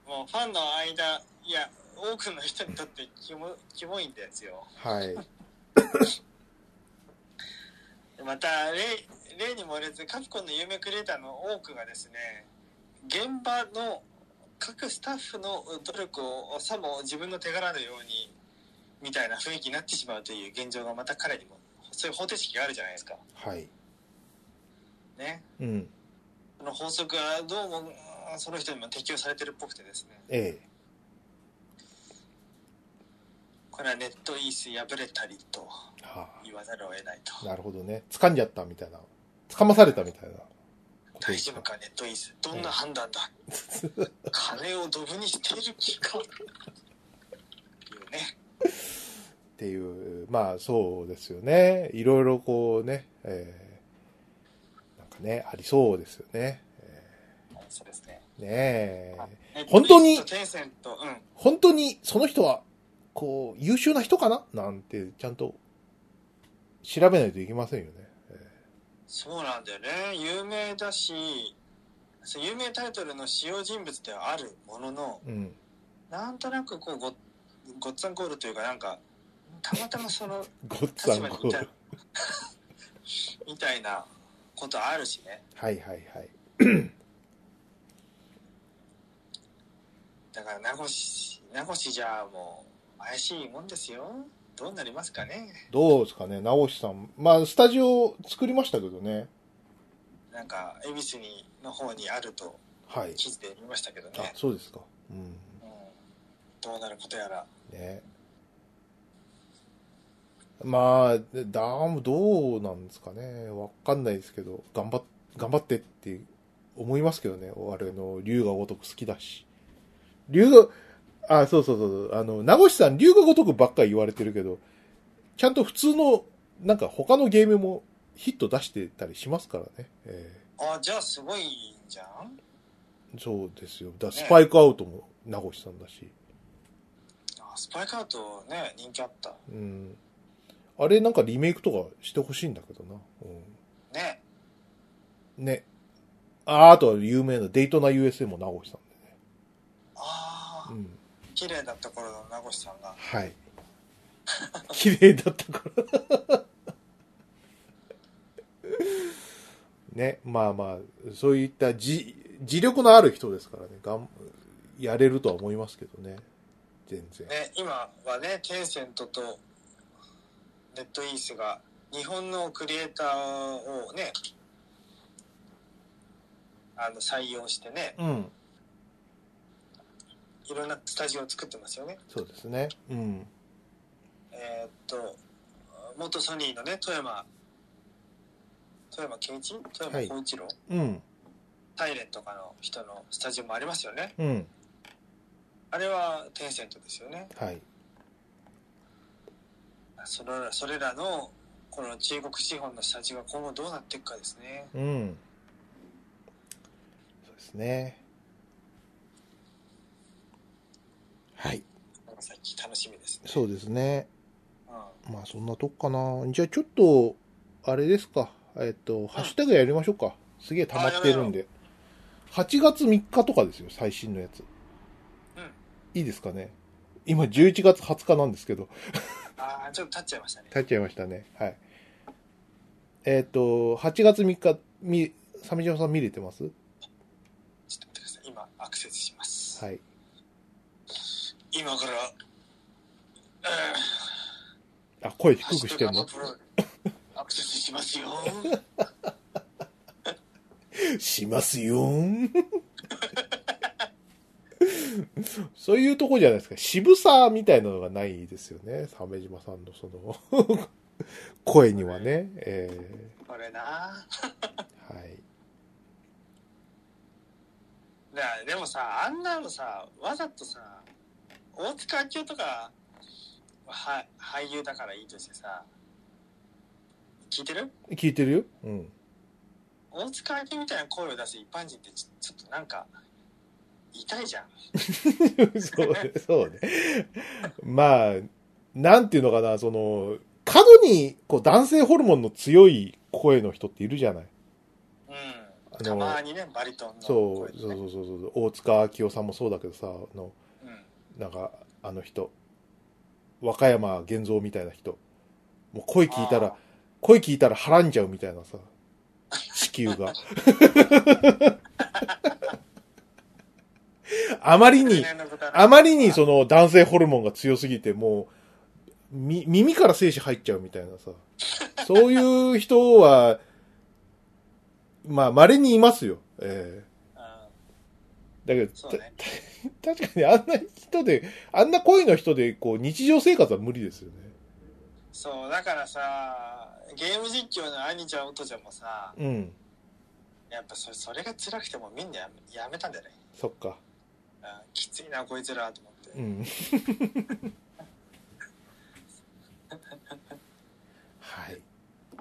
[SPEAKER 1] もうファンの間いや多くの人にとってキモキモいんですよ
[SPEAKER 2] はい。
[SPEAKER 1] また例例に漏れずカプコンの有名クリエイターの多くがですね現場の各スタッフの努力をさも自分の手柄のようにみたいな雰囲気になってしまうという現状がまた彼にもそういう方程式があるじゃないですか
[SPEAKER 2] はい。
[SPEAKER 1] ね
[SPEAKER 2] うん。
[SPEAKER 1] その法則はどうもうんその人にも適用されてるっぽくてですね
[SPEAKER 2] ええ
[SPEAKER 1] これはネットイース破れたりと
[SPEAKER 2] は
[SPEAKER 1] 言わざるを得ないと
[SPEAKER 2] あ。なるほどね。掴んじゃったみたいな。掴まされたみたいなこと
[SPEAKER 1] 大
[SPEAKER 2] です
[SPEAKER 1] 丈
[SPEAKER 2] か
[SPEAKER 1] 夫かネットイースどんな判 断だ金をドブにしている気かいうね
[SPEAKER 2] っていう、まあそうですよね。いろいろこうね、えーなんかね、ありそうですよね。え
[SPEAKER 1] そうですね
[SPEAKER 2] ーねえ。本
[SPEAKER 1] 本
[SPEAKER 2] 当
[SPEAKER 1] 当
[SPEAKER 2] に
[SPEAKER 1] にテンセント、うん、
[SPEAKER 2] 本当にその人は、こう、優秀な人かななんて、ちゃんと調べないといけませんよね。
[SPEAKER 1] そうなんだよね有名だしそう有名タイトルの主要人物ではあるものの
[SPEAKER 2] えーうん。
[SPEAKER 1] なんとなくこうごごっつぁんゴールというかなんかたまたまその
[SPEAKER 2] ごっつぁ
[SPEAKER 1] 立
[SPEAKER 2] ん
[SPEAKER 1] 場に
[SPEAKER 2] こう。
[SPEAKER 1] いた
[SPEAKER 2] はい
[SPEAKER 1] みたいなことあるしね
[SPEAKER 2] はいはい。
[SPEAKER 1] だから名越名越じゃもう怪しいもんですよどうなりますかね
[SPEAKER 2] どうですかね、直しさん。まあ、スタジオ作りましたけどね。
[SPEAKER 1] なんか恵比寿にの方にあると
[SPEAKER 2] はい。
[SPEAKER 1] 記事で見ましたけど
[SPEAKER 2] あ
[SPEAKER 1] ね、、
[SPEAKER 2] そうですか。うん。
[SPEAKER 1] うん、どうなることやら
[SPEAKER 2] ね。まあ、ダムどうなんですかね。わかんないですけど、頑張っ、頑張ってって思いますけどね。我の竜が如く好きだし。竜が、あ、そうそうそうそう。あの、名越さん、竜が如くばっかり言われてるけど、ちゃんと普通の、なんか他のゲームもヒット出してたりしますからね。え
[SPEAKER 1] あじゃあすごいんじゃん
[SPEAKER 2] えそうですよ。だからスパイクアウトも名越さんだし。
[SPEAKER 1] あスパイクアウトね人気あった
[SPEAKER 2] うん。あれなんかリメイクとかしてほしいんだけどな。
[SPEAKER 1] ね
[SPEAKER 2] うん。ね。ああとは有名なデイトナ USA も直したん
[SPEAKER 1] ああ
[SPEAKER 2] でね。うん。
[SPEAKER 1] 綺麗だった頃の名越さんが
[SPEAKER 2] はい。綺麗だったから。 ね。まあまあ、そういった自、自力のある人ですからね。がん、やれるとは思いますけどね。全然。
[SPEAKER 1] ね今はねテンセントとネットイースが日本のクリエイターをねあの採用してね
[SPEAKER 2] うん。
[SPEAKER 1] いろんなスタジオを作ってますよね
[SPEAKER 2] そうですね。うん。
[SPEAKER 1] えーっと元ソニーのね富山富山圭一富山光一郎、
[SPEAKER 2] うん。
[SPEAKER 1] サイレンとかの人のスタジオもありますよね
[SPEAKER 2] うん。
[SPEAKER 1] あれはテンセントですよね
[SPEAKER 2] はい。
[SPEAKER 1] そのそれらのこの中国資本のスタジオが今後どうなっていくかですね
[SPEAKER 2] うん。そうですね。はい。
[SPEAKER 1] この先楽しみですね
[SPEAKER 2] そうですね。
[SPEAKER 1] うん
[SPEAKER 2] まあそんなとこかな。じゃあちょっと、あれですか。えっと、ハッシュタグやりましょうか。すげえ溜まってるんで。8月3日とかですよ、最新のやつ。
[SPEAKER 1] うん
[SPEAKER 2] いいですかね。今11月20日なんですけど、
[SPEAKER 1] ああちょっと経っちゃいましたね
[SPEAKER 2] 経っちゃいましたね。はい。えっと、8月3日、み、サメジャさん見れてます
[SPEAKER 1] ちょっと待ってください今アクセスします、
[SPEAKER 2] はい。
[SPEAKER 1] 今から
[SPEAKER 2] あ、声
[SPEAKER 1] ハッ
[SPEAKER 2] 低
[SPEAKER 1] シ
[SPEAKER 2] く
[SPEAKER 1] ュ
[SPEAKER 2] し
[SPEAKER 1] タ
[SPEAKER 2] て
[SPEAKER 1] グ
[SPEAKER 2] ん
[SPEAKER 1] アマ
[SPEAKER 2] の
[SPEAKER 1] プロアクセスします よ
[SPEAKER 2] しますよーん。そういうとこじゃないですか。渋さみたいなのがないですよね。鮫島さんのその、声にはね。え
[SPEAKER 1] これな
[SPEAKER 2] ーはい。
[SPEAKER 1] だからでもさあんなのさわざとさ大塚明夫とかは俳優だからいいとしてさ聞いてる
[SPEAKER 2] 聞いてるようん。
[SPEAKER 1] 大塚明夫みたいな声を出す一般人ってちちょっとなんか痛いじゃん
[SPEAKER 2] そうね、そうね。まあ、なんていうのかな、その、過度に、こう、男性ホルモンの強い声の人っているじゃない
[SPEAKER 1] うん
[SPEAKER 2] の
[SPEAKER 1] たまにねバリトンの
[SPEAKER 2] そ
[SPEAKER 1] 声で
[SPEAKER 2] う、
[SPEAKER 1] ね
[SPEAKER 2] そうそうそうそう。大塚明夫さんもそうだけどさ、あの、
[SPEAKER 1] うん
[SPEAKER 2] なんか、あの人、和歌山源三みたいな人、もう声聞いた
[SPEAKER 1] あー
[SPEAKER 2] ら、声聞いたらはらんじゃうみたいなさ、地球 が。あまりに、あまりにその男性ホルモンが強すぎて、もう、み、耳から精子入っちゃうみたいなさ、そういう人は、まあ、稀にいますよ。え
[SPEAKER 1] うん
[SPEAKER 2] えだけど、
[SPEAKER 1] そうね
[SPEAKER 2] 確かにあんな人で、あんな恋の人で、こう、日常生活は無理ですよね。
[SPEAKER 1] そうだからさゲーム実況のアニちゃんオトちゃんもさ
[SPEAKER 2] うん。
[SPEAKER 1] やっぱそれそれが辛くてもうみんなやめやめたんだよね、
[SPEAKER 2] そっか。
[SPEAKER 1] うん、きついなこいつらと思って、
[SPEAKER 2] うん。はい。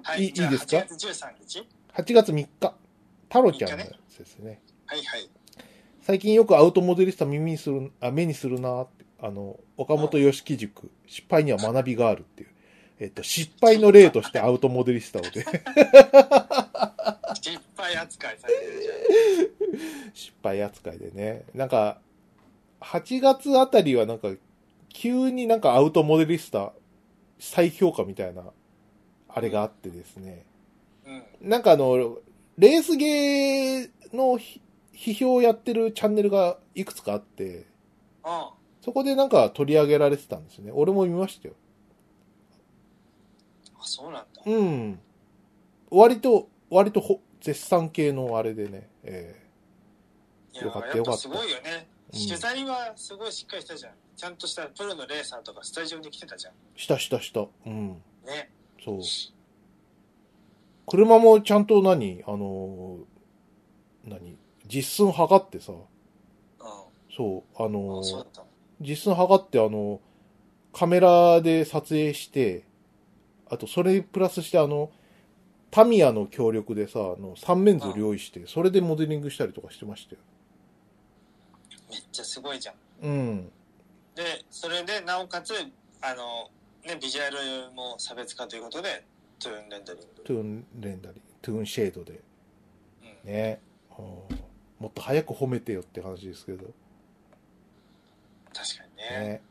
[SPEAKER 1] はい
[SPEAKER 2] いい
[SPEAKER 1] じゃあ
[SPEAKER 2] いいですか
[SPEAKER 1] 8月13日
[SPEAKER 2] 8月3日。太郎ちゃんのやつですね。
[SPEAKER 1] はいはい
[SPEAKER 2] 最近よくアウトモデリスタ耳にする、あ、目にするなって、あの、岡本良樹塾、失敗には学びがあるっていう。えっと、失敗の例としてアウトモデリスタをで、
[SPEAKER 1] 失敗扱いされてるじゃん
[SPEAKER 2] 失敗扱いでね。なんか、8月あたりはなんか、急になんかアウトモデリスタ再評価みたいな、あれがあってですね。
[SPEAKER 1] うん
[SPEAKER 2] なんかあの、レースゲーのひ批評をやってるチャンネルがいくつかあって、
[SPEAKER 1] うん
[SPEAKER 2] そこでなんか取り上げられてたんですね。俺も見ましたよ。
[SPEAKER 1] あそうなんだ
[SPEAKER 2] うん。割と、割とほ絶賛系のあれでね、え
[SPEAKER 1] いや
[SPEAKER 2] よかった
[SPEAKER 1] や
[SPEAKER 2] よ
[SPEAKER 1] ぱ
[SPEAKER 2] かった
[SPEAKER 1] すごいよね、
[SPEAKER 2] うん
[SPEAKER 1] 取材はすごいしっかりしたじゃんちゃんとしたプロのレーサーとかスタジオに来てたじゃん
[SPEAKER 2] したしたした。うん。
[SPEAKER 1] ね
[SPEAKER 2] そう。車もちゃんと何あのー何実寸測ってさ、
[SPEAKER 1] うんあ
[SPEAKER 2] そう、あのー
[SPEAKER 1] そうだった
[SPEAKER 2] 実寸測ってあのカメラで撮影して、あとそれプラスしてあの、タミヤの協力でさ、あの、三面図を用意して、それでモデリングしたりとかしてましたよ。
[SPEAKER 1] めっちゃすごいじゃん
[SPEAKER 2] うん。
[SPEAKER 1] でそれでなおかつあのねビジュアルも差別化ということでトゥーンレンダリング、
[SPEAKER 2] トゥーンレンダリング、トゥーンシェードで。
[SPEAKER 1] うん
[SPEAKER 2] ね。うんもっと早く褒めてよって話ですけど。
[SPEAKER 1] 確かにね
[SPEAKER 2] ね。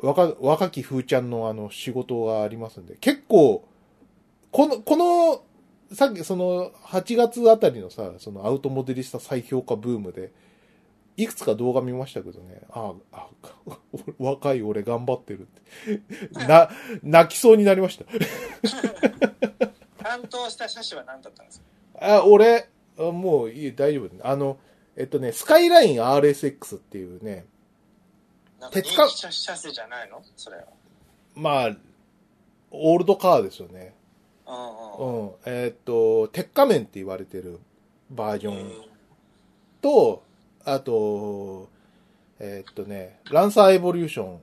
[SPEAKER 2] 若、若き風ちゃんのあの仕事がありますんで、結構、この、この、さっきその8月あたりのさ、そのアウトモデリスタ再評価ブームで、いくつか動画見ましたけどね、ああ、 あ若い俺頑張ってるって。な、泣きそうになりました。
[SPEAKER 1] 担当した車種は何だったんですか
[SPEAKER 2] あ、俺、あもういい、大丈夫。あの、えっとね、スカイライン RSX っていうね、
[SPEAKER 1] なんか
[SPEAKER 2] 鉄火
[SPEAKER 1] 人気車車種じゃないのそれは
[SPEAKER 2] まあ、オールドカーですよね。
[SPEAKER 1] うんうん
[SPEAKER 2] うん、えーっと、鉄仮面って言われてるバージョ
[SPEAKER 1] うん
[SPEAKER 2] ンと、あと、えーっとね、ランサーエボリューション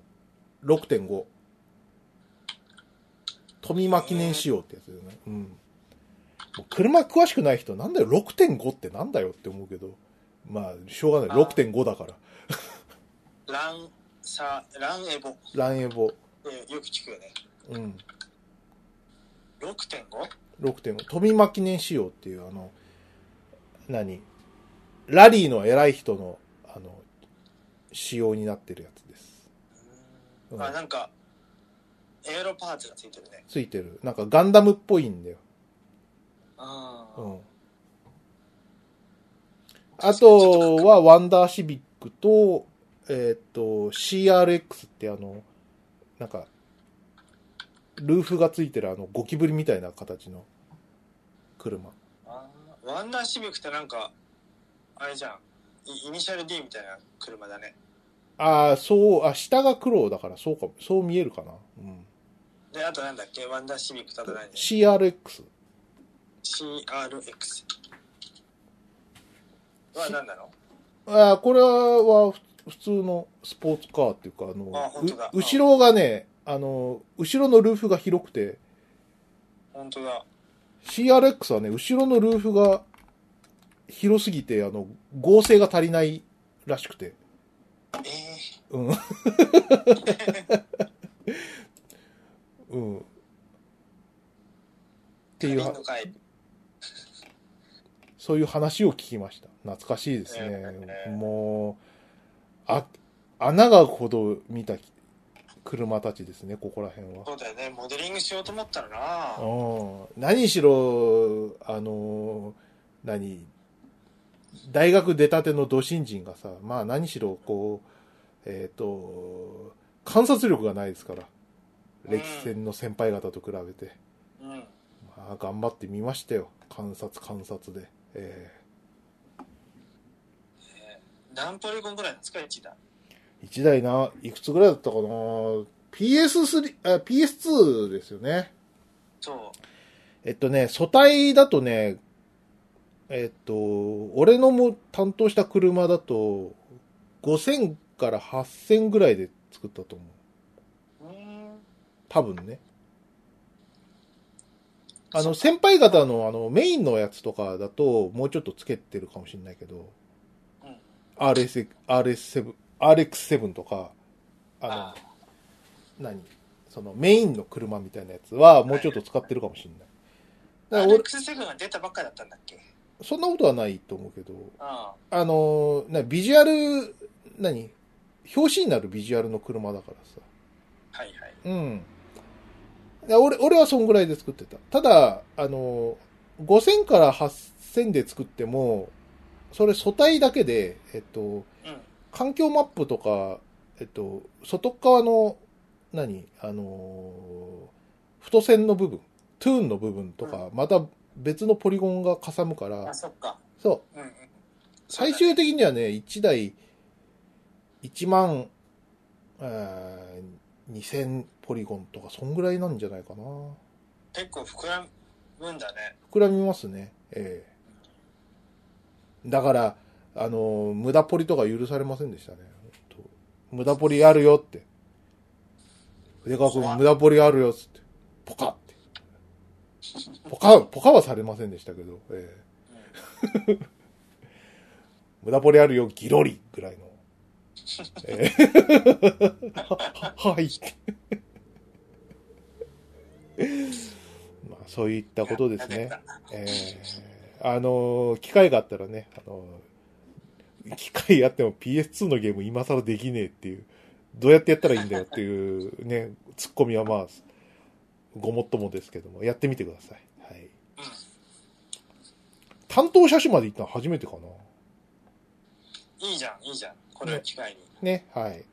[SPEAKER 2] 6.5。富間記念仕様ってやつだよね。うん。もう車詳しくない人、なんだよ、6.5ってなんだよって思うけど、まあ、しょうがない。
[SPEAKER 1] あー
[SPEAKER 2] 6.5だから。
[SPEAKER 1] ランサランエボ、
[SPEAKER 2] ランエボ。
[SPEAKER 1] えーよく聞くよね
[SPEAKER 2] うん。
[SPEAKER 1] 6.5
[SPEAKER 2] 6.5。富間記念仕様っていう、あの、何ラリーの偉い人の、あの、仕様になってるやつです。うん
[SPEAKER 1] あなんかエアロパーツがついてるね
[SPEAKER 2] ついてる。なんかガンダムっぽいんだよ。
[SPEAKER 1] ああ、
[SPEAKER 2] うん。あとは、ワンダーシビックと、えーっと、CRX ってあの、なんか、ルーフがついてるあの、ゴキブリみたいな形の車。
[SPEAKER 1] あーワンダーシビックってなんかあれじゃんイイニシャル D みたいな車だね
[SPEAKER 2] ああ、そう、あ、下が黒だから、そうか、そう見えるかな。うん。
[SPEAKER 1] であとなんだっけワンダーシビックとあと何
[SPEAKER 2] CRX。
[SPEAKER 1] CRX は何なの
[SPEAKER 2] ああ、これはふ普通のスポーツカーっていうか、あ
[SPEAKER 1] あ本当
[SPEAKER 2] の
[SPEAKER 1] だ、
[SPEAKER 2] う後ろがね、あの、後ろのルーフが広くて、
[SPEAKER 1] 本当だ
[SPEAKER 2] CRX はね、後ろのルーフが広すぎて、あの、合成が足りないらしくて。
[SPEAKER 1] ええ
[SPEAKER 2] うん。うん。っていう
[SPEAKER 1] 他
[SPEAKER 2] は
[SPEAKER 1] 人の、会
[SPEAKER 2] そういう話を聞きました。懐かしいですね
[SPEAKER 1] え。え
[SPEAKER 2] もう、あ、穴がほど見たき車たちですね、ここら辺は。
[SPEAKER 1] そうだよねモデリングしようと思ったらな
[SPEAKER 2] うん何しろ、あの、何、大学出たての土新人がさ、まあ何しろ、こう、えっ、と、観察力がないですか
[SPEAKER 1] う
[SPEAKER 2] ら、
[SPEAKER 1] ん
[SPEAKER 2] 歴戦の先輩方と比べて、
[SPEAKER 1] うん
[SPEAKER 2] まあ頑張ってみましたよ、観察観察で。え
[SPEAKER 1] 何ポリゴンぐらいなんですか1だ
[SPEAKER 2] ー、1台な、いくつぐらいだったかな ?PS3、あ PS2 ですよね。
[SPEAKER 1] そ
[SPEAKER 2] えっとね、素体だとね、えっと、俺のも担当した車だと、5000から8000ぐらいで作ったと思う。
[SPEAKER 1] ううーん
[SPEAKER 2] 多分ね。あの、先輩方のあの、メインのやつとかだと、もうちょっとつけてるかもしれないけど、
[SPEAKER 1] うん
[SPEAKER 2] RS、RS7、RX7 とか、あの、
[SPEAKER 1] あ
[SPEAKER 2] 何そのメインの車みたいなやつは、もうちょっと使ってるかもしれない。だから俺
[SPEAKER 1] RX7 が出たばっかだったんだっけ
[SPEAKER 2] そんなことはないと思うけど、
[SPEAKER 1] あ
[SPEAKER 2] あのーな、ビジュアル、何表紙になるビジュアルの車だからさ。
[SPEAKER 1] あはいはい
[SPEAKER 2] うん。だ俺、俺はそんぐらいで作ってた。ただ、あのー5000から8000で作っても、それ素体だけで、えっと、
[SPEAKER 1] うん
[SPEAKER 2] 環境マップとか、えっと、外側の、何あのー太線の部分、トゥーンの部分とか、また別のポリゴンがかさむから
[SPEAKER 1] あ、そっか
[SPEAKER 2] そう、
[SPEAKER 1] うんうん
[SPEAKER 2] 最終的にはね、1台、1万、あー2000ポリゴンとか、そんぐらいなんじゃないかな。
[SPEAKER 1] 結構膨らむんだね。
[SPEAKER 2] 膨らみますね。ええだから、あの、無駄ポリとか許されませんでしたね。本当無駄ポリあるよって。筆川君、無駄ポリあるよっつって。ポカって。ポカ、ポカはされませんでしたけど、ええ無駄ポリあるよ、ギロリぐらいの。ええははいって。まあ、そういったことですね。えーあのー機会があったらね、あのー機会あっても PS2 のゲーム今更できねえっていう、どうやってやったらいいんだよっていうね、ツッコミはまあ、ごもっともですけども、やってみてください。はい。
[SPEAKER 1] うん
[SPEAKER 2] 担当写真まで行ったの初めてかな。
[SPEAKER 1] いいじゃん、いいじゃん。これを機会に。
[SPEAKER 2] ね、はい。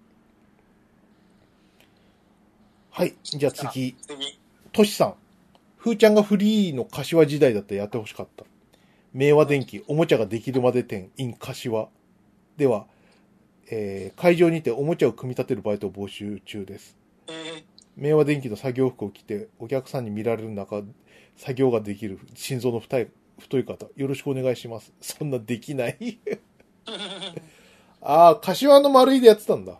[SPEAKER 2] はい、じゃあ次。
[SPEAKER 1] 次。
[SPEAKER 2] トシさん。ふーちゃんがフリーの柏時代だったらやってほしかった。明和電機おもちゃができるまで店 in 柏では、えー会場にておもちゃを組み立てるバイトを募集中です。
[SPEAKER 1] えー、
[SPEAKER 2] 明和電機の作業服を着てお客さんに見られる中、作業ができる心臓の太い太い方、よろしくお願いします。そんなできない ああ、柏の丸いでやってたんだ。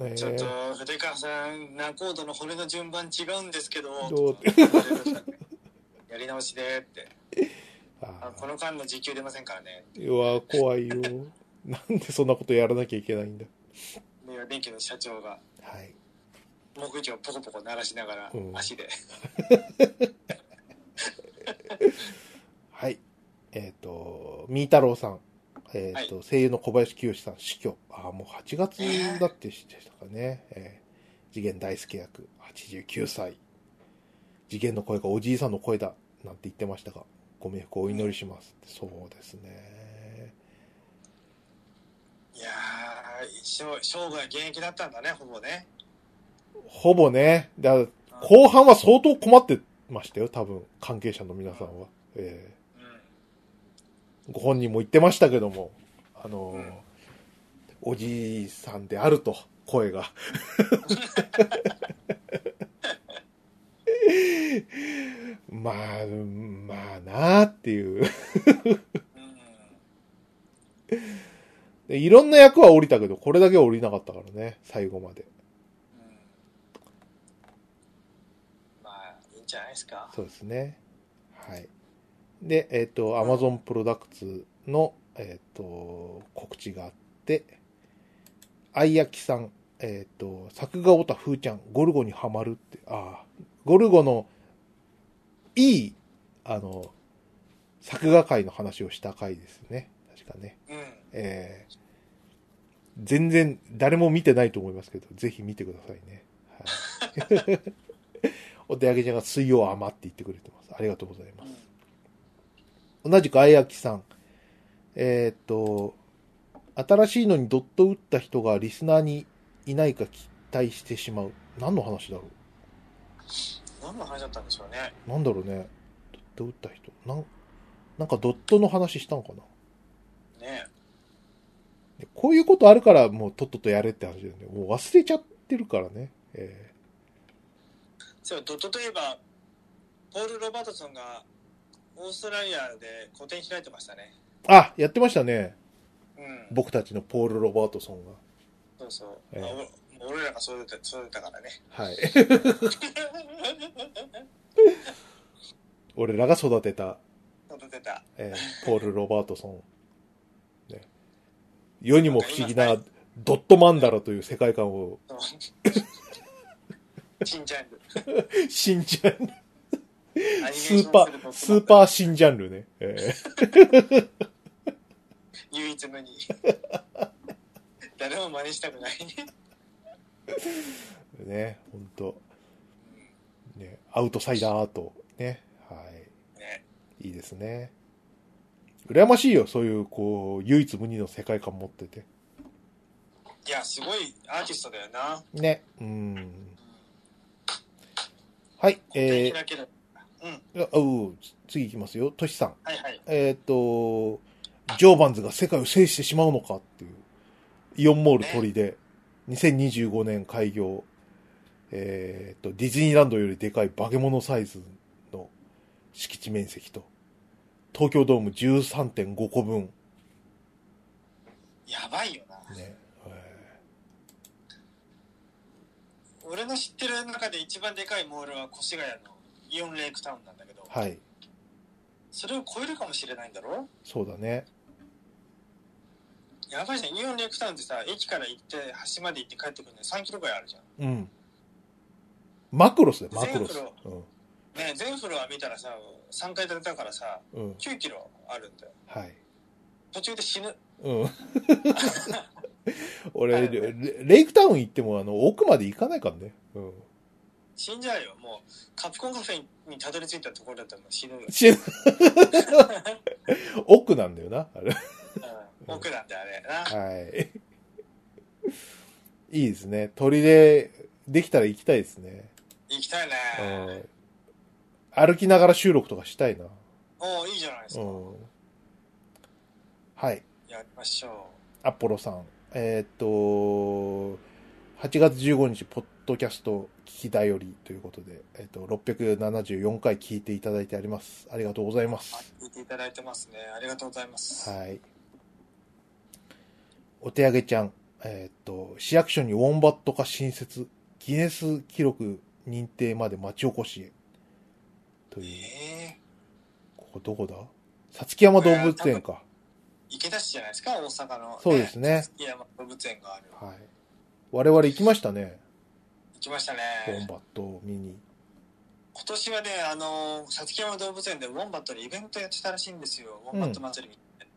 [SPEAKER 2] えー
[SPEAKER 1] ちょっと、筆川さん、ナコードの骨の順番違うんですけど、
[SPEAKER 2] どう
[SPEAKER 1] やり直しでって。あ
[SPEAKER 2] あー
[SPEAKER 1] この間の時給出ませんからね。
[SPEAKER 2] うわ、怖いよ。なんでそんなことやらなきゃいけないんだ。
[SPEAKER 1] で、電気の社長が、
[SPEAKER 2] はい。
[SPEAKER 1] 木魚をポコポコ鳴らしながら
[SPEAKER 2] う、ん
[SPEAKER 1] 足で。
[SPEAKER 2] はい。えっ、と、みーたろうさん。えっ、と、声優の小林清さん、死去。ああ、もう8月だってしてたかね。えー次元大介役、89歳。次元の声がおじいさんの声だ、なんて言ってましたが、ご冥福をお祈りします。そうですね。
[SPEAKER 1] いやー、一生、生涯現役だったんだね、ほぼね。
[SPEAKER 2] ほぼね、だから後半は相当困ってましたよ、多分、関係者の皆さんは。えー
[SPEAKER 1] うん。
[SPEAKER 2] ご本人も言ってましたけども、あのー
[SPEAKER 1] うん
[SPEAKER 2] おじいさんであると、声が。 まあ、うんまあなあっていう。
[SPEAKER 1] うん。
[SPEAKER 2] でいろんな役は降りたけど、これだけは降りなかったからね、最後ま
[SPEAKER 1] う
[SPEAKER 2] で。
[SPEAKER 1] ん。まあ、いいんじゃないですか。
[SPEAKER 2] そうですね。はい。で、えっ、と、アマゾンプロダクツの、えっ、と、告知があって、あいやきさん、えっ、と、作画オタふーちゃん、ゴルゴにはまるって、ああ、ゴルゴの、いい、あの、作画界の話をした回ですね。確かね。
[SPEAKER 1] うん。
[SPEAKER 2] えー全然誰も見てないと思いますけど、ぜひ見てくださいね。はい、 お手上げちゃんが水曜あまって言ってくれてます。ありがとうございます。同じくあやきさん。えーっと、新しいのにドット打った人がリスナーにいないか期待してしまう。何の話だろ
[SPEAKER 1] 何の話だったんでしょうね。
[SPEAKER 2] うなんだろうね。ドット打った人。なん、なんかドットの話したのかな
[SPEAKER 1] ね
[SPEAKER 2] でこういうことあるから、もうとっととやれって話だよね。もう忘れちゃってるからね。え
[SPEAKER 1] そう、ドットといえば、ポール・ロバートソンが、オーストラリアで個展開いてましたね。
[SPEAKER 2] ーあ、やってましたね。
[SPEAKER 1] うん。
[SPEAKER 2] 僕たちのポール・ロバートソンが。
[SPEAKER 1] そうそう。
[SPEAKER 2] ええ
[SPEAKER 1] あお俺らがそうだそうだったからね。
[SPEAKER 2] はい。俺らが育てた、
[SPEAKER 1] 育てた。
[SPEAKER 2] えーポール・ロバートソン。ね、世にも不思議なドットマンダラという世界観を
[SPEAKER 1] そう新ジャンル。
[SPEAKER 2] 新ジャンル、
[SPEAKER 1] アニメー
[SPEAKER 2] ス
[SPEAKER 1] ションす
[SPEAKER 2] ーパ
[SPEAKER 1] る
[SPEAKER 2] ー、
[SPEAKER 1] と
[SPEAKER 2] スーパー新ジャンルね。えー
[SPEAKER 1] 唯一無二。 誰も真似したくない。
[SPEAKER 2] ね、ほんと。ね、アウトサイダーアート。ね。はい。
[SPEAKER 1] ね。
[SPEAKER 2] いいですね。羨ましいよ、そういう、こう、唯一無二の世界観持ってて。
[SPEAKER 1] いや、すごいアーティストだよな。
[SPEAKER 2] ね。うん。はい、
[SPEAKER 1] え
[SPEAKER 2] えー
[SPEAKER 1] 開ける。うん。
[SPEAKER 2] あうん、次行きますよ。としさん。
[SPEAKER 1] はいはい。
[SPEAKER 2] えーっと、ジョーバンズが世界を制してしまうのかっていう、イオンモール鳥で、2025年開業、えーっと、ディズニーランドよりでかい化け物サイズの敷地面積と、東京ドーム13.5個分、
[SPEAKER 1] やばいよな。
[SPEAKER 2] ね。えー
[SPEAKER 1] 俺の知ってる中で一番でかいモールは越谷のイオンレイクタウンなんだけど、
[SPEAKER 2] はい。
[SPEAKER 1] それを超えるかもしれないんだろ
[SPEAKER 2] そうだね。
[SPEAKER 1] やばいじゃん。イオンレイクタウンってさ、駅から行って、橋まで行って帰ってくるのに3キロぐらいあるじゃん。
[SPEAKER 2] うん。マクロスだよ、マクロス
[SPEAKER 1] マ。ね全フロア見たらさ、3階建てだからさ、
[SPEAKER 2] うん。うん。
[SPEAKER 1] 9キロあるんだよ。
[SPEAKER 2] はい。
[SPEAKER 1] 途中で死ぬ。
[SPEAKER 2] うん。俺、
[SPEAKER 1] はい
[SPEAKER 2] レレイクタウン行っても、あの、奥まで行かないからね。 うん。
[SPEAKER 1] 死んじゃうよ。もう、カプコンカフェにたどり着いたところだったらもう死ぬよ。
[SPEAKER 2] し奥なんだよな、あれ。
[SPEAKER 1] うん、奥なんだよ、あれ。な。
[SPEAKER 2] はい。いいですね。鳥で、できたら行きたいですね。
[SPEAKER 1] 行きたいね。
[SPEAKER 2] うん。歩きながら収録とかしたいな。
[SPEAKER 1] おおいいじゃないです
[SPEAKER 2] う
[SPEAKER 1] か。
[SPEAKER 2] ん。はい。
[SPEAKER 1] やりましょ
[SPEAKER 2] アポロさん。えーっと、8月15日、ポッドキャスト聞きだよりということで、えーっと、674回聞いていただいてあります。ありがとうございま
[SPEAKER 1] う。は
[SPEAKER 2] す。
[SPEAKER 1] い、聞いていただいてますね。ありがとうございます。
[SPEAKER 2] はい。お手上げちゃん。えーっと、市役所にウォンバット化新設、ギネス記録認定まで町おこしへ。という、
[SPEAKER 1] ええ
[SPEAKER 2] ここどこださつき山動物園か。
[SPEAKER 1] 池田市じゃないですか、大阪の、
[SPEAKER 2] そうですね
[SPEAKER 1] 五木山動物園がある。
[SPEAKER 2] はい。我々行きましたね。
[SPEAKER 1] 行きました
[SPEAKER 2] ウォン
[SPEAKER 1] ね。
[SPEAKER 2] バットを見に。
[SPEAKER 1] 今年はね、あの、さつき山動物園でウォンバットでイベントやってたらしいんですよ。ウォンバット祭りみたい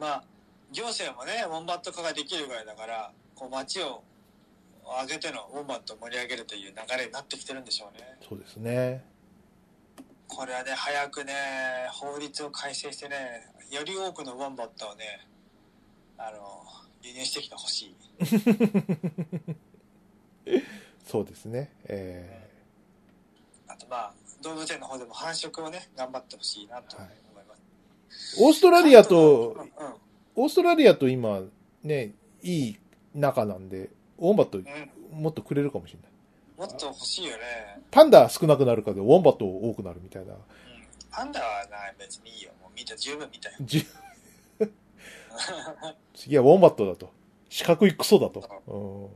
[SPEAKER 1] な。まあ、行政もね、ウォンバット化ができるぐらいだから、こう街を挙げてのウォンバットを盛り上げるという流れになってきてるんでしょうね。
[SPEAKER 2] そうですね。
[SPEAKER 1] これはね、早くね、法律を改正してね、より多くのウォンバットをね、あの、輸入してきてほしい。
[SPEAKER 2] そうですね。え
[SPEAKER 1] あとまあ、動物園の方でも繁殖をね、頑張ってほしいなと思います。
[SPEAKER 2] ーオーストラリアと
[SPEAKER 1] う、ん、
[SPEAKER 2] オーストラリアと今、ね、いい仲なんで、ウォンバット
[SPEAKER 1] うん、
[SPEAKER 2] もっとくれるかもしれない。
[SPEAKER 1] もっと欲しいよね。
[SPEAKER 2] パンダ少なくなるかで、ウォンバット多くなるみたいな。
[SPEAKER 1] うん。パンダはな、別にいいよ。もう見た、十分見たよ。
[SPEAKER 2] じゅ次はウォンバットだと。四角いクソだと。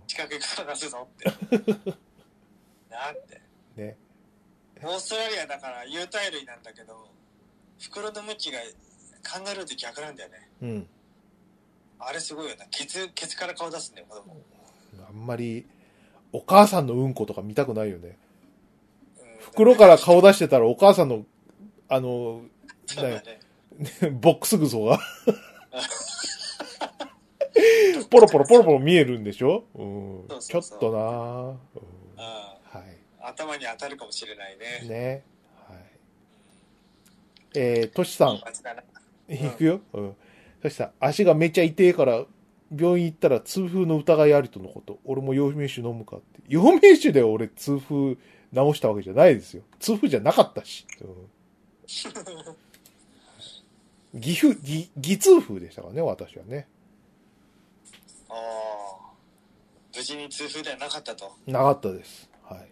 [SPEAKER 1] 近く行くと出すぞっ て。なんて。
[SPEAKER 2] うん、ね。
[SPEAKER 1] オーストラリアだから有袋類なんだけど、袋の向きがカンガルーと逆なんだよね。
[SPEAKER 2] うん。
[SPEAKER 1] あれすごいよな。ケツ、ケツから顔出すんだよ、子供。
[SPEAKER 2] あんまり、お母さんのうんことか見たくないよね。
[SPEAKER 1] うん
[SPEAKER 2] 袋から顔出してたらお母さんの、あの、
[SPEAKER 1] そうだね。
[SPEAKER 2] ボックスグソが。ポロポロポロポロ見えるんでしょ、うん、
[SPEAKER 1] そうそうそう
[SPEAKER 2] ちょっとなぁ、うん
[SPEAKER 1] う
[SPEAKER 2] は
[SPEAKER 1] ん。頭に当たるかもしれない
[SPEAKER 2] い。
[SPEAKER 1] ね。
[SPEAKER 2] ね。はい。えー、トシさん、
[SPEAKER 1] 街だな。
[SPEAKER 2] 行くよ。うん。トシさん、足がめちゃ痛えから、病院行ったら痛風の疑いありとのこと。俺も陽明酒飲むかって。陽明酒で俺痛風治したわけじゃないですよ。痛風じゃなかったし。うん。岐阜、ぎ偽痛風でしたからね、私はね。
[SPEAKER 1] ああ。無事に痛風ではなかったと。
[SPEAKER 2] なかったです。はい。そ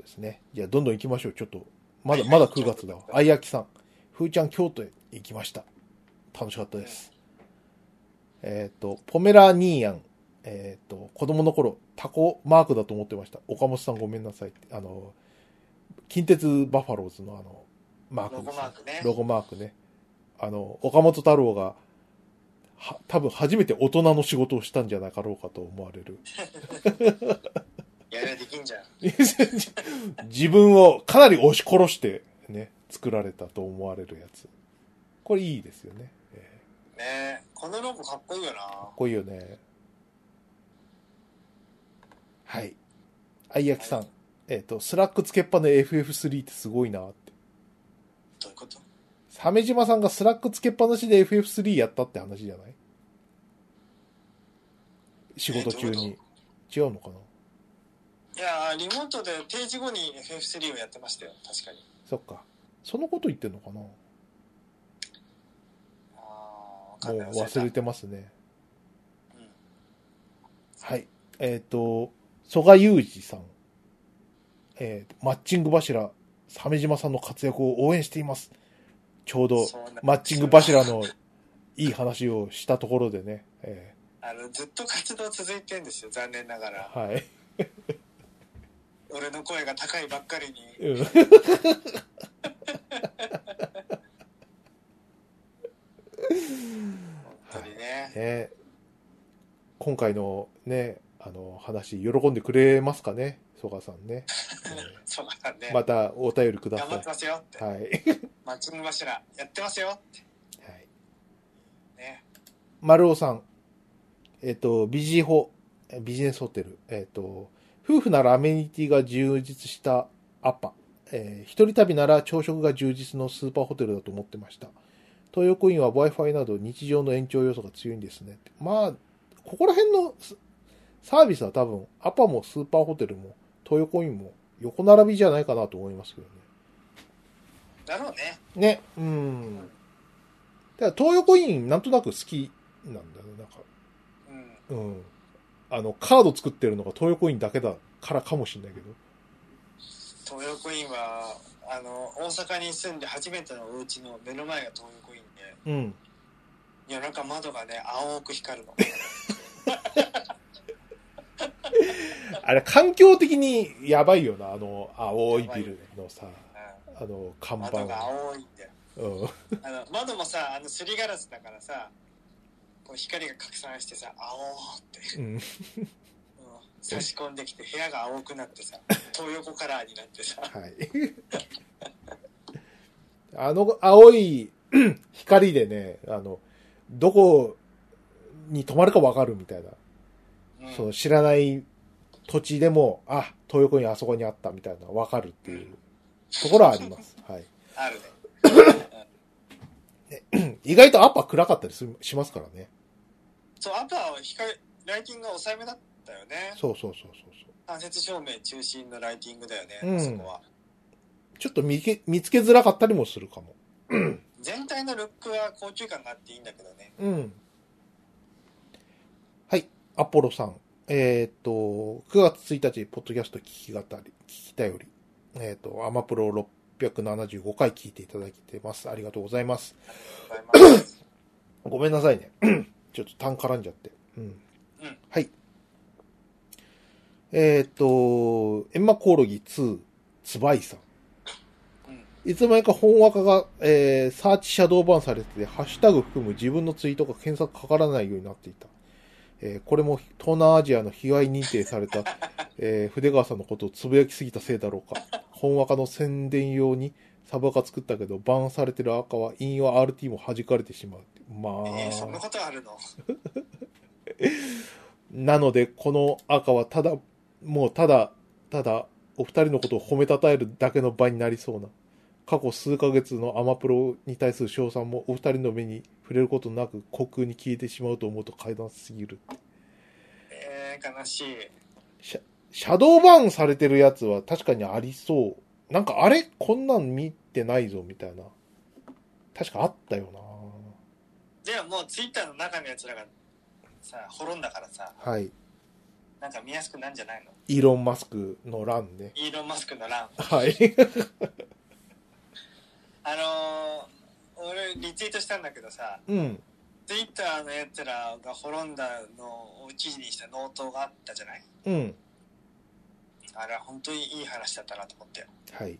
[SPEAKER 2] うですね。じゃあ、どんどん行きましょう。ちょっと、まだ、
[SPEAKER 1] はい
[SPEAKER 2] まだ
[SPEAKER 1] はい
[SPEAKER 2] 9月だわ。あいあきさん。ふーちゃん、京都へ行きました。楽しかったです。えっ、と、ポメラニーヤン。えっ、と、子供の頃、タコマークだと思ってました。岡本さんごめんなさいって。あの、近鉄バファローズのあの、マーク
[SPEAKER 1] ロ
[SPEAKER 2] です
[SPEAKER 1] ゴマークね。
[SPEAKER 2] ロゴマークね。あの、岡本太郎が、は、多分初めて大人の仕事をしたんじゃなかろうかと思われる。
[SPEAKER 1] やりゃできんじゃん。
[SPEAKER 2] 自分をかなり押し殺して、ね、作られたと思われるやつ。これいいですよね。え
[SPEAKER 1] ねえこのロゴかっこいいよな
[SPEAKER 2] ー。こういうね。はい。あいやきさん。えっ、と、スラックつけっぱの FF3 ってすごいなって。
[SPEAKER 1] どういうこと
[SPEAKER 2] 鮫島さんがスラックつけっぱなしで FF3 やったって話じゃない仕事中に。違うのかな
[SPEAKER 1] いやーリモートで定時後に FF3 をやってましたよ確かに
[SPEAKER 2] そっか。そのこと言ってんのかなも
[SPEAKER 1] あ
[SPEAKER 2] う忘れ
[SPEAKER 1] て
[SPEAKER 2] てますね。
[SPEAKER 1] うん
[SPEAKER 2] はい。えっ、と、曽我雄二さん。えーマッチング柱、鮫島さんの活躍を応援しています。ちょうど、
[SPEAKER 1] そうなんです
[SPEAKER 2] マッチング柱のいい話をしたところでね。え
[SPEAKER 1] あのずっと活動続いてんですよ残念ながら
[SPEAKER 2] ーはい。
[SPEAKER 1] 俺の声が高いばっかりに
[SPEAKER 2] うん
[SPEAKER 1] 本当に ね、
[SPEAKER 2] ね、今回のね、あの話、喜んでくれますかね、曽我さ んね。
[SPEAKER 1] そうだね、
[SPEAKER 2] えーまたお便りくださ
[SPEAKER 1] 頑張って
[SPEAKER 2] い。
[SPEAKER 1] ますよって、
[SPEAKER 2] はい。はい。
[SPEAKER 1] マッチング柱やってますよってね
[SPEAKER 2] 丸尾さん、えっ、と、ビジホ、ビジネスホテル、えっ、と、夫婦ならアメニティが充実したアパ、えー一人旅なら朝食が充実のスーパーホテルだと思ってました。東横インは Wi-Fi など日常の延長要素が強いんですね。まあ、ここら辺のスサービスは多分、アパもスーパーホテルも、東横インも横並びじゃないかなと思いますけどね。
[SPEAKER 1] だろうね
[SPEAKER 2] ね、うん。だから東横インなんとなく好きなんだね、なんか。
[SPEAKER 1] うん
[SPEAKER 2] うん。あの、カード作ってるのが東横インだけだからかもしれないけど。
[SPEAKER 1] 東横インはあの大阪に住んで初めてのお家の目の前が東横インで
[SPEAKER 2] うん。
[SPEAKER 1] 夜中窓がね青く光るの
[SPEAKER 2] あれ、環境的にやばいよな、あの、青いビルのさ、
[SPEAKER 1] う
[SPEAKER 2] あの、看
[SPEAKER 1] ん
[SPEAKER 2] 板
[SPEAKER 1] 窓が青いんだよ
[SPEAKER 2] うん。
[SPEAKER 1] あの窓もさあのすりガラスだからさこう光が拡散してさ青ーって、
[SPEAKER 2] うん。
[SPEAKER 1] うん差し込んできて部屋が青くなってさ東横カラーになってさ
[SPEAKER 2] はい。 あの、青い 光でね、あの、どこに泊まるかわかるみたいな。
[SPEAKER 1] うん
[SPEAKER 2] その知らない土地でも、あ、東横にあそこにあったみたいな、わかるっていうところはあります。はい。
[SPEAKER 1] あるね
[SPEAKER 2] 意外とアッパー暗かったりするしますからね。
[SPEAKER 1] そうアパーは光ライティングが抑えめだったよね
[SPEAKER 2] そうそうそうそうそう。
[SPEAKER 1] 間接照明中心のライティングだよね、
[SPEAKER 2] うん
[SPEAKER 1] そこは
[SPEAKER 2] ちょっと見け見つけづらかったりもするかも。
[SPEAKER 1] 全体のルックは高級感があっていいんだけどね
[SPEAKER 2] うん。はい。アポロさん。えーっと、9月1日、ポッドキャスト聞き語り、聞きたより、えーっと、アマプロ675回聞いていただいてます。ありがとうございます。
[SPEAKER 1] ありがとうございます
[SPEAKER 2] ごめんなさいね。 ちょっと単絡んじゃって。うん。
[SPEAKER 1] うん
[SPEAKER 2] はい。えーっと、エンマコオロギ2、ツバイさん。
[SPEAKER 1] うん
[SPEAKER 2] いつの間にか本若が、えー、サーチシャドーバンされてて、ハッシュタグ含む自分のツイートが検索かからないようになっていた。えーこれも東南アジアの被害認定された、 えー筆川さんのことをつぶやきすぎたせいだろうか。本若の宣伝用にサブアカ作ったけど、バンされてる赤は引用 RT も弾かれてしまう。まあ、
[SPEAKER 1] えーそんなことあるの
[SPEAKER 2] なので、この赤はただ、もうただ、ただ、お二人のことを褒めたたえるだけの場になりそうな。過去数ヶ月のアマプロに対する称賛もお二人の目に触れることなく虚空に消えてしまうと思うと階段すぎる。
[SPEAKER 1] えー、悲しい
[SPEAKER 2] シャドーバーンされてるやつは確かにありそう。なんかあれこんなん見てないぞみたいな。確かあったよな
[SPEAKER 1] でももうツイッターの中のやつらがさ滅んだからさ
[SPEAKER 2] はい。
[SPEAKER 1] なんか見やすくなんじゃないの
[SPEAKER 2] イーロン・マスクの欄ね。
[SPEAKER 1] イーロン・マスクの欄
[SPEAKER 2] はい。
[SPEAKER 1] あのー、俺リツイートしたんだけどさ
[SPEAKER 2] うん。
[SPEAKER 1] ツイッターのやつらが滅んだのを記事にした納刀があったじゃない
[SPEAKER 2] うん。
[SPEAKER 1] あれは本当にいい話だったなと思って
[SPEAKER 2] はい。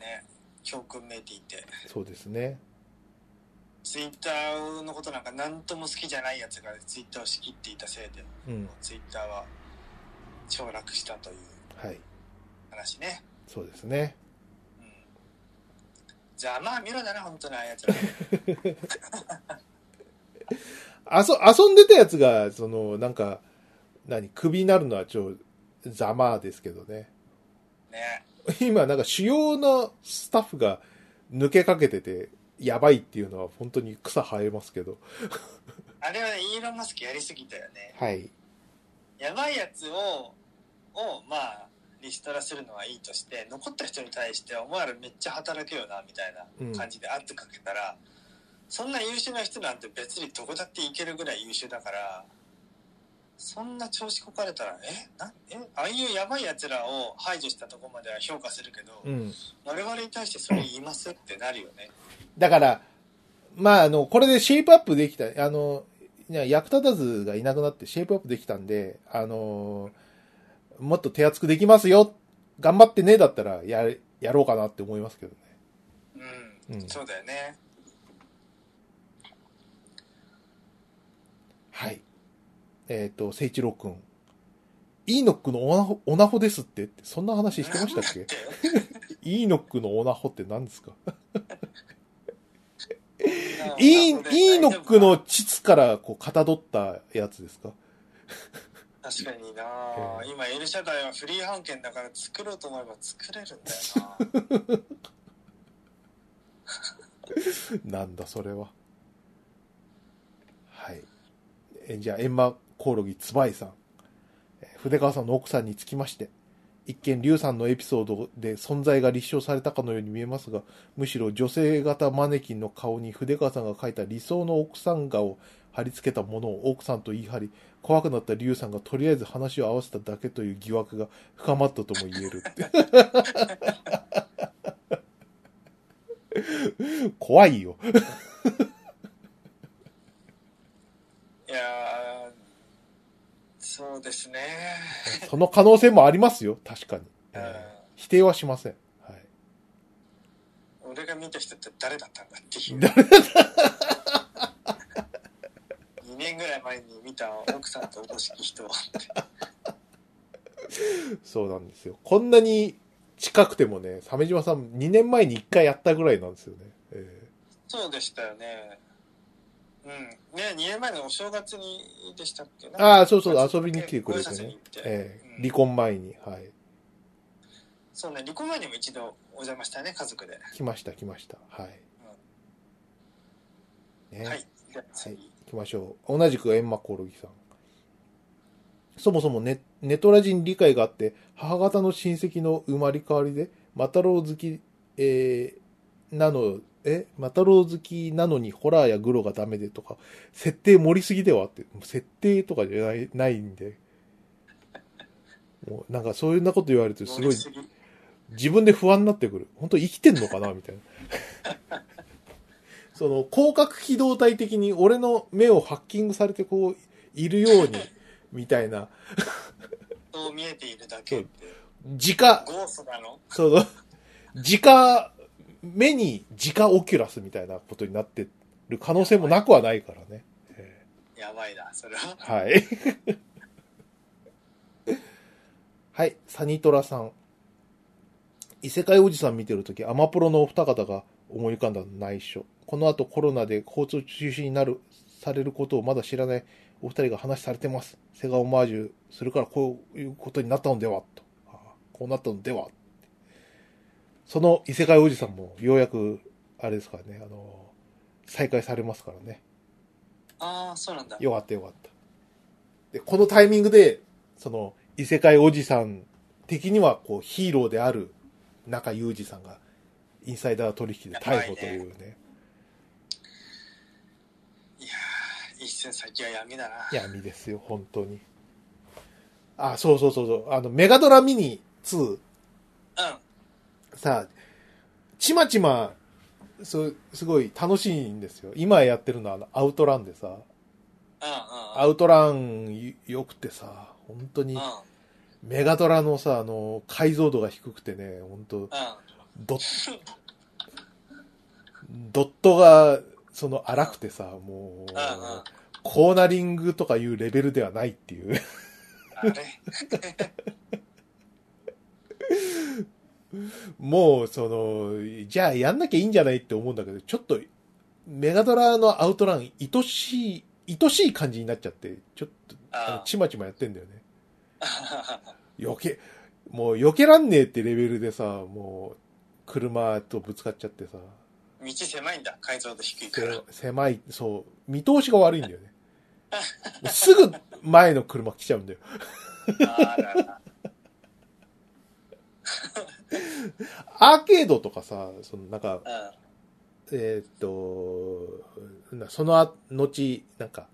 [SPEAKER 1] ね教訓めいていて
[SPEAKER 2] そうですね。
[SPEAKER 1] ツイッターのことなんか何とも好きじゃないやつがツイッターを仕切っていたせいで
[SPEAKER 2] うん。
[SPEAKER 1] ツイッターは凋落したという
[SPEAKER 2] はい。
[SPEAKER 1] 話ね
[SPEAKER 2] そうですね。
[SPEAKER 1] うんざまあ見ろだな本当にああいうやつら
[SPEAKER 2] あそ、遊んでたやつが、その、なんか、何、クビになるのはちょ、ざまあですけどね。
[SPEAKER 1] ね
[SPEAKER 2] 今、なんか主要なスタッフが抜けかけてて、やばいっていうのは本当に草生えますけど。
[SPEAKER 1] あれはねイーロン・マスクやりすぎたよね
[SPEAKER 2] はい。
[SPEAKER 1] やばいやつををまあリストラするのはいいとして残った人に対してお前らめっちゃ働けよなみたいな感じで圧かけたら、そんな優秀な人なんて別にどこだっていけるぐらい優秀だからそんな調子こかれたらえなえああいうやばいやつらを排除したとこまでは評価するけど、
[SPEAKER 2] うん。
[SPEAKER 1] 我々に対してそれ言いますってなるよね。
[SPEAKER 2] だから、まあ、あの、これでシェイプアップできた、あの、いや役立たずがいなくなってシェイプアップできたんで、あの、もっと手厚くできますよ。頑張ってね、だったら、や、やろうかなって思いますけどね。
[SPEAKER 1] う
[SPEAKER 2] うん
[SPEAKER 1] ん、そうだよね。
[SPEAKER 2] はい。えっ、と、聖一郎くん。イーノックのオナホ、オナホですってって、そんな話してました っけイーノックのオナホって何ですかイー、イーノックの膣からこう、かたどったやつですか
[SPEAKER 1] 確かになあ、今エルシャダイはフリー版権だから作ろうと思えば作れるんだよ な
[SPEAKER 2] なんだそれは。はい。えじゃあ、エンマコオロギつばいさん。え筆川さんの奥さんにつきまして、一見、龍さんのエピソードで存在が立証されたかのように見えますが、むしろ女性型マネキンの顔に筆川さんが描いた理想の奥さん画を貼り付けたものを奥さんと言い張り、怖くなった龍さんがとりあえず話を合わせただけという疑惑が深まったとも言えるって。怖いよ。
[SPEAKER 1] いやーそうですね、
[SPEAKER 2] その可能性もありますよ、確かに。えー否定はしません。はい。
[SPEAKER 1] うん、俺が見た人って誰だったんだっていう2年ぐらい前に見た奥さんとおぼしき人は
[SPEAKER 2] そうなんですよ。こんなに近くてもね、鮫島さん2年前に1回やったぐらいなんですよね。え
[SPEAKER 1] そうでしたよねうんね2年前のお正月にでしたっけ
[SPEAKER 2] ーああ、そうそう、遊びに来てくれて
[SPEAKER 1] ご挨拶に
[SPEAKER 2] ね
[SPEAKER 1] 行って。
[SPEAKER 2] えー
[SPEAKER 1] うん
[SPEAKER 2] 離婚前に、はい。
[SPEAKER 1] そうね離婚前にも一度お邪魔したね家族で
[SPEAKER 2] 来ました、来ました。はい。ね、
[SPEAKER 1] はい。じゃあ
[SPEAKER 2] はい、行
[SPEAKER 1] 次。
[SPEAKER 2] きましょう。同じくエンマコオロギさん。そもそもネネトラ人理解があって、母方の親戚の生まれ変わりで、マタロウ好き、えーなの、え、マタロウ好きなのにホラーやグロがダメでとか、設定盛りすぎではって、もう設定とかじゃないないんで、もうなんかそういうなこと言われてすごい
[SPEAKER 1] 通り過ぎ
[SPEAKER 2] 自分で不安になってくる。本当生きてんのかなみたいな。その、広角機動体的に俺の目をハッキングされてこう、いるように、みたいな。
[SPEAKER 1] そう見えているだけって。
[SPEAKER 2] 直、
[SPEAKER 1] ゴーストなの
[SPEAKER 2] その、直、目に直オキュラスみたいなことになってる可能性もなくはないからね。え
[SPEAKER 1] やばいな、それは。
[SPEAKER 2] ーはい。 はい、サニトラさん。異世界おじさん見てるとき、アマプロのお二方が思い浮かんだの内緒。この後コロナで交通中止になる、されることをまだ知らないお二人が話されてます。セガオマージュするからこういうことになったのではと。ああこうなったのではその異世界おじさんもようやく、あれですからね、あの、再開されますからね。
[SPEAKER 1] ああ、そうなんだ。
[SPEAKER 2] よかったよかった。で、このタイミングで、その、異世界おじさん的には、こう、ヒーローである中裕二さんが、インサイダー取引で逮捕というね、
[SPEAKER 1] いやー、一寸先は闇だな。
[SPEAKER 2] 闇ですよ、本当に。あ、そうそうそうそう、あの、メガドラミニ2、
[SPEAKER 1] うん。
[SPEAKER 2] さ、ちまちま、そう、すごい楽しいんですよ。今やってるのは、あの、アウトランでさ、ア
[SPEAKER 1] う
[SPEAKER 2] ウトランよくてさ、本当に
[SPEAKER 1] んうん。うん。うん。、
[SPEAKER 2] メガドラのさ、あの、解像度が低くてね、本当ドッ、ドットが、その荒くてさ、もう、
[SPEAKER 1] うん。うん。
[SPEAKER 2] コーナリングとかいうレベルではないっていう。
[SPEAKER 1] あれ
[SPEAKER 2] もう、その、じゃあやんなきゃいいんじゃないって思うんだけど、ちょっと、メガドラのアウトラン、愛しい、愛しい感じになっちゃって、ちょっと、あ
[SPEAKER 1] あ
[SPEAKER 2] のちまちまやってんだよね。
[SPEAKER 1] あ。
[SPEAKER 2] 避け、もう避けらんねえってレベルでさ、もう、車とぶつかっちゃってさ、
[SPEAKER 1] 道狭いんだ、解像度低いから。
[SPEAKER 2] せ 狭い、そう、見通しが悪いんだよね。すぐ前の車来ちゃうんだよ。
[SPEAKER 1] あらら。
[SPEAKER 2] アーケードとかさ、そのなんか、
[SPEAKER 1] うん。
[SPEAKER 2] えーっと、なその後、後なんか、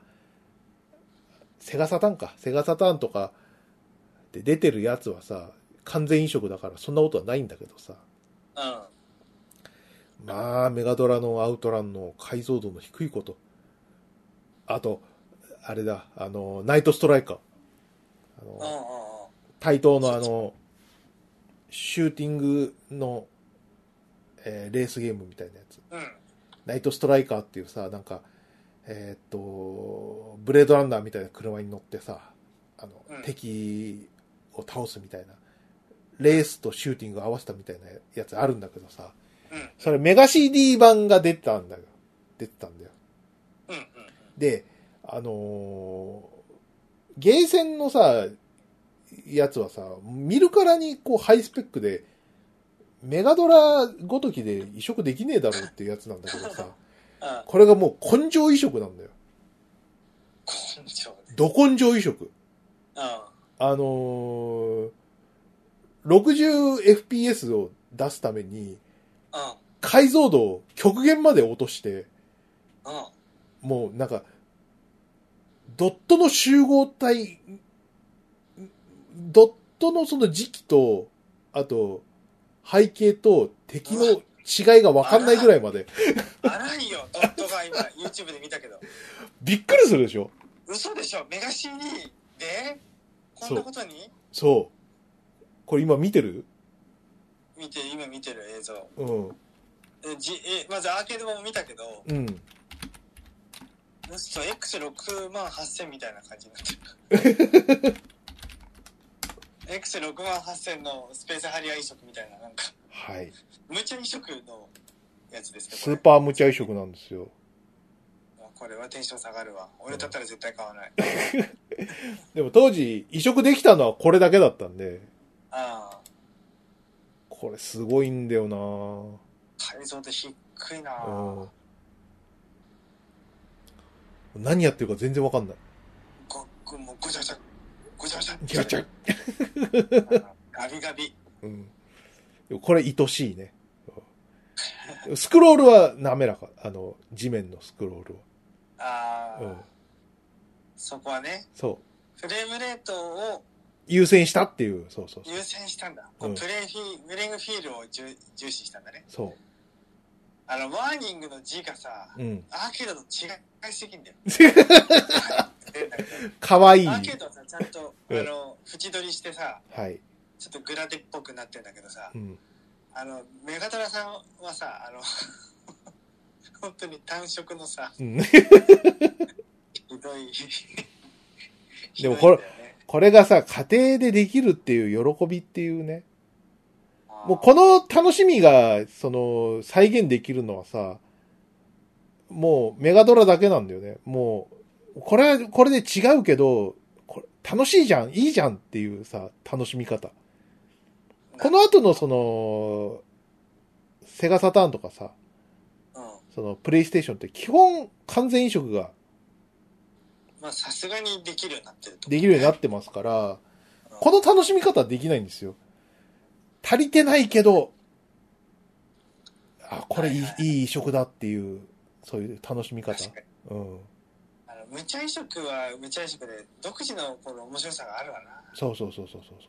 [SPEAKER 2] セガサターンか。セガサターンとかで出てるやつはさ、完全移植だからそんなことはないんだけどさ。
[SPEAKER 1] うん。
[SPEAKER 2] まあ、メガドラのアウトランの解像度の低いこと。あと、あれだ、あの、ナイトストライカー。あの、
[SPEAKER 1] うんうん
[SPEAKER 2] 対等のあの、シューティングの、えーレースゲームみたいなやつ。
[SPEAKER 1] うん。うん。
[SPEAKER 2] ナイトストライカーっていうさ、なんか、えーっと、ブレードランナーみたいな車に乗ってさ、あの、
[SPEAKER 1] うん
[SPEAKER 2] 敵を倒すみたいな、レースとシューティングを合わせたみたいなやつあるんだけどさ、
[SPEAKER 1] うん。
[SPEAKER 2] それメガ CD 版が出てたんだよ。出てたんだよ。
[SPEAKER 1] うん。
[SPEAKER 2] で、あのーゲーセンのさ、やつはさ、見るからにこうハイスペックで、メガドラごときで移植できねえだろうっていうやつなんだけどさ、
[SPEAKER 1] うん。
[SPEAKER 2] これがもう根性移植なんだよ。
[SPEAKER 1] 根性ね。
[SPEAKER 2] ど根性移植。
[SPEAKER 1] うん。
[SPEAKER 2] あのー 60fps を出すために、解像度を極限まで落として、
[SPEAKER 1] うん。うん。
[SPEAKER 2] もうなんか、ドットの集合体、ドットのその時期と、あと、背景と敵の違いが分かんないぐらいまで、
[SPEAKER 1] 荒いよ、ドットが今、YouTube で見たけど。
[SPEAKER 2] びっくりするでしょ
[SPEAKER 1] 嘘でしょ、メガ CD でこんなことに
[SPEAKER 2] そう。これ今見てる
[SPEAKER 1] 見て、今見てる映像。
[SPEAKER 2] うん。
[SPEAKER 1] えじえまずアーケードも見たけど、
[SPEAKER 2] うん。
[SPEAKER 1] そう X6 万8000みたいな感じになってる。X6 万8000のスペースハリアー移植みたいな、なんか、
[SPEAKER 2] はい。
[SPEAKER 1] 無茶移植のやつですね、
[SPEAKER 2] ス
[SPEAKER 1] こ
[SPEAKER 2] ー
[SPEAKER 1] れ。
[SPEAKER 2] パー無茶移植なんですよ。
[SPEAKER 1] もうこれはテンション下がるわ。俺だったら絶対買わない。
[SPEAKER 2] でも当時、移植できたのはこれだけだったんで、
[SPEAKER 1] ああ、
[SPEAKER 2] これすごいんだよな
[SPEAKER 1] 改造って低いな
[SPEAKER 2] うん。何やってるか全然わかんない。
[SPEAKER 1] ご、ご、もうごちゃごちゃ、ごちゃごちゃ。
[SPEAKER 2] ちゃちゃ。
[SPEAKER 1] ガビガビ。
[SPEAKER 2] うん。でもこれ愛しいね。うんスクロールは滑らか。あの、地面のスクロール
[SPEAKER 1] ああ、
[SPEAKER 2] は。うん。
[SPEAKER 1] そこはね、
[SPEAKER 2] そう。
[SPEAKER 1] フレームレートを
[SPEAKER 2] 優先したっていう、そうそうそう。
[SPEAKER 1] 優先したんだ。こ
[SPEAKER 2] う
[SPEAKER 1] うんプレイフィー、プレイングフィールを重重視したんだね。
[SPEAKER 2] そ
[SPEAKER 1] あの、ワーニングの字がさ、
[SPEAKER 2] う。うん。
[SPEAKER 1] アーケードと違いすぎんだよ。
[SPEAKER 2] かわいい。
[SPEAKER 1] ア
[SPEAKER 2] は
[SPEAKER 1] ーケードはさ、ちゃんと、あ
[SPEAKER 2] うん
[SPEAKER 1] の、縁取りしてさ、
[SPEAKER 2] い。
[SPEAKER 1] ちょっとグラデっぽくなってんだけどさ
[SPEAKER 2] う、ん。
[SPEAKER 1] あの、メガトラさんはさ、あの、 本当に単色のさ、
[SPEAKER 2] うん。
[SPEAKER 1] ひどい。
[SPEAKER 2] で
[SPEAKER 1] ひどい
[SPEAKER 2] もこれ
[SPEAKER 1] んだよね、
[SPEAKER 2] これがさ、家庭でできるっていう喜びっていうね。もう
[SPEAKER 1] あ
[SPEAKER 2] この楽しみが、その、再現できるのはさ、もうメガドラだけなんだよね。もう、これは、これで違うけど、これ楽しいじゃん、いいじゃんっていうさ、楽しみ方。
[SPEAKER 1] ー
[SPEAKER 2] この後のその、セガサターンとかさ、
[SPEAKER 1] うん。
[SPEAKER 2] そのプレイステーションって基本完全移植が
[SPEAKER 1] まあ、さすがにできるようになってると。
[SPEAKER 2] できるようになってますから、この楽しみ方はできないんですよ。足りてないけど、あ、これいい,、、
[SPEAKER 1] はいはい
[SPEAKER 2] い移植だっていう、そういう楽しみ方
[SPEAKER 1] 確。かに
[SPEAKER 2] うん。
[SPEAKER 1] あの無茶移植は無茶移植で独自のこの面白さがあるわな、
[SPEAKER 2] そうそうそうそうそうそうそ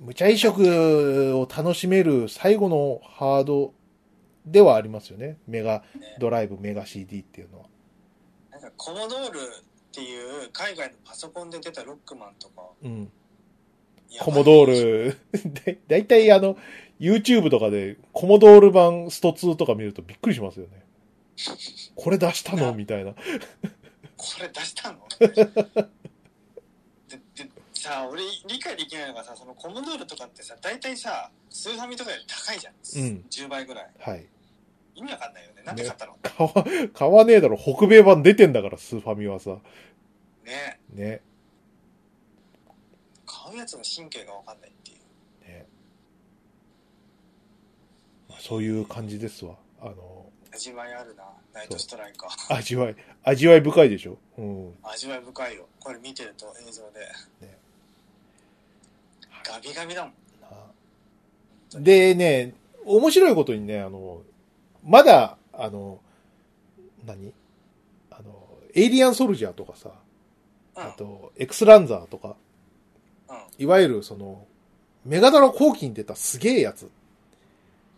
[SPEAKER 2] う。
[SPEAKER 1] うん、
[SPEAKER 2] 無茶移植を楽しめる最後のハードではありますよね。メガドライブ、メガ CD っていうのは。
[SPEAKER 1] なんかコモドールっていう海外のパソコンで出たロックマンとか
[SPEAKER 2] うん。コモドール、 だだいたいあの、YouTube とかで、コモドール版スト2とか見るとびっくりしますよね。これ出した のみたいな。
[SPEAKER 1] これ出 したのででさあ俺理解できないのがさそのコモドールとかってさ大体さスーファミとかより高いじゃん、
[SPEAKER 2] ん
[SPEAKER 1] 10倍ぐらい
[SPEAKER 2] はい。
[SPEAKER 1] 意味わかんないよねなんで買ったの
[SPEAKER 2] 買わ、買わねえだろ。北米版出てんだから、スーファミはさ。
[SPEAKER 1] ね
[SPEAKER 2] ね。
[SPEAKER 1] 買うやつの神経がわかんないっていう
[SPEAKER 2] ねまあそういう感じですわ。あの、
[SPEAKER 1] 味わいあるなナイトストライカー
[SPEAKER 2] 味わい、味わい深いでしょ。うん。
[SPEAKER 1] 味わい深いよこれ見てると映像で、
[SPEAKER 2] ね
[SPEAKER 1] ガビガビだもん
[SPEAKER 2] な
[SPEAKER 1] 当に。
[SPEAKER 2] でね、面白いことにね、あの、まだ、あの、何あの、エイリアンソルジャーとかさ、
[SPEAKER 1] うん、
[SPEAKER 2] あと、エクスランザーとか、
[SPEAKER 1] うん
[SPEAKER 2] いわゆるその、メガドラ後期に出たすげえやつ。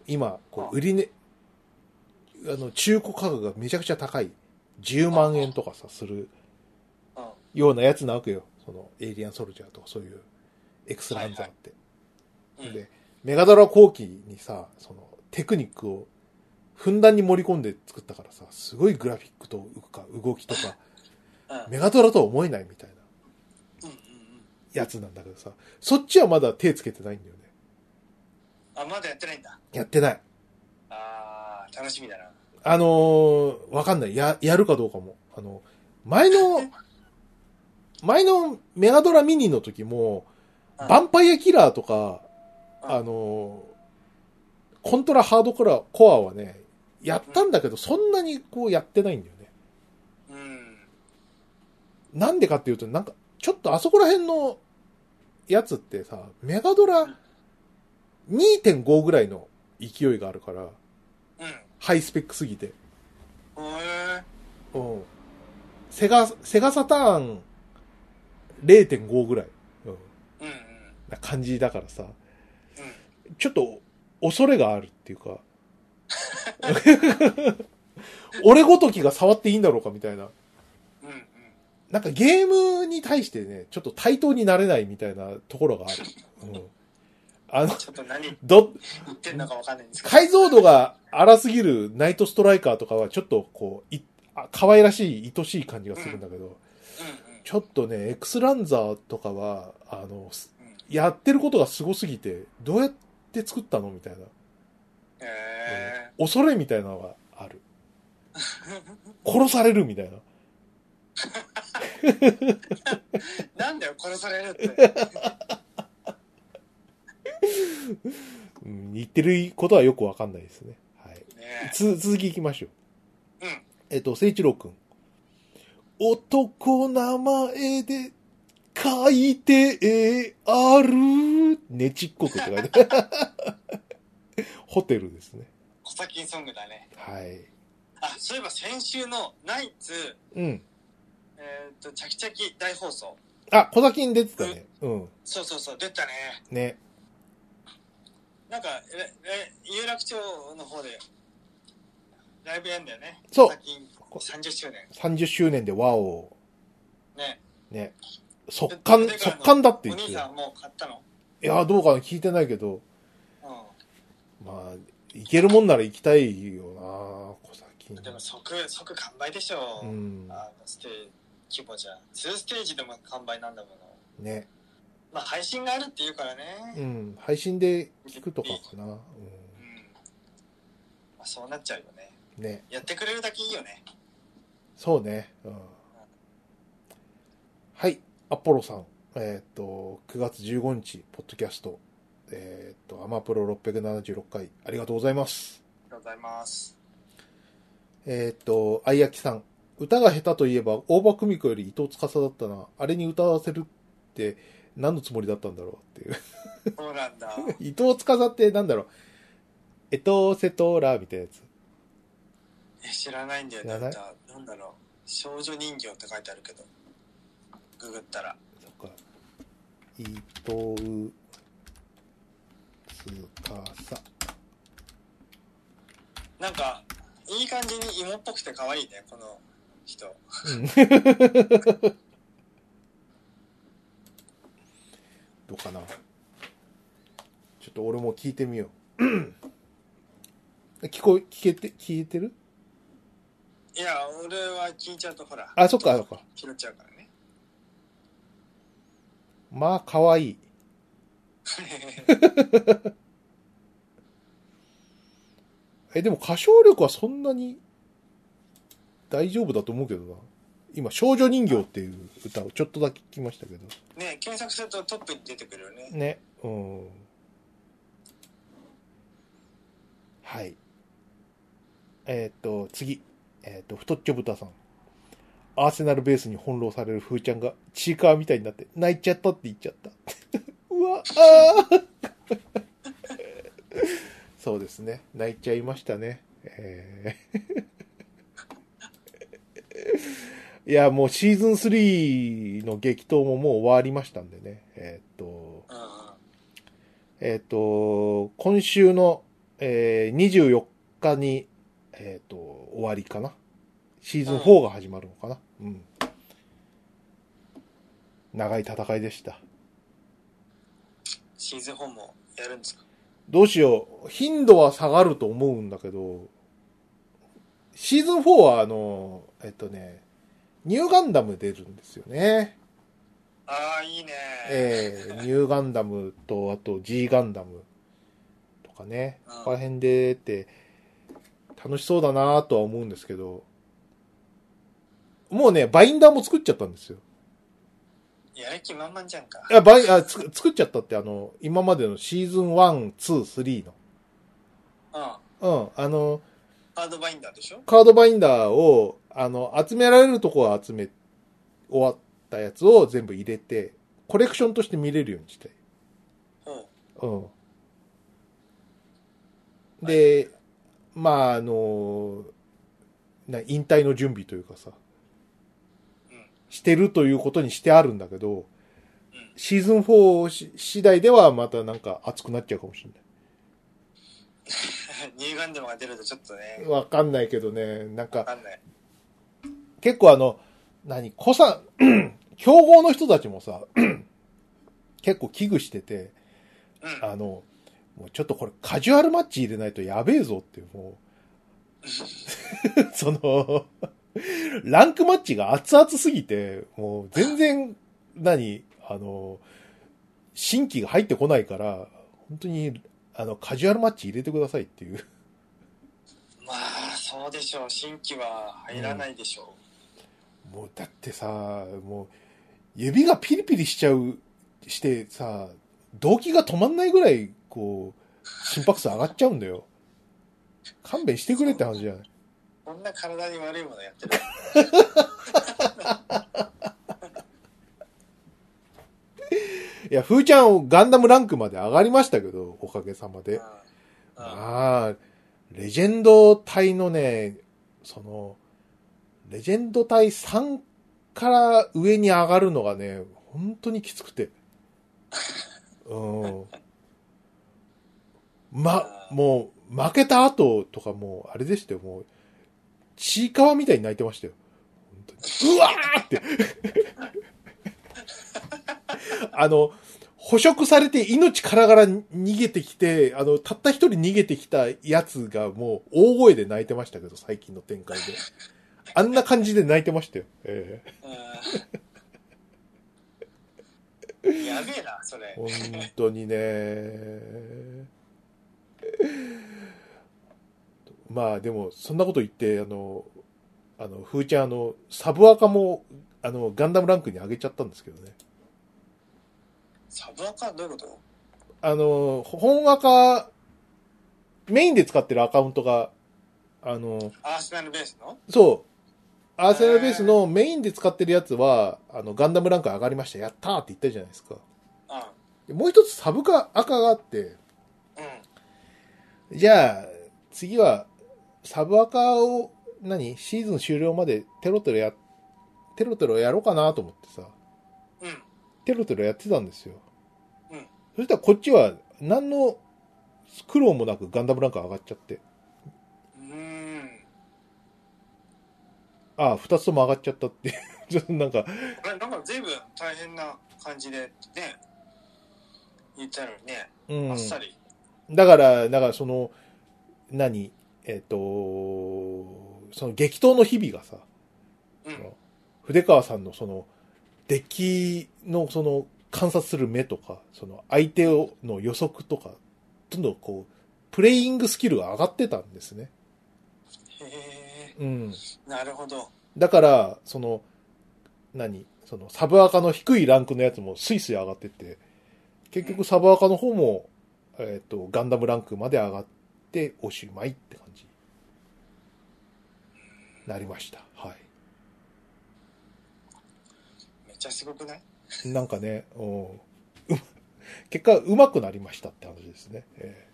[SPEAKER 2] 今、こう、
[SPEAKER 1] うん
[SPEAKER 2] 売りね、あの、中古価格がめちゃくちゃ高い。10万円とかさ、する
[SPEAKER 1] うん、
[SPEAKER 2] ようなやつなわけよ。その、エイリアンソルジャーとかそういう、エクスランザーって。
[SPEAKER 1] うん、
[SPEAKER 2] で、メガドラ後期にさ、その、テクニックを、ふんだんに盛り込んで作ったからさ、すごいグラフィックとか動きと か、
[SPEAKER 1] うん、うん、
[SPEAKER 2] メガドラとは思えないみたいな。
[SPEAKER 1] うん。
[SPEAKER 2] やつなんだけどさ、そっちはまだ手つけてないんだよね。
[SPEAKER 1] あ、まだやってないんだ。
[SPEAKER 2] やってない。
[SPEAKER 1] あー、楽しみだな。
[SPEAKER 2] あのー、わかんない。や、やるかどうかも。あの、前の、前のメガドラミニの時も、
[SPEAKER 1] うん
[SPEAKER 2] ヴァンパイアキラーとか、
[SPEAKER 1] うん
[SPEAKER 2] あのー、コントラハードコラ、コアはね、やったんだけど、そんなにこうやってないんだよね。
[SPEAKER 1] うん。
[SPEAKER 2] なんでかっていうと、なんか、ちょっとあそこら辺のやつってさ、メガドラ2.5ぐらいの勢いがあるから、
[SPEAKER 1] うん。
[SPEAKER 2] ハイスペックすぎて。
[SPEAKER 1] おえ
[SPEAKER 2] うん。セガ、セガサターン0.5ぐらい。うん。
[SPEAKER 1] うんうん。
[SPEAKER 2] な感じだからさ、
[SPEAKER 1] うん。
[SPEAKER 2] ちょっと恐れがあるっていうか。俺ごときが触っていいんだろうかみたいな。
[SPEAKER 1] うんうん。
[SPEAKER 2] なんかゲームに対してね、ちょっと対等になれないみたいなところがある。うん。あの、
[SPEAKER 1] ちょっと何言
[SPEAKER 2] ど、
[SPEAKER 1] ってんのかわかんないんですけど。
[SPEAKER 2] 解像度が荒すぎるナイトストライカーとかはちょっとこう、い、あ可愛らしい、愛しい感じがするんだけど、
[SPEAKER 1] うんうん。
[SPEAKER 2] ちょっとね、エクスランザーとかは、あの、す
[SPEAKER 1] うん
[SPEAKER 2] やってることがすごすぎて、どうやって作ったのみたいな。
[SPEAKER 1] え
[SPEAKER 2] 恐れみたいなのがある。殺されるみたいな。
[SPEAKER 1] ー、なんだよ、殺される って。
[SPEAKER 2] うん、言ってることはよくわかんないですね。はい。
[SPEAKER 1] ね
[SPEAKER 2] つ、続きいきましょう。
[SPEAKER 1] うん
[SPEAKER 2] えっと、聖一郎くん。男名前で書いてある。ねちっこくって書いてある。 ホテルですね。
[SPEAKER 1] 小崎ソングだね。
[SPEAKER 2] はい。
[SPEAKER 1] あ、そういえば先週のナイツ、
[SPEAKER 2] うん。
[SPEAKER 1] えっ、と、チャキチャキ大放送。
[SPEAKER 2] あ、小崎に出てたね。うん。
[SPEAKER 1] そうそうそう、出たね。
[SPEAKER 2] ね。
[SPEAKER 1] なんか、え、え、有楽町の方で、ライブやんだよね。
[SPEAKER 2] そ
[SPEAKER 1] 小
[SPEAKER 2] う
[SPEAKER 1] 崎30周年。
[SPEAKER 2] 30周年でワオ
[SPEAKER 1] ね。
[SPEAKER 2] ね。速乾、
[SPEAKER 1] でで
[SPEAKER 2] 速乾だって
[SPEAKER 1] お
[SPEAKER 2] 言って
[SPEAKER 1] 兄
[SPEAKER 2] た
[SPEAKER 1] さ
[SPEAKER 2] よ
[SPEAKER 1] んもう買ったの
[SPEAKER 2] いや、どうかな聞いてないけど、
[SPEAKER 1] う
[SPEAKER 2] まあ、行けるもんなら行きたいよな小崎
[SPEAKER 1] ん。でも即、即完売でしょ。
[SPEAKER 2] うん。
[SPEAKER 1] あのステージ規模じゃ2ステージでも完売なんだもの
[SPEAKER 2] ね。
[SPEAKER 1] まあ配信があるっていうからね、う
[SPEAKER 2] うんん。配信で聞くとかかな。う
[SPEAKER 1] まあ、そうなっちゃうよね
[SPEAKER 2] ん。ね。
[SPEAKER 1] やってくれるだけいいよね
[SPEAKER 2] そうね。うん。はい。アポロさん。えーっと、9月15日、ポッドキャスト。えーっと、アマプロ676回、ありがとうございます。
[SPEAKER 1] ありがとうございます
[SPEAKER 2] えーっと、あいあきさん。歌が下手といえば、大場久美子より伊藤司だったな。あれに歌わせるって、何のつもりだったんだろうっていう。
[SPEAKER 1] そうなんだ
[SPEAKER 2] 伊藤司ってなんだろう。えとせとらみたいなやつ。
[SPEAKER 1] え知らないんだよ
[SPEAKER 2] 知
[SPEAKER 1] ね
[SPEAKER 2] らない
[SPEAKER 1] 歌なんだろう少女人形って書いてあるけどググったら
[SPEAKER 2] そっか。伊藤司。
[SPEAKER 1] なんかいい感じに芋っぽくて可愛いねこの人
[SPEAKER 2] どうかな。ちょっと俺も聞いてみよう。聞こえ、聞けて、聞いてる
[SPEAKER 1] いや俺は聞いちゃうとほら
[SPEAKER 2] あ、そっか、そっか。
[SPEAKER 1] 拾っちゃうから ね
[SPEAKER 2] まあ、かわいい。え、でも歌唱力はそんなに大丈夫だと思うけどな。今、少女人形っていう歌をちょっとだけ聞きましたけど。
[SPEAKER 1] ね検索するとトップに出てくるよね
[SPEAKER 2] ね。うん。はい。えーっと、次。えーっと、太っちょ豚さん。アーセナルベースに翻弄される風ちゃんが、チーカーみたいにな って、泣いちゃったって言っちゃった。うわ、あー そうですね。泣いちゃいましたね。えー いや、もうシーズン3の激闘ももう終わりましたんでね。えーっと、
[SPEAKER 1] うんうん
[SPEAKER 2] えーっと、今週の、えー24日に、えーっと、終わりかな。シーズン4が始まるのかな。うん。長い戦いでした。
[SPEAKER 1] シーズン4もやるんですか
[SPEAKER 2] どうしよう。頻度は下がると思うんだけど、シーズン4はあの、えっとね、ニューガンダム出るんですよね。
[SPEAKER 1] ああいいね
[SPEAKER 2] えー、ニューガンダムと、あと G ガンダムとかね。
[SPEAKER 1] うん
[SPEAKER 2] ここら辺でって、楽しそうだなとは思うんですけど、もうね、バインダーも作っちゃったんですよ。
[SPEAKER 1] やる気満々じゃんか
[SPEAKER 2] あ、バイ、あ、つく作っちゃったってあの、今までのシーズン1、2、3
[SPEAKER 1] うん
[SPEAKER 2] の。うん、あの、
[SPEAKER 1] ハードバインダーでしょ
[SPEAKER 2] カードバインダーを、あの、集められるとこは集め、終わったやつを全部入れて、コレクションとして見れるようにしたい。
[SPEAKER 1] ほ
[SPEAKER 2] うん。で、まあ、あの、な引退の準備というかさ
[SPEAKER 1] うん、
[SPEAKER 2] してるということにしてあるんだけど
[SPEAKER 1] うん、
[SPEAKER 2] シーズン4し次第ではまたなんか熱くなっちゃうかもしれない。
[SPEAKER 1] うニューガンダムが出るとちょっとね
[SPEAKER 2] わかんないけどね、なんか
[SPEAKER 1] わ、かんない
[SPEAKER 2] 結構あの、何、子さん、 競合の人たちもさ、 結構危惧してて、
[SPEAKER 1] うん
[SPEAKER 2] あの、もうちょっとこれカジュアルマッチ入れないとやべえぞっていう、もう、 その、ランクマッチが熱々すぎて、もう全然、何、あの、新規が入ってこないから、本当に、あの、カジュアルマッチ入れてくださいっていう。
[SPEAKER 1] まあそうでしょう新規は入らないでしょ
[SPEAKER 2] もうだってさ、もう指がピリピリしちゃう、してさ、動機が止まんないぐらい、こう、心拍数上がっちゃうんだよ。勘弁してくれって話じゃない。
[SPEAKER 1] う、こんな体に悪いものやってる
[SPEAKER 2] いや、ふーちゃん、ガンダムランクまで上がりましたけど、おかげさま
[SPEAKER 1] うん
[SPEAKER 2] で。
[SPEAKER 1] うん
[SPEAKER 2] まあ、レジェンド隊のね、その、レジェンド隊3から上に上がるのがね、本当にきつくて。うん。ま、もう、負けた後とかもう、あれでしたよ、もう、ちいかわみたいに泣いてましたよ。本当にうわーって。 あの、捕食されて命からがら逃げてきて、あの、たった一人逃げてきたやつがもう大声で泣いてましたけど、最近の展開で。あんな感じで泣いてましたよ。え
[SPEAKER 1] うんやべえなそれ
[SPEAKER 2] え本当にね。まあでも、そんなこと言って、あの、あの、ふーちゃん、あの、サブアカも、あの、ガンダムランクに上げちゃったんですけどね。
[SPEAKER 1] サブアカどういうこと
[SPEAKER 2] あの、本アカ、メインで使ってるアカウントが、あの、
[SPEAKER 1] アーセナルベースの
[SPEAKER 2] そう。アーセナルベースのメインで使ってるやつは、あの、ガンダムランク上がりました。やったーって言ったじゃないですか。
[SPEAKER 1] う
[SPEAKER 2] でもう一つサブか赤があって、
[SPEAKER 1] んうん
[SPEAKER 2] じゃあ、次は、サブ赤を、何シーズン終了までテロテロや、テロテロやろうかなと思ってさ、
[SPEAKER 1] うん
[SPEAKER 2] テロテロやってたんですよ。
[SPEAKER 1] うん
[SPEAKER 2] そしたらこっちは、何の苦労もなくガンダムランク上がっちゃって、
[SPEAKER 1] うーん
[SPEAKER 2] ああ、二つとも上がっちゃったっていう、 ちょっとなんか、
[SPEAKER 1] これなんか随分大変な感じでね言ったのにね、
[SPEAKER 2] うん。
[SPEAKER 1] あっさり
[SPEAKER 2] だから、だからその、何えっ、と、その激闘の日々がさ、
[SPEAKER 1] うん
[SPEAKER 2] 筆川さんのその、デッキのその、観察する目とか、その、相手をの予測とか、どんどんこう、プレイングスキルが上がってたんですね。
[SPEAKER 1] へ
[SPEAKER 2] うん。
[SPEAKER 1] えなるほど
[SPEAKER 2] だから、その、何その、サブアカの低いランクのやつもスイスイ上がってって、結局サブアカの方も、えっ、と、ガンダムランクまで上がっておしまいって感じ。なりました。は
[SPEAKER 1] めっちゃすごくない
[SPEAKER 2] い。なんかね、うん うま結果、上手くなりましたって話ですね。え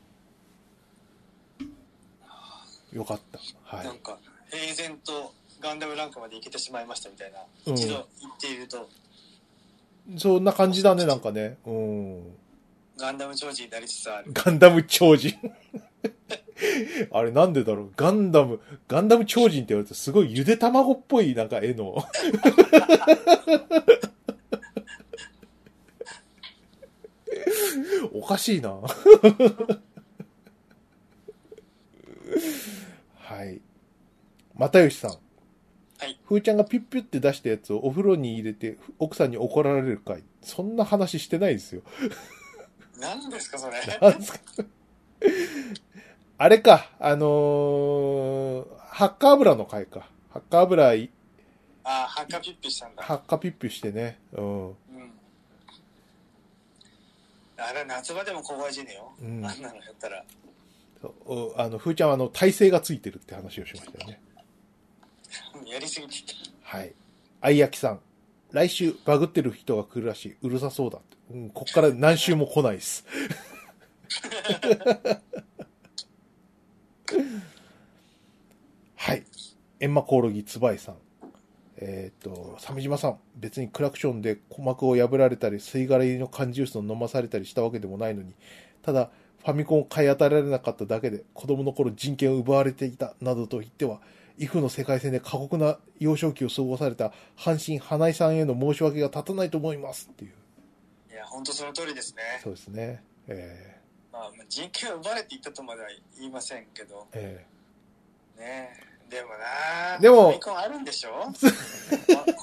[SPEAKER 2] よかった。は
[SPEAKER 1] なん
[SPEAKER 2] い。
[SPEAKER 1] か平然とガンダムランクまで行けてしまいましたみたいな、
[SPEAKER 2] うん
[SPEAKER 1] 一度行っていると
[SPEAKER 2] そんな感じだね、なんかね。うん。
[SPEAKER 1] ガンダムジョージになりつつある
[SPEAKER 2] ガンダム超人。 あれなんでだろうガンダム、ガンダム超人って言われてすごいゆで卵っぽいなんか絵の。 おかしいな。 はい。又吉さん。
[SPEAKER 1] はい。
[SPEAKER 2] ふーちゃんがピュッピュって出したやつをお風呂に入れて奥さんに怒られるかい。そんな話してないですよ。
[SPEAKER 1] 何です かそれ
[SPEAKER 2] なんですかあれか、あのーハッカ油の回か。ハッカ油い、
[SPEAKER 1] ああハッカピッピしたんだ、
[SPEAKER 2] ハッカピッピしてね。うん。
[SPEAKER 1] うん、あれ夏場でも凍え死ぬよ、
[SPEAKER 2] うん
[SPEAKER 1] あんなのやったら
[SPEAKER 2] そううんあの、ふーちゃんはあの、体勢がついてるって話をしましたよね。
[SPEAKER 1] やりすぎて
[SPEAKER 2] はい。あいやきさん。来週、バグってる人が来るらしい。うるさそうだって。うん、こっから何週も来ないっす。 はい。エンマコオロギツバイさん。えっ、と、鮫島さん。別にクラクションで鼓膜を破られたり、吸い殻入りの缶ジュースを飲まされたりしたわけでもないのに、ただ、ファミコンを買い与えられなかっただけで、子供の頃人権を奪われていた、などと言っては、イフの世界戦で過酷な幼少期を過ごされた阪神花井さんへの申し訳が立たないと思いますっていう。
[SPEAKER 1] いや本当その通りですね、
[SPEAKER 2] そうですね。え
[SPEAKER 1] まあ、人権を奪われていったとまでは言いませんけど
[SPEAKER 2] ー、え
[SPEAKER 1] ねでもなあ
[SPEAKER 2] でも
[SPEAKER 1] ファミコンあるんで しょこ鼓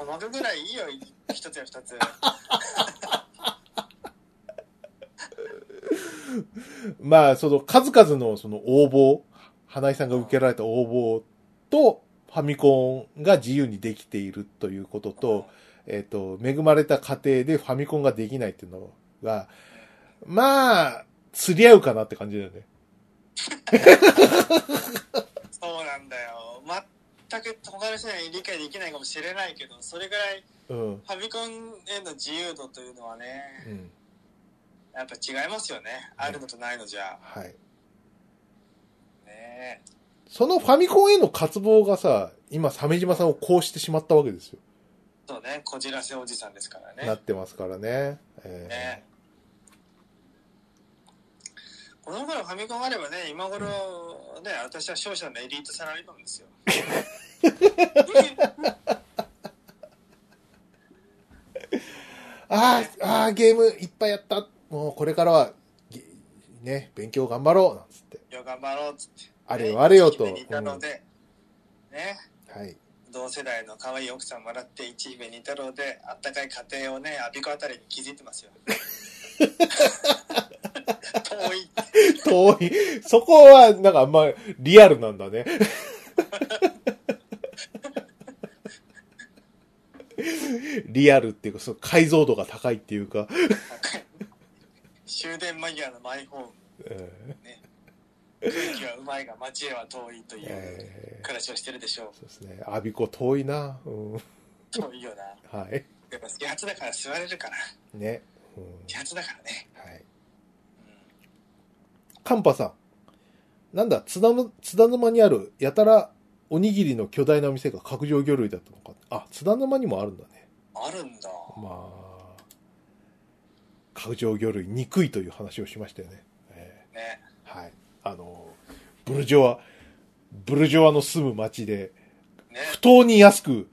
[SPEAKER 1] 膜ぐらいいいよ一つや二つ
[SPEAKER 2] ーまあ、その数々のその応募、花井さんが受けられた応募と、ファミコンが自由にできているということと、えっ、と、恵まれた家庭でファミコンができないっていうのが、まあ、釣り合うかなって感じだよね。
[SPEAKER 1] そうなんだよ全く他の人には理解できないかもしれないけどそれぐらい
[SPEAKER 2] うん。
[SPEAKER 1] ファミコンへの自由度というのは
[SPEAKER 2] う
[SPEAKER 1] ね
[SPEAKER 2] ん。
[SPEAKER 1] やっぱ違いますよねあるのとないのじゃ
[SPEAKER 2] はい。
[SPEAKER 1] ね
[SPEAKER 2] そのファミコンへの渇望がさ、今、鮫島さんをこうしてしまったわけですよ。
[SPEAKER 1] そうねこじらせおじさんですから
[SPEAKER 2] な
[SPEAKER 1] ね
[SPEAKER 2] ってますからね。えー
[SPEAKER 1] ねこの頃ファミコンあればね今頃ね私は勝者のエリートサラリーマン ですよ
[SPEAKER 2] あーあー、ゲームいっぱいやった。もうこれからは、げね、勉強頑張ろう、なんつって。
[SPEAKER 1] よ頑張ろうっつって
[SPEAKER 2] あれよあれよと。
[SPEAKER 1] 一姫にいたので、ね
[SPEAKER 2] うんはい。
[SPEAKER 1] 同世代の可愛い奥さんもらって一姫二太郎であったかい家庭をね阿鼻子あたりに築いて ますよ遠い
[SPEAKER 2] 遠い。そこは、なんかあんまリアルなんだね。 リアルっていうか、その解像度が高いっていうか。
[SPEAKER 1] 終電間際のマイホーム
[SPEAKER 2] うん
[SPEAKER 1] 空気はうまいが街へは遠いという
[SPEAKER 2] えー
[SPEAKER 1] 暮らしをしてるでしょ
[SPEAKER 2] そうですね。アビコ遠いな。うん、
[SPEAKER 1] う遠いよな
[SPEAKER 2] はい。
[SPEAKER 1] やっぱ始発だから座れるから
[SPEAKER 2] ね。うん、
[SPEAKER 1] 始発だからね、
[SPEAKER 2] はい。
[SPEAKER 1] うん
[SPEAKER 2] カンパさん。なんだ、津田の、津田沼にある、やたら、おにぎりの巨大な店が角上魚類だったのか。あ、津田沼にもあるんだね。
[SPEAKER 1] あるんだ
[SPEAKER 2] まあ、角上魚類憎いという話をしましたよね。え
[SPEAKER 1] ね
[SPEAKER 2] えはい。あの、ブルジョワ、ブルジョワの住む町で、
[SPEAKER 1] ね
[SPEAKER 2] 不当に安く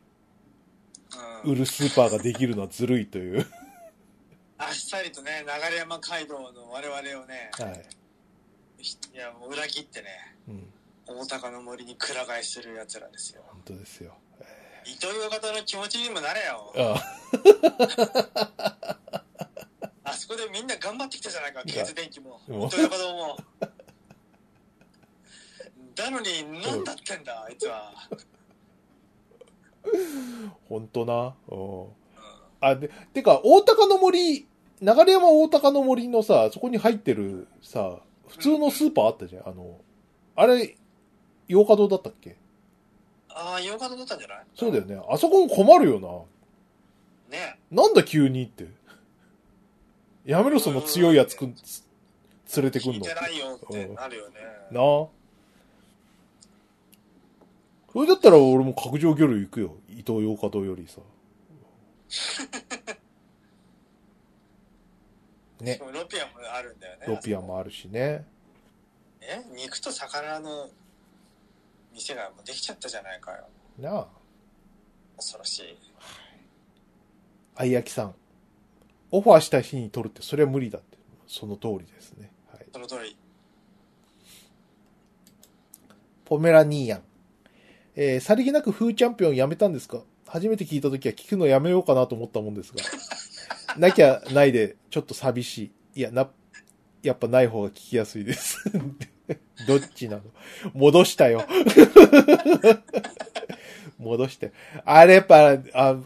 [SPEAKER 1] う
[SPEAKER 2] 売
[SPEAKER 1] ん
[SPEAKER 2] るスーパーができるのはずるいという。
[SPEAKER 1] あっさりとね流山街道の我々をね
[SPEAKER 2] はい。
[SPEAKER 1] いやもう裏切ってね
[SPEAKER 2] うん。
[SPEAKER 1] 大高の森にくら替えするやつらですよ
[SPEAKER 2] 本当ですよ。
[SPEAKER 1] 伊藤洋方の気持ちにもなれよ
[SPEAKER 2] あ
[SPEAKER 1] あそこでみんな頑張ってきたじゃないか
[SPEAKER 2] い
[SPEAKER 1] ケ
[SPEAKER 2] や
[SPEAKER 1] ツ電機も伊
[SPEAKER 2] もう
[SPEAKER 1] 藤洋方もだのに何だってんだあいつは、
[SPEAKER 2] 本当な。うん。
[SPEAKER 1] う
[SPEAKER 2] あ、で、てか、大高の森、流山大高の森のさ、そこに入ってるさ、普通のスーパーあったじゃん。あの、あれ、洋華堂だったっけ
[SPEAKER 1] ん、ああ洋方だったんじゃない
[SPEAKER 2] そうだよね。あそこも困るよ
[SPEAKER 1] ね
[SPEAKER 2] な。なんだ急にって。やめろ、その強いやつくん、つ連れてく
[SPEAKER 1] 聞
[SPEAKER 2] ん
[SPEAKER 1] い
[SPEAKER 2] の。
[SPEAKER 1] て
[SPEAKER 2] な
[SPEAKER 1] ないよってなるよね
[SPEAKER 2] あ。それだったら俺も角上魚類行くよ。伊東洋華堂よりさ。ね
[SPEAKER 1] しか。もロピアもあるんだよね
[SPEAKER 2] ロピアもあるしね。
[SPEAKER 1] え肉と魚の店がもうできちゃったじゃないかよ
[SPEAKER 2] なあ。
[SPEAKER 1] 恐ろしい
[SPEAKER 2] あいやきさん。オファーした日に取るって、それは無理だって。その通りですね。はい。
[SPEAKER 1] その通 り
[SPEAKER 2] ポメラニーヤン。えーさりげなく風チャンピオンやめたんですか初めて聞いた時は聞くのやめようかなと思ったもんですが。なきゃないで、ちょっと寂しい。いや、な、やっぱない方が聞きやすいです。どっちなの戻したよ。戻して。あれやっぱ、あ、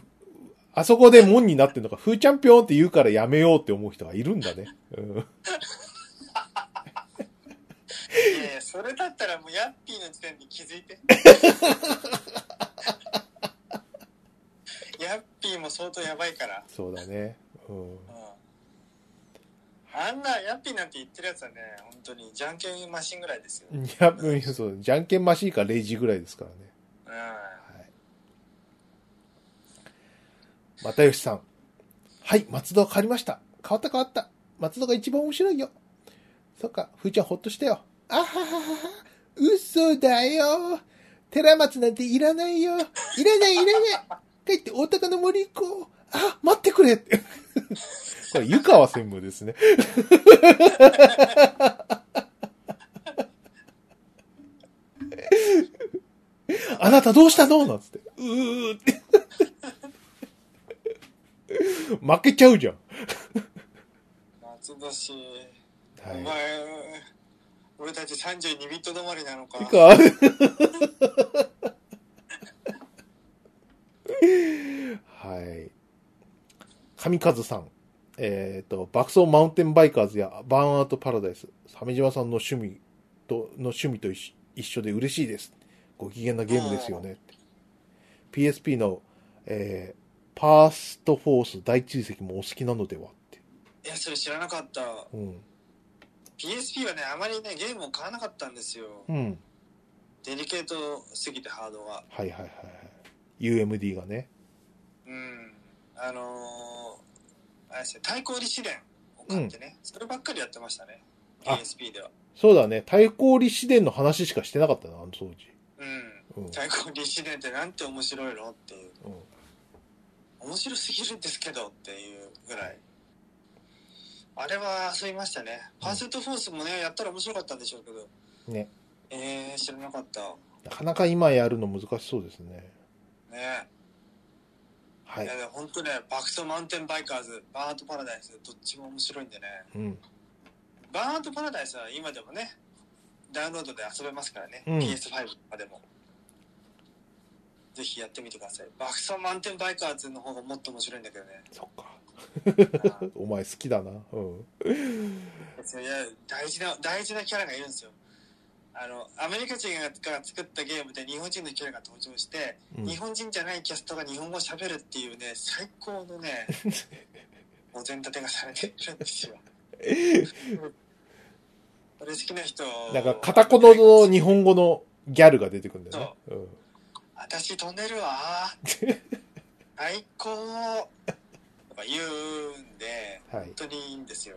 [SPEAKER 2] あそこで門になってんのか、風チャンピオンって言うからやめようって思う人がいるんだね。うん
[SPEAKER 1] いやいやそれだったらもうヤッピーの時点で気づいて ヤッピーも相当やばいから、
[SPEAKER 2] そうだね。うん
[SPEAKER 1] うん、あんなヤッピーなんて言ってるやつはね本当にじゃんけんマシンぐらいですよ、うん、
[SPEAKER 2] いや、うんそう、じゃんけんマシーか0時ぐらいですからね。はい。又吉さん。はい、松戸は変わりました。変わった変わった。松戸が一番面白いよ。そっか、ふーちゃんほっとしたよ。あはははは。嘘だよ。寺松なんていらないよ。いらないいらない。帰って大高の森行こう。あ、待ってくれ って。これ、湯川専務ですね。 あなたどうしたのなんつって。うーって。負けちゃうじゃん。
[SPEAKER 1] 夏だし、お
[SPEAKER 2] は
[SPEAKER 1] 前俺たち32ビット止まりなのか
[SPEAKER 2] い。か。はい。神和さん。えっ、と、爆走マウンテンバイカーズやバーンアウトパラダイス、鮫島さんの趣味と、の趣味と一緒一緒で嬉しいです。ご機嫌なゲームですよね。PSP の、えーパーストフォース大追跡もお好きなのではって。
[SPEAKER 1] いやそれ知らなかった
[SPEAKER 2] うん。
[SPEAKER 1] PSP はねあまりねゲームを買わなかったんですよ
[SPEAKER 2] うん。
[SPEAKER 1] デリケートすぎてハードは
[SPEAKER 2] はいはいはいはい。UMD がね。
[SPEAKER 1] うんあのー、あれですね対抗利子伝を買ってね、そればっかりやってましたね
[SPEAKER 2] あ
[SPEAKER 1] PSP では
[SPEAKER 2] そうだね。対抗立志伝の話しかしてなかったな、あの当時。
[SPEAKER 1] うん
[SPEAKER 2] うん。うん
[SPEAKER 1] 対抗利子伝ってなんて面白いのっていう面白すぎるんですけどっていうぐらいあれは遊びましたねパーセントフォースもねやったら面白かったんでしょうけど
[SPEAKER 2] ね
[SPEAKER 1] えー、知らなかった
[SPEAKER 2] なかなか今やるの難しそうですね。
[SPEAKER 1] ね
[SPEAKER 2] はいい
[SPEAKER 1] や。でも本当ね、バクソマウンテンバイカーズ、バーンアウトパラダイス、どっちも面白いんでね。
[SPEAKER 2] うん。
[SPEAKER 1] バーンアウトパラダイスは今でもね、ダウンロードで遊べますからね、
[SPEAKER 2] うん
[SPEAKER 1] PS5 とかでも。ぜひやってみてください。バクソマウンテンバイカーズの方がもっと面白いんだけど ね。
[SPEAKER 2] そっか。
[SPEAKER 1] あー
[SPEAKER 2] お前好きだな。うん。
[SPEAKER 1] 別にいや大事な、大事なキャラがいるんですよ。あの、アメリカ人がが作ったゲームで日本人のキャラが登場して、
[SPEAKER 2] うん
[SPEAKER 1] 日本人じゃないキャストが日本語喋るっていうね、最高のね、 お膳立てがされてるんですよ。これ好きな人、
[SPEAKER 2] なんか、片言の日本語のギャルが出てくるんだよね。うん。
[SPEAKER 1] 私飛んでるわー。最高とか言うんで、
[SPEAKER 2] はい
[SPEAKER 1] 本。当にいいんですよ。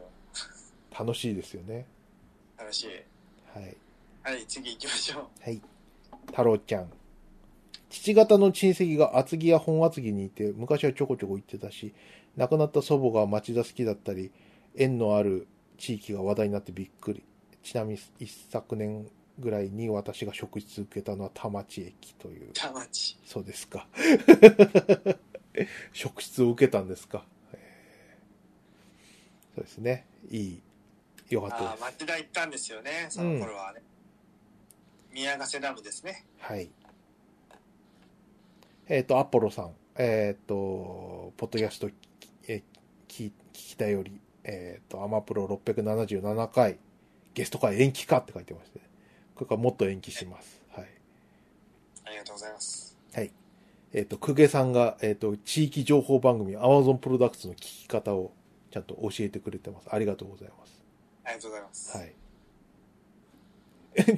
[SPEAKER 2] 楽しいですよね。
[SPEAKER 1] 楽しい。
[SPEAKER 2] はい。
[SPEAKER 1] はい、次行きましょう。
[SPEAKER 2] はい。太郎ちゃん。父方の親戚が厚木や本厚木にいて、昔はちょこちょこ行ってたし、亡くなった祖母が町田好きだったり、縁のある地域が話題になってびっくり。ちなみに一昨年ぐらいに私が職質受けたのは田町駅という。
[SPEAKER 1] 田町。
[SPEAKER 2] そうですか。 職質を受けたんですか。えーそうですね。いい。よかった
[SPEAKER 1] あ
[SPEAKER 2] で
[SPEAKER 1] あ、町田行ったんですよね、その頃はね。宮ヶ瀬ダムですね。
[SPEAKER 2] はい。えっ、と、アポロさん。えっ、と、ポッドキャストき、えー、聞聞きたより、えっ、と、アマプロ677回、ゲスト会延期かって書いてまして、これからもっと延期します。はい。
[SPEAKER 1] ありがとうございます。
[SPEAKER 2] えっ、と、くげさんが、えっ、と、地域情報番組、Amazon プロダクツの聞き方をちゃんと教えてくれてます。ありがとうございます。
[SPEAKER 1] ありがとう ございます。
[SPEAKER 2] はい。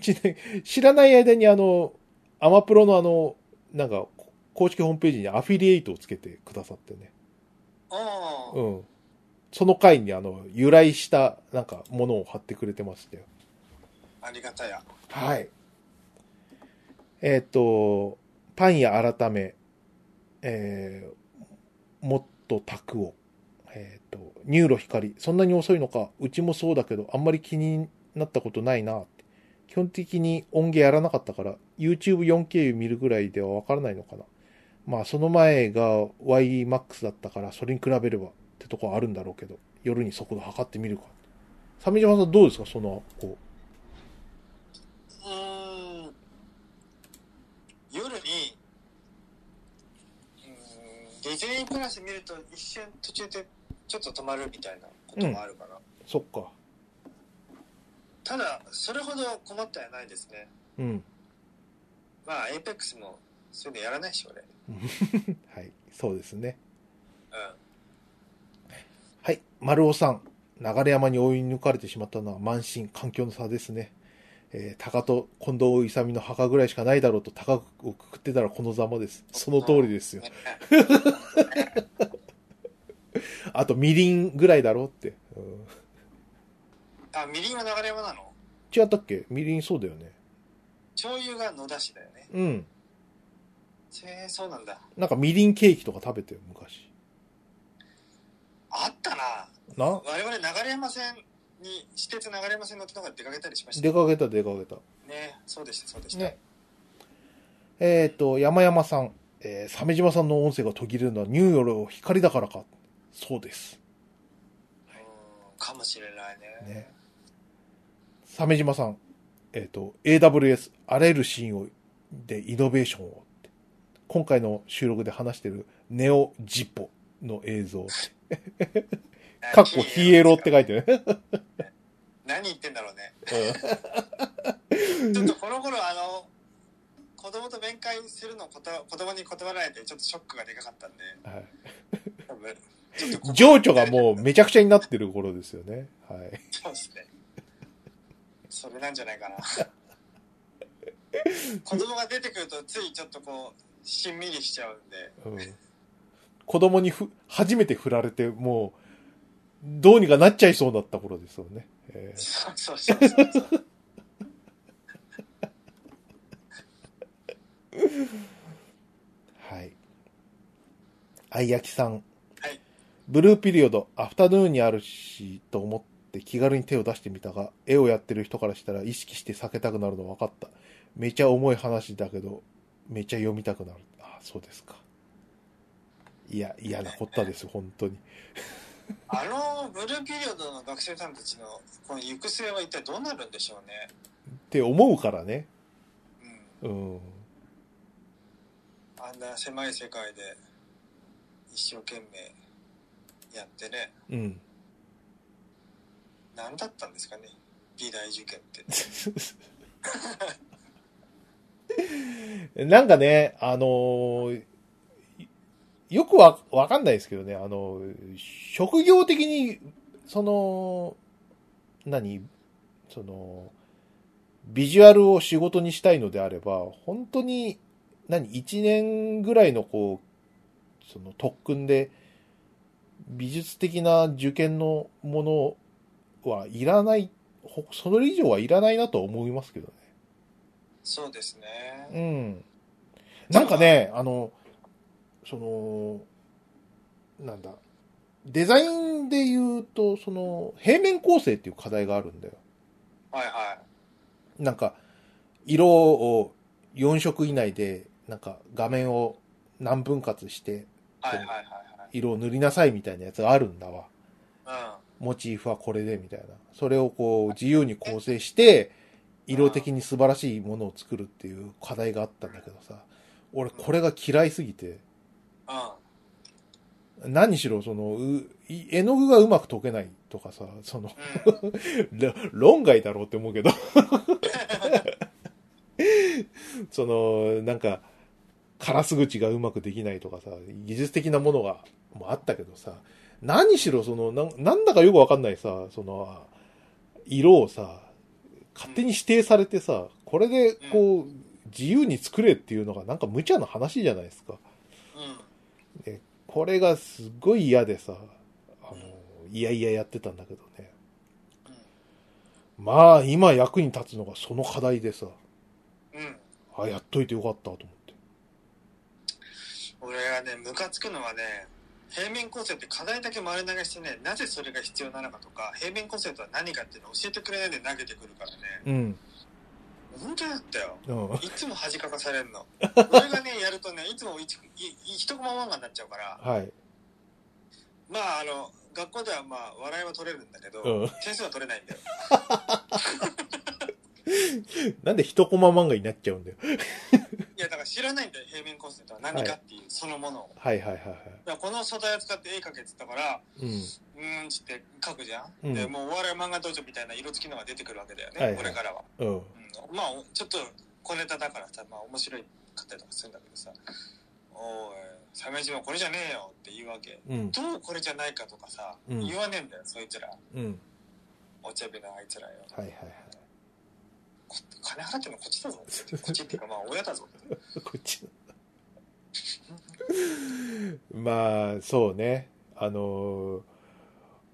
[SPEAKER 2] ちなみに知らない間にあの、アマプロのあの、なんか、公式ホームページにアフィリエイトをつけてくださってね。
[SPEAKER 1] お
[SPEAKER 2] う
[SPEAKER 1] ー
[SPEAKER 2] ん。その回にあの、由来した、なんか、ものを貼ってくれてましたよ。
[SPEAKER 1] ありがたや。
[SPEAKER 2] はい。えっ、と、パン屋改め、えー、もっとたくを、えっ、と、ニューロ光、そんなに遅いのか、うちもそうだけど、あんまり気になったことないなって。基本的に音源やらなかったから、YouTube4K 経見るぐらいではわからないのかな。まあ、その前が YMAX だったから、それに比べればってとこはあるんだろうけど、夜に速度測ってみるか。鮫島さんどうですかその、こ
[SPEAKER 1] うーん夜にうーんディズニープラス見ると一瞬途中でちょっと止まるみたいなこともあるから、
[SPEAKER 2] う、そっか。
[SPEAKER 1] ただそれほど困ったはないですね
[SPEAKER 2] うん。
[SPEAKER 1] まあエイペックスもそういうのやらないし俺うん
[SPEAKER 2] はい、そうですね。はい、丸尾さん。流山に追い抜かれてしまったのは満身、環境の差ですね。えー、鷹と近藤勇の墓ぐらいしかないだろうと鷹をくくってたらこのざまです。その通りですよ。
[SPEAKER 1] ね
[SPEAKER 2] あと、みりんぐらいだろうって。うん、
[SPEAKER 1] あみりんは流山なの
[SPEAKER 2] 違ったっけみりんそうだよね。
[SPEAKER 1] 醤油が野田市だよね
[SPEAKER 2] うん。
[SPEAKER 1] へえそうなんだ
[SPEAKER 2] なんかみりんケーキとか食べてよ、昔。
[SPEAKER 1] あったな
[SPEAKER 2] な
[SPEAKER 1] 我々流山線に私鉄流山線乗ってなんか出かけたりしました
[SPEAKER 2] 出かけた出かけた。
[SPEAKER 1] ねそうでしたそうでした、
[SPEAKER 2] ね。えっ、と、山山さん、えー、鮫島さんの音声が途切れるのはニューヨーク光だからか。そうで
[SPEAKER 1] う
[SPEAKER 2] す。
[SPEAKER 1] んかもしれないね
[SPEAKER 2] ね鮫島さん、えっ、と、AWS、あらゆるシーンを、でイノベーションをって。今回の収録で話してるネオジポの映像。かっこヒエロって書いてね。
[SPEAKER 1] 何言ってんだろうね
[SPEAKER 2] うん
[SPEAKER 1] ちょっとこの頃あの子供と面会するのこと子供に断られてちょっとショックがでかかったんで
[SPEAKER 2] はい
[SPEAKER 1] 多分ちょっとここ
[SPEAKER 2] 情緒がもうめちゃくちゃになってる頃ですよね。はい。
[SPEAKER 1] そうですねそれなんじゃないか な子供が出てくるとついちょっとこうしんみりしちゃうんで
[SPEAKER 2] うん子供にふ、初めて振られて、もう、どうにかなっちゃいそうだった頃ですよね。えー
[SPEAKER 1] そうそうそうそうそう
[SPEAKER 2] はい。あいやきさん。
[SPEAKER 1] はい
[SPEAKER 2] ブルーピリオド、アフタヌーンにあるし、と思って気軽に手を出してみたが、絵をやってる人からしたら意識して避けたくなるの分かった。めちゃ重い話だけど、めちゃ読みたくなる。あ、そうですか。いや、嫌なこったです、本当に。
[SPEAKER 1] あのブルーピリオドの学生さんたちのこの行く末は一体どうなるんでしょうね
[SPEAKER 2] って思うからね。
[SPEAKER 1] うん
[SPEAKER 2] うん。
[SPEAKER 1] あんな狭い世界で一生懸命やってね
[SPEAKER 2] うん。
[SPEAKER 1] 何だったんですかね美大受験って
[SPEAKER 2] なんかね、あのーよくわ、わかんないですけどね、あのー職業的に、その、何その、ビジュアルを仕事にしたいのであれば、本当に、何一年ぐらいのこう、その特訓で、美術的な受験のものはいらない、ほそれ以上はいらないなとは思いますけどね。
[SPEAKER 1] そうです
[SPEAKER 2] う
[SPEAKER 1] ね
[SPEAKER 2] ん。なんかね、あの、その、なんだ、デザインで言うと、その、平面構成っていう課題があるんだよ。
[SPEAKER 1] はいは
[SPEAKER 2] なんか、色を4色以内で、なんか画面を何分割して、
[SPEAKER 1] いはいはいはい
[SPEAKER 2] 色を塗りなさいみたいなやつがあるんだわ。
[SPEAKER 1] はい
[SPEAKER 2] モチーフはこれでみたいな。それをこう自由に構成して、色的に素晴らしいものを作るっていう課題があったんだけどさ、俺これが嫌いすぎて、
[SPEAKER 1] うんうん
[SPEAKER 2] 何しろその、うい絵の具がうまく溶けないとかさ、その、
[SPEAKER 1] うん
[SPEAKER 2] ろ論外だろうって思うけど。 その、なんか、カラス口がうまくできないとかさ、技術的なものが、もあったけどさ、何しろその、なんなんだかよくわかんないさ、その、色をさ、勝手に指定されてさ、これでこう、自由に作れっていうのがなんか無茶な話じゃないですか。
[SPEAKER 1] うん
[SPEAKER 2] これがすごい嫌でさ、あの、いやいややってたんだけどね。まあ、今役に立つのがその課題でさ、
[SPEAKER 1] うんうん
[SPEAKER 2] あ、やっといてよかったと思って。
[SPEAKER 1] 俺はねムカつくのはね平面構成って課題だけ丸投げしてねなぜそれが必要なのかとか平面構成とは何かっていうのを教えてくれないで投げてくるからね
[SPEAKER 2] うん。
[SPEAKER 1] 本当だったよ
[SPEAKER 2] うん。
[SPEAKER 1] いつも恥かかされるの俺がねやるとねいつも一いい一コマ漫画になっちゃうから
[SPEAKER 2] はい。
[SPEAKER 1] まああの学校ではまあ笑いは取れるんだけど、
[SPEAKER 2] うん。
[SPEAKER 1] 点数は取れないんだよ
[SPEAKER 2] なんで一コマ漫画になっちゃうんだよ。
[SPEAKER 1] いやだから知らないんだよ平面構成とは何かっていう、そのものを
[SPEAKER 2] はいはいはいは
[SPEAKER 1] だからこの素材を使って絵描けって言ったから
[SPEAKER 2] い。うん。
[SPEAKER 1] うーんっつって描くじゃん、
[SPEAKER 2] うん
[SPEAKER 1] でもうお笑い漫画道場みたいな色付きのが出てくるわけだよね、
[SPEAKER 2] はいはい
[SPEAKER 1] これからは、
[SPEAKER 2] うん。
[SPEAKER 1] うん、まあおちょっと小ネタだからさまあ面白いかったりとかするんだけどさ「おい鮫島これじゃねえよ」って言うわけ
[SPEAKER 2] うん。
[SPEAKER 1] どうこれじゃないかとかさ、
[SPEAKER 2] うん
[SPEAKER 1] 言わねえんだよそいつら
[SPEAKER 2] うん。
[SPEAKER 1] お茶目なあいつらよ
[SPEAKER 2] はいはいはい。
[SPEAKER 1] こ金払ってんのこっちだぞこっち っていうかまあ親だぞ
[SPEAKER 2] こっち。まあ、そうね。あのー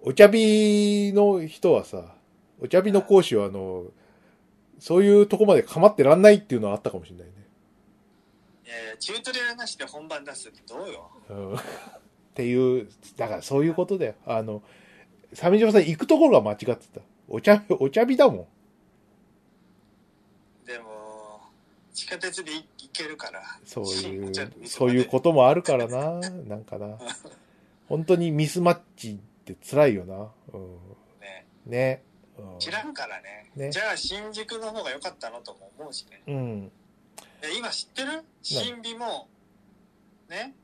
[SPEAKER 2] お茶火の人はさ、お茶火の講師はあのーそういうとこまで構ってらんないっていうのはあったかもしれないね。
[SPEAKER 1] いやいやチュートリアルなしで本番出すってどうよ
[SPEAKER 2] うん。っていう、だからそういうことだよ。あの、サメ島さん行くところが間違ってた。お茶、お茶火だも
[SPEAKER 1] でも地下鉄で行けるから
[SPEAKER 2] ん。そうい
[SPEAKER 1] 新
[SPEAKER 2] う
[SPEAKER 1] 幹線の、水
[SPEAKER 2] そう
[SPEAKER 1] まで
[SPEAKER 2] いうこともあるからな。なんかな。本当にミスマッチって辛いよな。うん。
[SPEAKER 1] ね
[SPEAKER 2] ね。うん
[SPEAKER 1] 知らんからね
[SPEAKER 2] ね
[SPEAKER 1] じゃあ新宿の方が良かったのとも思うしね
[SPEAKER 2] うん。
[SPEAKER 1] え今知ってる新美もね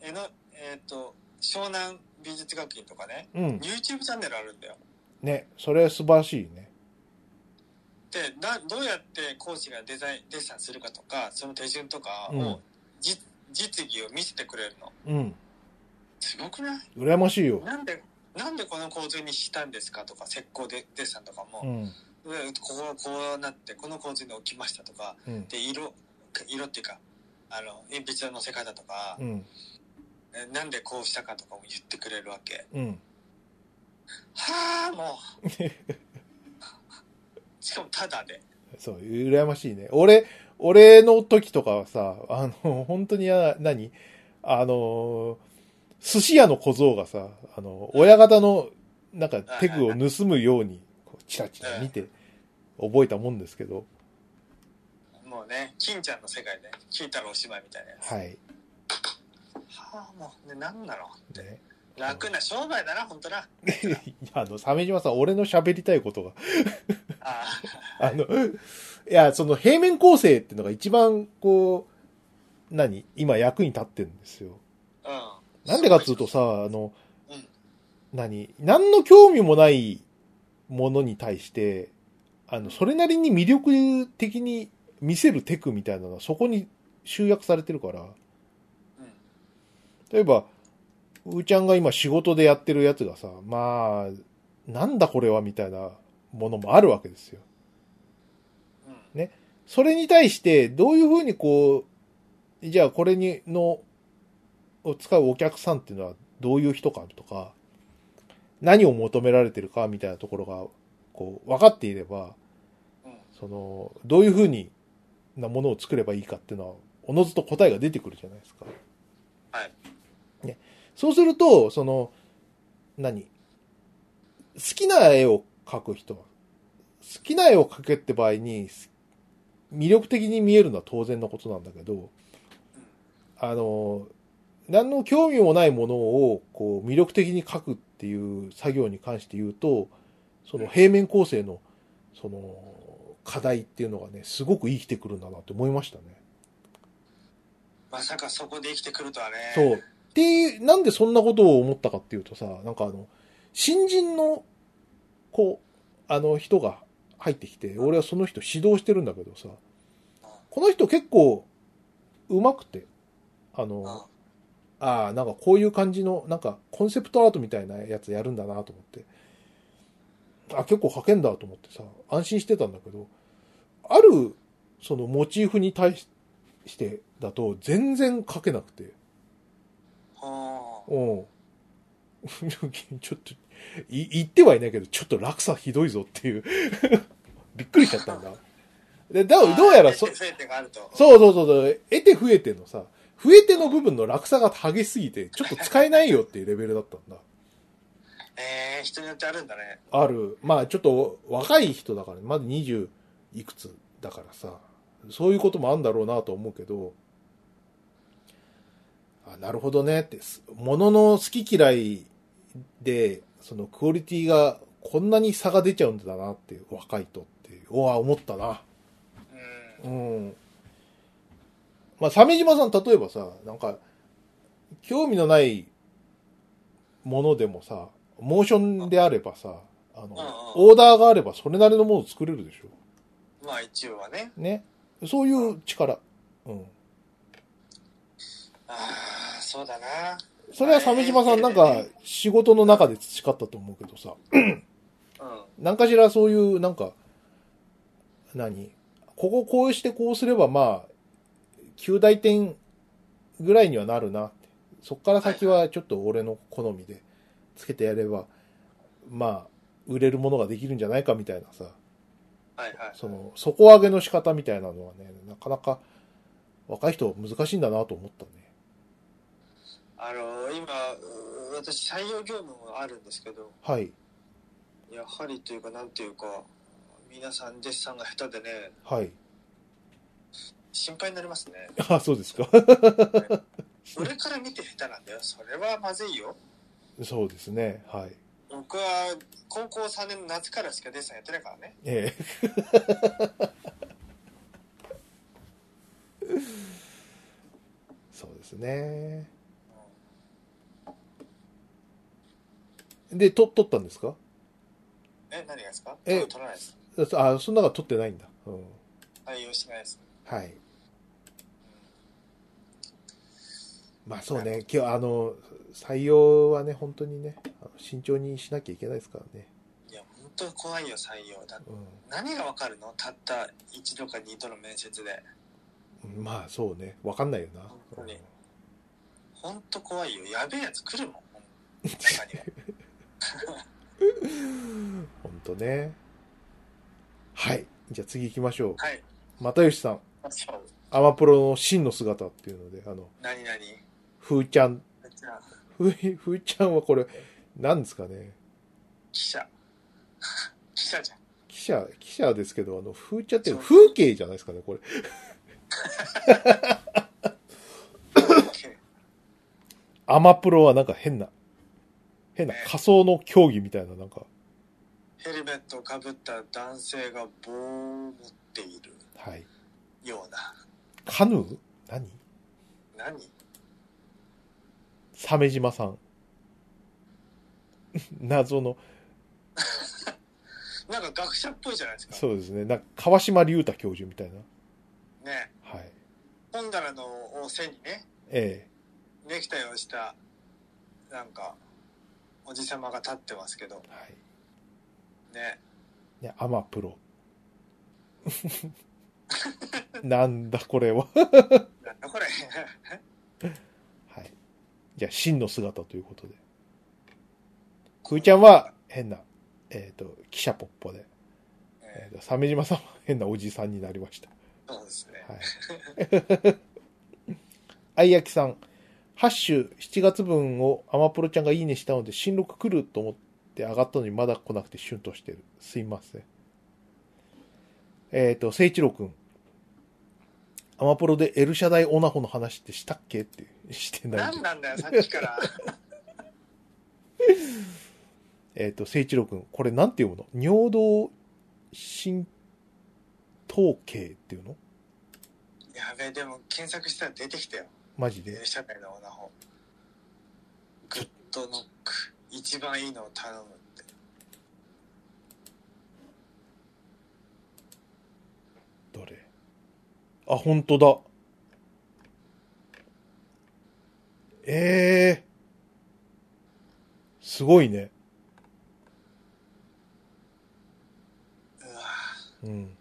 [SPEAKER 1] えのえっ、と湘南美術学院とかね
[SPEAKER 2] うん。
[SPEAKER 1] YouTube チャンネルあるんだよ
[SPEAKER 2] ね。それは素晴らしいね。
[SPEAKER 1] でなどうやって講師がデザインデッサンするかとかその手順とかを、
[SPEAKER 2] うん
[SPEAKER 1] じ実技を見せてくれるの
[SPEAKER 2] うん。
[SPEAKER 1] すごくない
[SPEAKER 2] 羨ましいよ。
[SPEAKER 1] なんでなんでこの構図にしたんですかとか石膏でデッサンとか
[SPEAKER 2] う
[SPEAKER 1] も、
[SPEAKER 2] ん。
[SPEAKER 1] うんここはこうなってこの構図に置きましたとか
[SPEAKER 2] うん。
[SPEAKER 1] で色色っていうかあの鉛筆の乗せ方とか
[SPEAKER 2] う、ん。
[SPEAKER 1] えなんでこうしたかとかも言ってくれるわけ
[SPEAKER 2] うん。
[SPEAKER 1] はあもうしかもただで
[SPEAKER 2] そう、羨ましいね。俺、俺の時とかはさ、あの、本当にや、何あの、寿司屋の小僧がさ、あの、親方の、なんかテクを盗むように、こうチラチラ見て、覚えたもんですけど、
[SPEAKER 1] もうね金ちゃんの世界で聞いたらおしまいみたいなやつ
[SPEAKER 2] はい。
[SPEAKER 1] はあもうね何なのって
[SPEAKER 2] ね、
[SPEAKER 1] 楽な商売だな本当な
[SPEAKER 2] いやあの、鮫島さん、俺の喋りたいことが
[SPEAKER 1] あ
[SPEAKER 2] あの、いや、その平面構成っていうのが一番、こう、何今役に立ってるんですよ。
[SPEAKER 1] あうん
[SPEAKER 2] なんでかっつうとさ、あの、
[SPEAKER 1] うん
[SPEAKER 2] 何何の興味もないものに対して、あの、それなりに魅力的に見せるテクみたいなのはそこに集約されてるから、
[SPEAKER 1] うん
[SPEAKER 2] 例えば、うーちゃんが今仕事でやってるやつがさ、まあ、なんだこれはみたいなものもあるわけですよ。
[SPEAKER 1] うん
[SPEAKER 2] それに対して、どういうふうにこう、じゃあこれに、の、を使うお客さんっていうのはどういう人かとか、何を求められてるかみたいなところが、こう、分かっていれば、
[SPEAKER 1] うん
[SPEAKER 2] その、どういうふうになものを作ればいいかっていうのは、おのずと答えが出てくるじゃないですか。
[SPEAKER 1] はい。
[SPEAKER 2] ね。そうすると、その、何好きな絵を描く人は、好きな絵を描けって場合に、す魅力的に見えるのは当然のことなんだけど、あの、何の興味もないものを、こう、魅力的に描くっていう作業に関して言うと、その平面構成の、その、課題っていうのがね、すごく生きてくるんだなって思いましたね。
[SPEAKER 1] まさかそこで生きてくるとはね
[SPEAKER 2] そう。で、なんでそんなことを思ったかっていうとさ、なんかあの、新人の、こう、あの人が入ってきて、俺はその人指導してるんだけどさ、この人結構、うまくて、あ
[SPEAKER 1] うん
[SPEAKER 2] の、ああ、なんかこういう感じの、なんかコンセプトアートみたいなやつやるんだなと思って、あ、結構書けんだと思ってさ、安心してたんだけど、あるそのモチーフに対ししてだと全然書けなくて。
[SPEAKER 1] ほう
[SPEAKER 2] うん。 ちょっと、い、言ってはいないけど、ちょっと落差ひどいぞっていう。 びっくりしちゃったんだ。で、だどうやらそ、
[SPEAKER 1] あーエテがあると。
[SPEAKER 2] そうそうそうそう、得て増えてのさ、増えての部分の落差が激しすぎて、ちょっと使えないよっていうレベルだったんだ。
[SPEAKER 1] えー、人によってあるんだね。
[SPEAKER 2] ある。まあちょっと若い人だから、まだ20いくつだからさ、そういうこともあるんだろうなと思うけど、あなるほどねって、すものの好き嫌いで、そのクオリティがこんなに差が出ちゃうんだなって、若いとって、おわ、思ったな。
[SPEAKER 1] うん。
[SPEAKER 2] うん。まあ、鮫島さん、例えばさ、なんか、興味のないものでもさ、モーションであればさ、あの、
[SPEAKER 1] うんうん
[SPEAKER 2] オーダーがあればそれなりのものを作れるでしょ。
[SPEAKER 1] まあ一応はね。
[SPEAKER 2] ね。そういう力。うん。
[SPEAKER 1] ああ、そうだな。
[SPEAKER 2] それは鮫島さん、なんか、仕事の中で培ったと思うけどさ、
[SPEAKER 1] うん。
[SPEAKER 2] 何かしらそういう、なんか、何こここうしてこうすれば、まあ、9大点ぐらいにはなるなって。そっから先はちょっと俺の好みでつけてやれば、まあ、売れるものができるんじゃないかみたいなさ、
[SPEAKER 1] はいはい。
[SPEAKER 2] その、底上げの仕方みたいなのはね、なかなか若い人難しいんだなと思ったね。
[SPEAKER 1] あの、今、う私、採用業務もあるんですけど、
[SPEAKER 2] はい、
[SPEAKER 1] やはりというか、なんていうか、皆さん、デッサンが下手でね、
[SPEAKER 2] はい。
[SPEAKER 1] 心配になりますね。
[SPEAKER 2] あ、そうですか。
[SPEAKER 1] 俺から見て下手なんだよ。それはまずいよ。
[SPEAKER 2] そうですね。はい。
[SPEAKER 1] 僕は、高校3年の夏からしかデッサンやってないからね。
[SPEAKER 2] ええ。 そうですね。で、と、撮ったんですか
[SPEAKER 1] え、何がですか
[SPEAKER 2] え
[SPEAKER 1] 取らないです。
[SPEAKER 2] あ、そんなの撮ってないんだ。うん。
[SPEAKER 1] 採用してないです。
[SPEAKER 2] はい。まあそうね、今日あの、採用はね、本当にね、あの慎重にしなきゃいけないですからね。
[SPEAKER 1] いや、本当怖いよ、採用。だ
[SPEAKER 2] う
[SPEAKER 1] 何がわかるのたった1度か2度の面接で。
[SPEAKER 2] ん。まあそうね、わかんないよな。
[SPEAKER 1] 本当に本当怖いよ。やべえやつ来るもん。中には。
[SPEAKER 2] うん本当ね。はい。じゃあ次行きましょう。
[SPEAKER 1] はい。
[SPEAKER 2] 又吉さん、
[SPEAKER 1] そう
[SPEAKER 2] アマプロの真の姿っていうので、あの、
[SPEAKER 1] 何何
[SPEAKER 2] ふーちゃん、
[SPEAKER 1] じゃあ、
[SPEAKER 2] ふー、ふーちゃんはこれ、なんですかね。
[SPEAKER 1] 記者。記者じゃん。
[SPEAKER 2] 記者、記者ですけど、あの、ふーちゃんって
[SPEAKER 1] そう
[SPEAKER 2] 風景じゃないですかね、これ。
[SPEAKER 1] OK
[SPEAKER 2] アマプロはなんか変な、変な
[SPEAKER 1] ね
[SPEAKER 2] 仮想の競技みたいな、なんか、
[SPEAKER 1] ヘルメットをかぶった男性が棒を持っている
[SPEAKER 2] はい。
[SPEAKER 1] ような。
[SPEAKER 2] カヌー何
[SPEAKER 1] 何
[SPEAKER 2] 鮫島さん。 謎の、
[SPEAKER 1] なんか学者っぽいじゃないですか。
[SPEAKER 2] そうですね、なんか川島隆太教授みたいな。
[SPEAKER 1] ね。
[SPEAKER 2] はい。
[SPEAKER 1] 本棚の背にね、
[SPEAKER 2] え
[SPEAKER 1] ネクタイをした、なんか、おじ様が立ってますけど
[SPEAKER 2] え、はい。
[SPEAKER 1] ね。
[SPEAKER 2] ね、アマプロ。 なんだこれは。
[SPEAKER 1] なんだこれ。
[SPEAKER 2] はい。じゃあ、真の姿ということで。くーちゃんは変な、えっ、と、記者ポッポで、え
[SPEAKER 1] ね
[SPEAKER 2] ーと、鮫島さんは変なおじさんになりました。
[SPEAKER 1] そうですね。
[SPEAKER 2] はい。 あいやきさん、ハッシュ7月分をアマプロちゃんがいいねしたので、新録来ると思って上がったのにまだ来なくてシュンとしてる。すいません。えっ、と、聖一郎くん。アマプロでエルシャダイオナホの話ってしたっけってしてない
[SPEAKER 1] 何。なんだよ、さっきから。
[SPEAKER 2] えっ、と、聖一郎くん。これなんて読むの尿道神統計っていうの
[SPEAKER 1] やべえ、でも検索したら出てきたよ。
[SPEAKER 2] マジで
[SPEAKER 1] で。社会のオナホグッドノック一番いいのを頼むって
[SPEAKER 2] どれあ、本当だ。ええすごいね。
[SPEAKER 1] うわ
[SPEAKER 2] うん。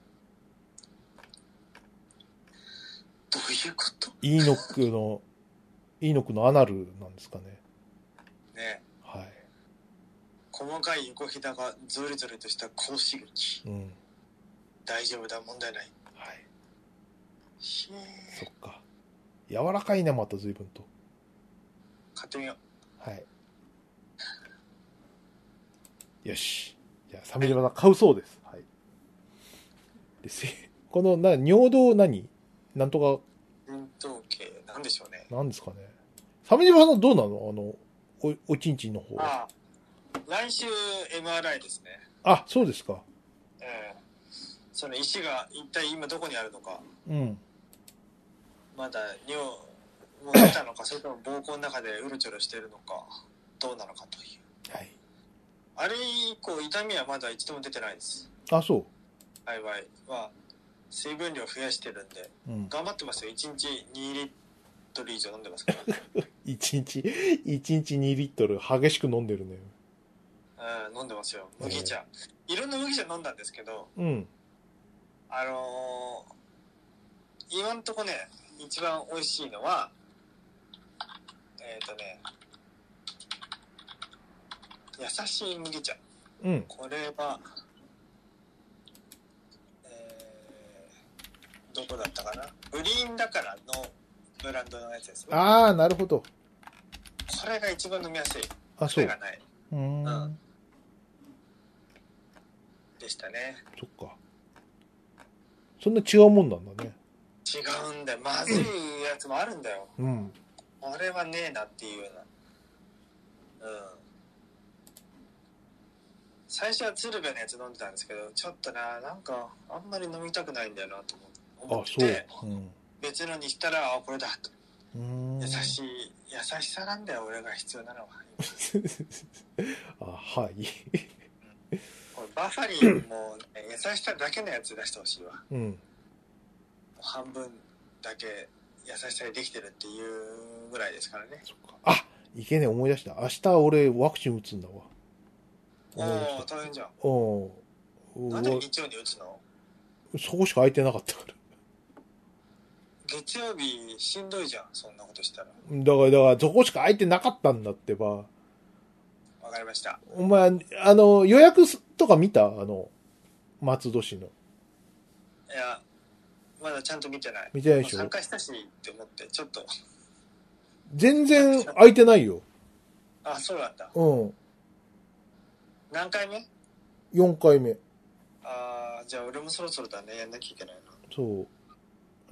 [SPEAKER 1] いうこと
[SPEAKER 2] イーノックの、イーノックのアナルなんですかね。
[SPEAKER 1] ね
[SPEAKER 2] はい。
[SPEAKER 1] 細かい横ひだがゾレゾレとした格子劇
[SPEAKER 2] うん。
[SPEAKER 1] 大丈夫だ問題ない
[SPEAKER 2] はい。
[SPEAKER 1] ひ
[SPEAKER 2] そっか。柔らかいね、また随分と。
[SPEAKER 1] 買ってみよう
[SPEAKER 2] はい。よし。じゃあ、サメ島さん買うそうです。はい。でせ この、な、尿道何なんと
[SPEAKER 1] 運動系なんでしょうね
[SPEAKER 2] か、なんですかね。サメ島さんどうなのあの、お、おちんちんの方。
[SPEAKER 1] ああ来週 MRI ですね
[SPEAKER 2] あ、そうですか。
[SPEAKER 1] ええその石が一体今どこにあるのか
[SPEAKER 2] うん。
[SPEAKER 1] まだ尿もう出たのか それとも膀胱の中でうろちょろしてるのかどうなのかという
[SPEAKER 2] はい。
[SPEAKER 1] あれ以降痛みはまだ一度も出てないです
[SPEAKER 2] あ、そ
[SPEAKER 1] 幸いは水分量増やしてるんで
[SPEAKER 2] う。うん。
[SPEAKER 1] 頑張ってますよ1日2リットル以上飲んでますから
[SPEAKER 2] 一日、 一日2リットル激しく飲んでるね。
[SPEAKER 1] うん、飲んでますよ麦茶、いろんな麦茶飲んだんですけど
[SPEAKER 2] うん。
[SPEAKER 1] あのー今んとこね一番美味しいのはえっ、とね優しい麦茶
[SPEAKER 2] うん。
[SPEAKER 1] これはえーどこだったかなグリーンだからのブランドのやつですねこ
[SPEAKER 2] ああ、なるほど。
[SPEAKER 1] れが一番飲みやすい
[SPEAKER 2] あ、そ
[SPEAKER 1] 癖
[SPEAKER 2] う。
[SPEAKER 1] がないう
[SPEAKER 2] ー
[SPEAKER 1] うんん。でしたね
[SPEAKER 2] そっか。そんな違うもんなんだね。
[SPEAKER 1] 違うんだよまずいやつもあるんだよ
[SPEAKER 2] うん。
[SPEAKER 1] これはねえなっていうようなうん最初は鶴瓶のやつ飲んでたんですけどちょっとななんかあんまり飲みたくないんだよなと思
[SPEAKER 2] あ
[SPEAKER 1] っ、
[SPEAKER 2] そ
[SPEAKER 1] て
[SPEAKER 2] う。うん。
[SPEAKER 1] 別のにしたらあこれだと
[SPEAKER 2] うーん
[SPEAKER 1] 優しい優しさなんだよ俺が必要なのは
[SPEAKER 2] あはい。
[SPEAKER 1] これバファリンも、ね、優しさだけのやつ出してほしいわ
[SPEAKER 2] うん。
[SPEAKER 1] 半分だけ優しさでできてるっていうぐらいですからね
[SPEAKER 2] そっか。あいけねえ、思い出した。明日俺ワクチン打つんだわ。
[SPEAKER 1] お
[SPEAKER 2] 思い出
[SPEAKER 1] お
[SPEAKER 2] し
[SPEAKER 1] 大変じゃん
[SPEAKER 2] たうん。
[SPEAKER 1] なん
[SPEAKER 2] う
[SPEAKER 1] で
[SPEAKER 2] わ
[SPEAKER 1] 日曜に打つの
[SPEAKER 2] そこしか空いてなかったから。
[SPEAKER 1] 月曜日しんどいじゃんそんなことしたら
[SPEAKER 2] だから、だから、そこしか空いてなかったんだってば。
[SPEAKER 1] わかりました
[SPEAKER 2] お前、あの、予約すとか見たあの、松戸市の。
[SPEAKER 1] いやまだちゃんと見てない
[SPEAKER 2] 見てないでし
[SPEAKER 1] 参
[SPEAKER 2] ょ
[SPEAKER 1] 加したしって思ってちょっと
[SPEAKER 2] 全然空いてないよ。
[SPEAKER 1] あそうなんだ
[SPEAKER 2] うん。
[SPEAKER 1] 何回目
[SPEAKER 2] 4回目。
[SPEAKER 1] あーじゃあ俺もそろそろだねやんなきゃいけない
[SPEAKER 2] そう。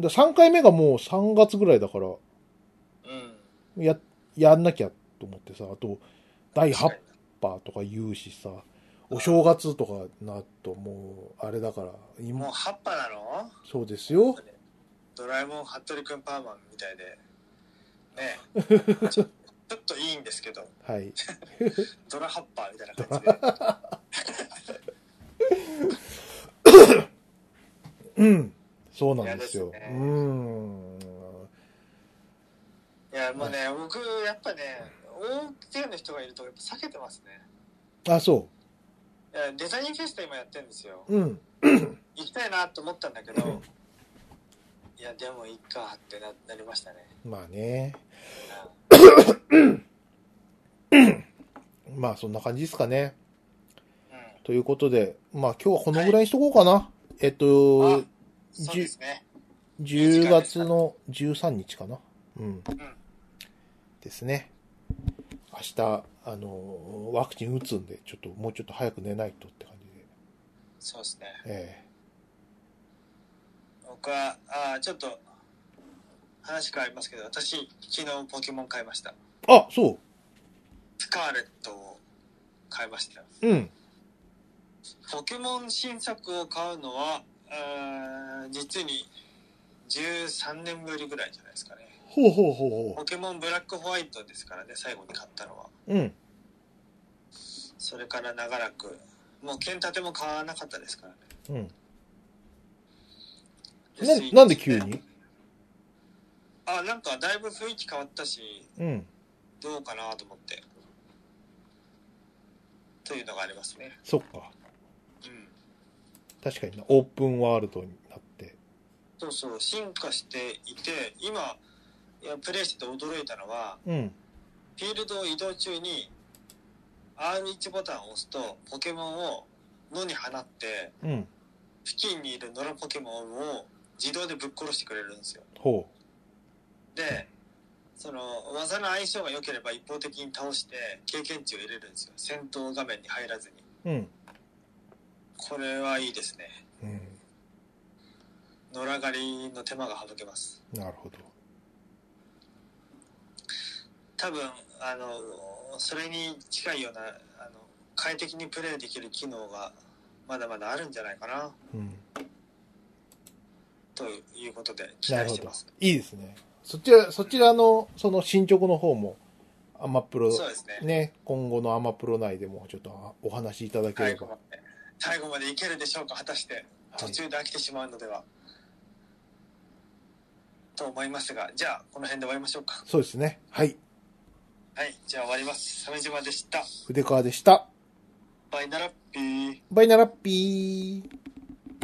[SPEAKER 2] だ3回目がもう3月ぐらいだから、
[SPEAKER 1] なうん
[SPEAKER 2] や、やんなきゃと思ってさ、あと、第8
[SPEAKER 1] 確か
[SPEAKER 2] 波とか言うしさ、お正月とかなともう、あれだから、
[SPEAKER 1] にもう
[SPEAKER 2] 今、
[SPEAKER 1] 葉っぱなの
[SPEAKER 2] そうですよ。
[SPEAKER 1] ドラえもん服部くんパーマンみたいでねえ ちょちょっといいんですけど
[SPEAKER 2] はい。
[SPEAKER 1] ドラハッパーみたいな感じで
[SPEAKER 2] うん。そうなんですよ。
[SPEAKER 1] 嫌です
[SPEAKER 2] う
[SPEAKER 1] ね
[SPEAKER 2] ん。
[SPEAKER 1] いやもうね僕やっぱね大勢の人がいるとやっぱ避けてますね
[SPEAKER 2] あ、そ
[SPEAKER 1] いやデザインフェスタ今やってるんですよ
[SPEAKER 2] う。うん。
[SPEAKER 1] 行きたいなと思ったんだけどいやでもいいかってななりましたね
[SPEAKER 2] まあね。まあ、そんな感じですかね。
[SPEAKER 1] うん
[SPEAKER 2] ということで、まあ今日はこのぐらいにしとこうかな。えっと
[SPEAKER 1] あ、そうですね
[SPEAKER 2] 10月の13日かな。うん。
[SPEAKER 1] うん
[SPEAKER 2] ですね。明日、あの、ワクチン打つんで、ちょっともうちょっと早く寝ないとって感じで。
[SPEAKER 1] そうですね
[SPEAKER 2] え
[SPEAKER 1] 僕はあーちょっと話変わりますけど私昨日ポケモン買いました
[SPEAKER 2] えあ、そ
[SPEAKER 1] スカーレットを買いました
[SPEAKER 2] う。うん。
[SPEAKER 1] ポケモン新作を買うのはあー実に13年ぶりぐらいじゃないですかね
[SPEAKER 2] ほうほうほうほ
[SPEAKER 1] ポケモンブラックホワイトですからね最後に買ったのは
[SPEAKER 2] う。うん。
[SPEAKER 1] それから長らくもう剣盾も買わなかったですからね
[SPEAKER 2] うん。
[SPEAKER 1] でスイッ
[SPEAKER 2] な、
[SPEAKER 1] チ
[SPEAKER 2] なんで急に
[SPEAKER 1] あなんかだいぶ雰囲気変わったし
[SPEAKER 2] うん。
[SPEAKER 1] どうかなと思ってというのがありますね
[SPEAKER 2] そっか。
[SPEAKER 1] うん
[SPEAKER 2] 確かにな。オープンワールドになって。
[SPEAKER 1] そそうそう進化していて今いやプレイしてて驚いたのは
[SPEAKER 2] うん。
[SPEAKER 1] フィールドを移動中に R1 ボタンを押すとポケモンを野に放って
[SPEAKER 2] うん。
[SPEAKER 1] 付近にいる野良ポケモンを自動でぶっ殺してくれるんですよ
[SPEAKER 2] ほ
[SPEAKER 1] でその技の相性が良ければ一方的に倒して経験値を得れるんですよ戦闘画面に入らずに
[SPEAKER 2] う。うん。
[SPEAKER 1] これはいいですね
[SPEAKER 2] うん。
[SPEAKER 1] 野良狩りの手間が省けます
[SPEAKER 2] なるほど。
[SPEAKER 1] 多分あのそれに近いようなあの快適にプレイできる機能がまだまだあるんじゃないかな
[SPEAKER 2] うん。
[SPEAKER 1] ということで期
[SPEAKER 2] な
[SPEAKER 1] 待
[SPEAKER 2] るほ
[SPEAKER 1] して
[SPEAKER 2] ど
[SPEAKER 1] ます。
[SPEAKER 2] いいですね。そちら、そちらの、その進捗の方も、アマプロ、
[SPEAKER 1] そうですね
[SPEAKER 2] ね、今後のアマプロ内でもちょっとお話しいただけれ
[SPEAKER 1] 最
[SPEAKER 2] ば。
[SPEAKER 1] 後
[SPEAKER 2] は
[SPEAKER 1] まで最後までいけるでしょうか果たして途
[SPEAKER 2] い。
[SPEAKER 1] 中で飽きてしまうのでは、と思いますがじゃあこの辺で終わりましょうか
[SPEAKER 2] そうですね。はい。
[SPEAKER 1] はいじゃあ終わります鮫島でした
[SPEAKER 2] 筆川でした。
[SPEAKER 1] バイナラッピー
[SPEAKER 2] バイナラッピー。